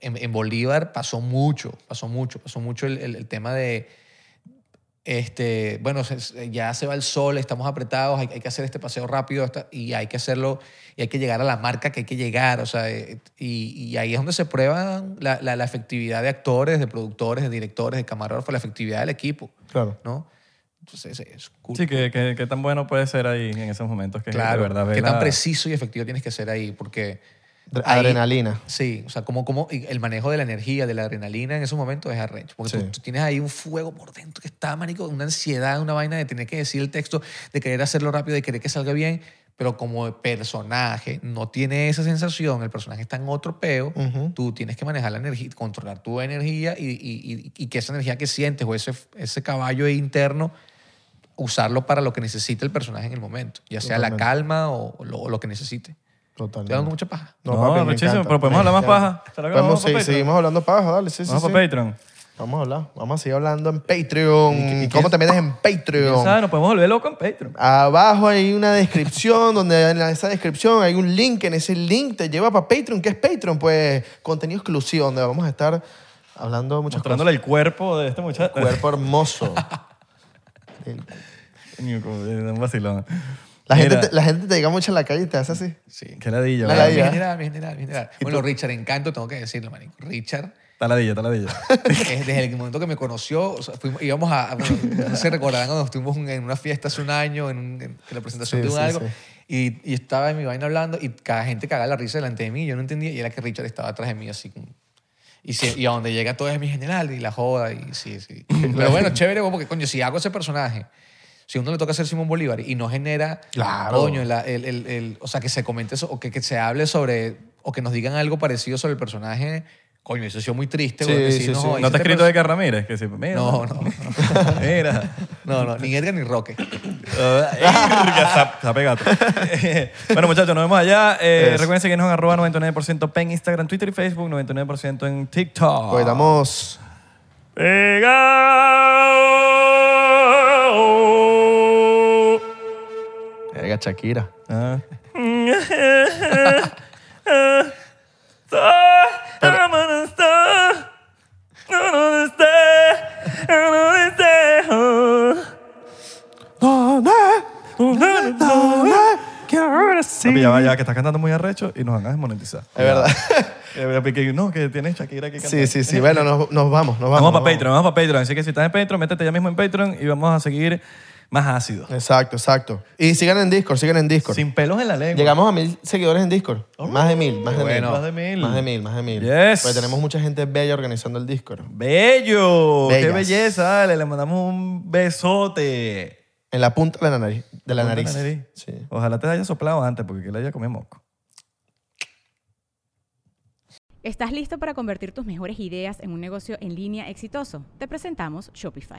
[SPEAKER 1] en, en Bolívar pasó mucho, pasó mucho, pasó mucho el, el- el tema de, este, bueno, se- se- ya se va el sol, estamos apretados, hay, hay que hacer este paseo rápido esta- y hay que hacerlo, y hay que llegar a la marca que hay que llegar, o sea, eh, y, y ahí es donde se prueba la, la- la efectividad de actores, de productores, de directores, de camarógrafos, la efectividad del equipo,
[SPEAKER 3] Claro.
[SPEAKER 1] ¿no? Entonces, es- es cool.
[SPEAKER 2] Sí, que, que- que tan bueno puede ser ahí en esos momentos que
[SPEAKER 1] claro,
[SPEAKER 2] de verdad ve
[SPEAKER 1] qué tan
[SPEAKER 2] la-
[SPEAKER 1] preciso y efectivo tienes que ser ahí, porque...
[SPEAKER 3] Dre-
[SPEAKER 1] Ahí-
[SPEAKER 3] Adrenalina.
[SPEAKER 1] Sí, o sea, como, como y el manejo de la energía, de la adrenalina en esos momentos es arrecho. Porque
[SPEAKER 3] Sí.
[SPEAKER 1] tú, tú tienes ahí un fuego por dentro que está, marico, una ansiedad, una vaina de tener que decir el texto, de querer hacerlo rápido, de querer que salga bien. Pero como personaje no tiene esa sensación, el personaje está en otro peo,
[SPEAKER 3] Ujú.
[SPEAKER 1] tú tienes que manejar la energía, controlar tu energía y, y- y- y que esa energía que sientes o ese, ese caballo ahí interno, usarlo para lo que necesite el personaje en el momento, ya sea
[SPEAKER 3] Totalmente.
[SPEAKER 1] la calma o, o lo, o lo que necesite. Estoy dando
[SPEAKER 3] Totalmente.
[SPEAKER 1] mucha paja.
[SPEAKER 2] No, rechísimo, pero podemos hablar
[SPEAKER 1] Pues,
[SPEAKER 2] más paja. ¿Será que
[SPEAKER 3] Podemos,
[SPEAKER 2] vamos a
[SPEAKER 3] sí,
[SPEAKER 2] Patreon?
[SPEAKER 3] seguimos hablando paja, dale, sí, sí,
[SPEAKER 2] Vamos
[SPEAKER 3] sí.
[SPEAKER 2] para Patreon.
[SPEAKER 3] Vamos a hablar, vamos a seguir hablando en Patreon.
[SPEAKER 2] y
[SPEAKER 3] ¿Cómo
[SPEAKER 2] quién-
[SPEAKER 3] te metes en Patreon?
[SPEAKER 2] ¿Quién sabe? Nos podemos volver locos en Patreon.
[SPEAKER 3] Abajo hay una descripción donde en la- esa descripción hay un link. En ese link te lleva para Patreon. ¿Qué es Patreon? Pues contenido exclusivo donde vamos a estar hablando de muchas
[SPEAKER 2] Mostrándole el cuerpo de este muchacho.
[SPEAKER 3] cosas. Cuerpo hermoso.
[SPEAKER 2] Coño, como- eh, Un vacilón.
[SPEAKER 3] La gente,
[SPEAKER 2] Mira,
[SPEAKER 3] te, la gente te llega mucho en la calle y te hace así.
[SPEAKER 1] Sí.
[SPEAKER 2] Qué ladilla.
[SPEAKER 3] La
[SPEAKER 2] ¿verdad?
[SPEAKER 3] ladilla.
[SPEAKER 1] Mi general, mi general, mi general. Bueno, Richard Encanto, tengo que decirlo, manico. Richard,
[SPEAKER 2] Está ladilla, está ladilla.
[SPEAKER 1] eh, desde el momento que me conoció, o sea, fuimos- íbamos a, a- bueno, no se recordarán cuando estuvimos un- en una fiesta hace un año, en, un- en la presentación
[SPEAKER 3] Sí,
[SPEAKER 1] de un
[SPEAKER 3] sí,
[SPEAKER 1] algo,
[SPEAKER 3] sí.
[SPEAKER 1] y, y estaba en mi vaina hablando y cada gente cagaba la risa delante de mí, yo no entendía, y era que Richard estaba atrás de mí así. como- Y, si- y a donde llega todo es mi general y la joda, y sí, sí. Pero bueno, chévere, güey, porque coño, si hago ese personaje, si a uno le toca ser Simón Bolívar y no genera,
[SPEAKER 3] Claro.
[SPEAKER 1] coño, la- el, el- el- o sea, que se comente eso, o que, que se hable sobre, o que nos digan algo parecido sobre el personaje, coño, eso ha sido muy triste.
[SPEAKER 3] Sí,
[SPEAKER 1] güey,
[SPEAKER 3] sí, sí.
[SPEAKER 2] ¿No te
[SPEAKER 1] hiciste
[SPEAKER 2] ha escrito
[SPEAKER 1] perso-
[SPEAKER 2] Edgar Ramírez? Que sí, mira,
[SPEAKER 1] No, no, no.
[SPEAKER 2] Mira. Oh,
[SPEAKER 1] No, no, ni Edgar ni Roque.
[SPEAKER 2] ya se ha pegado. bueno, muchachos, nos vemos allá. Eh,
[SPEAKER 3] Yes.
[SPEAKER 2] Recuerden seguirnos en arroba 99% en Instagram, Twitter y Facebook, 99% en TikTok.
[SPEAKER 3] Pues estamos.
[SPEAKER 2] Pegado.
[SPEAKER 3] Verga, Shakira.
[SPEAKER 2] Ah. Papi, ya va, ya, que estás cantando muy arrecho y nos van a desmonetizar.
[SPEAKER 3] Es verdad.
[SPEAKER 2] Eh, papi, que No, que tienes Shakira que
[SPEAKER 3] Sí, sí, sí. Bueno, nos, nos vamos, nos
[SPEAKER 2] Vamos,
[SPEAKER 3] vamos. nos
[SPEAKER 2] para Patreon, vamos para Patreon. Así que si estás en Patreon, métete ya mismo en Patreon y vamos a seguir más ácido.
[SPEAKER 3] Exacto, exacto. Y sigan en Discord, sigan en Discord.
[SPEAKER 2] Sin pelos en la lengua.
[SPEAKER 3] Llegamos a mil seguidores en Discord. Más de mil, más de
[SPEAKER 1] bueno.
[SPEAKER 3] mil.
[SPEAKER 2] Más de mil.
[SPEAKER 3] Más de mil, más de mil.
[SPEAKER 2] Yes.
[SPEAKER 3] Pues tenemos mucha gente bella organizando el Discord.
[SPEAKER 2] ¡Bello! ¡Qué
[SPEAKER 3] Bellas.
[SPEAKER 2] belleza! Dale, le mandamos un besote.
[SPEAKER 3] En la punta de la nariz. De la
[SPEAKER 2] punta de
[SPEAKER 3] nariz. Sí.
[SPEAKER 2] Ojalá te haya soplado antes, porque que le haya comido moco.
[SPEAKER 4] ¿Estás listo para convertir tus mejores ideas en un negocio en línea exitoso? Te presentamos Shopify.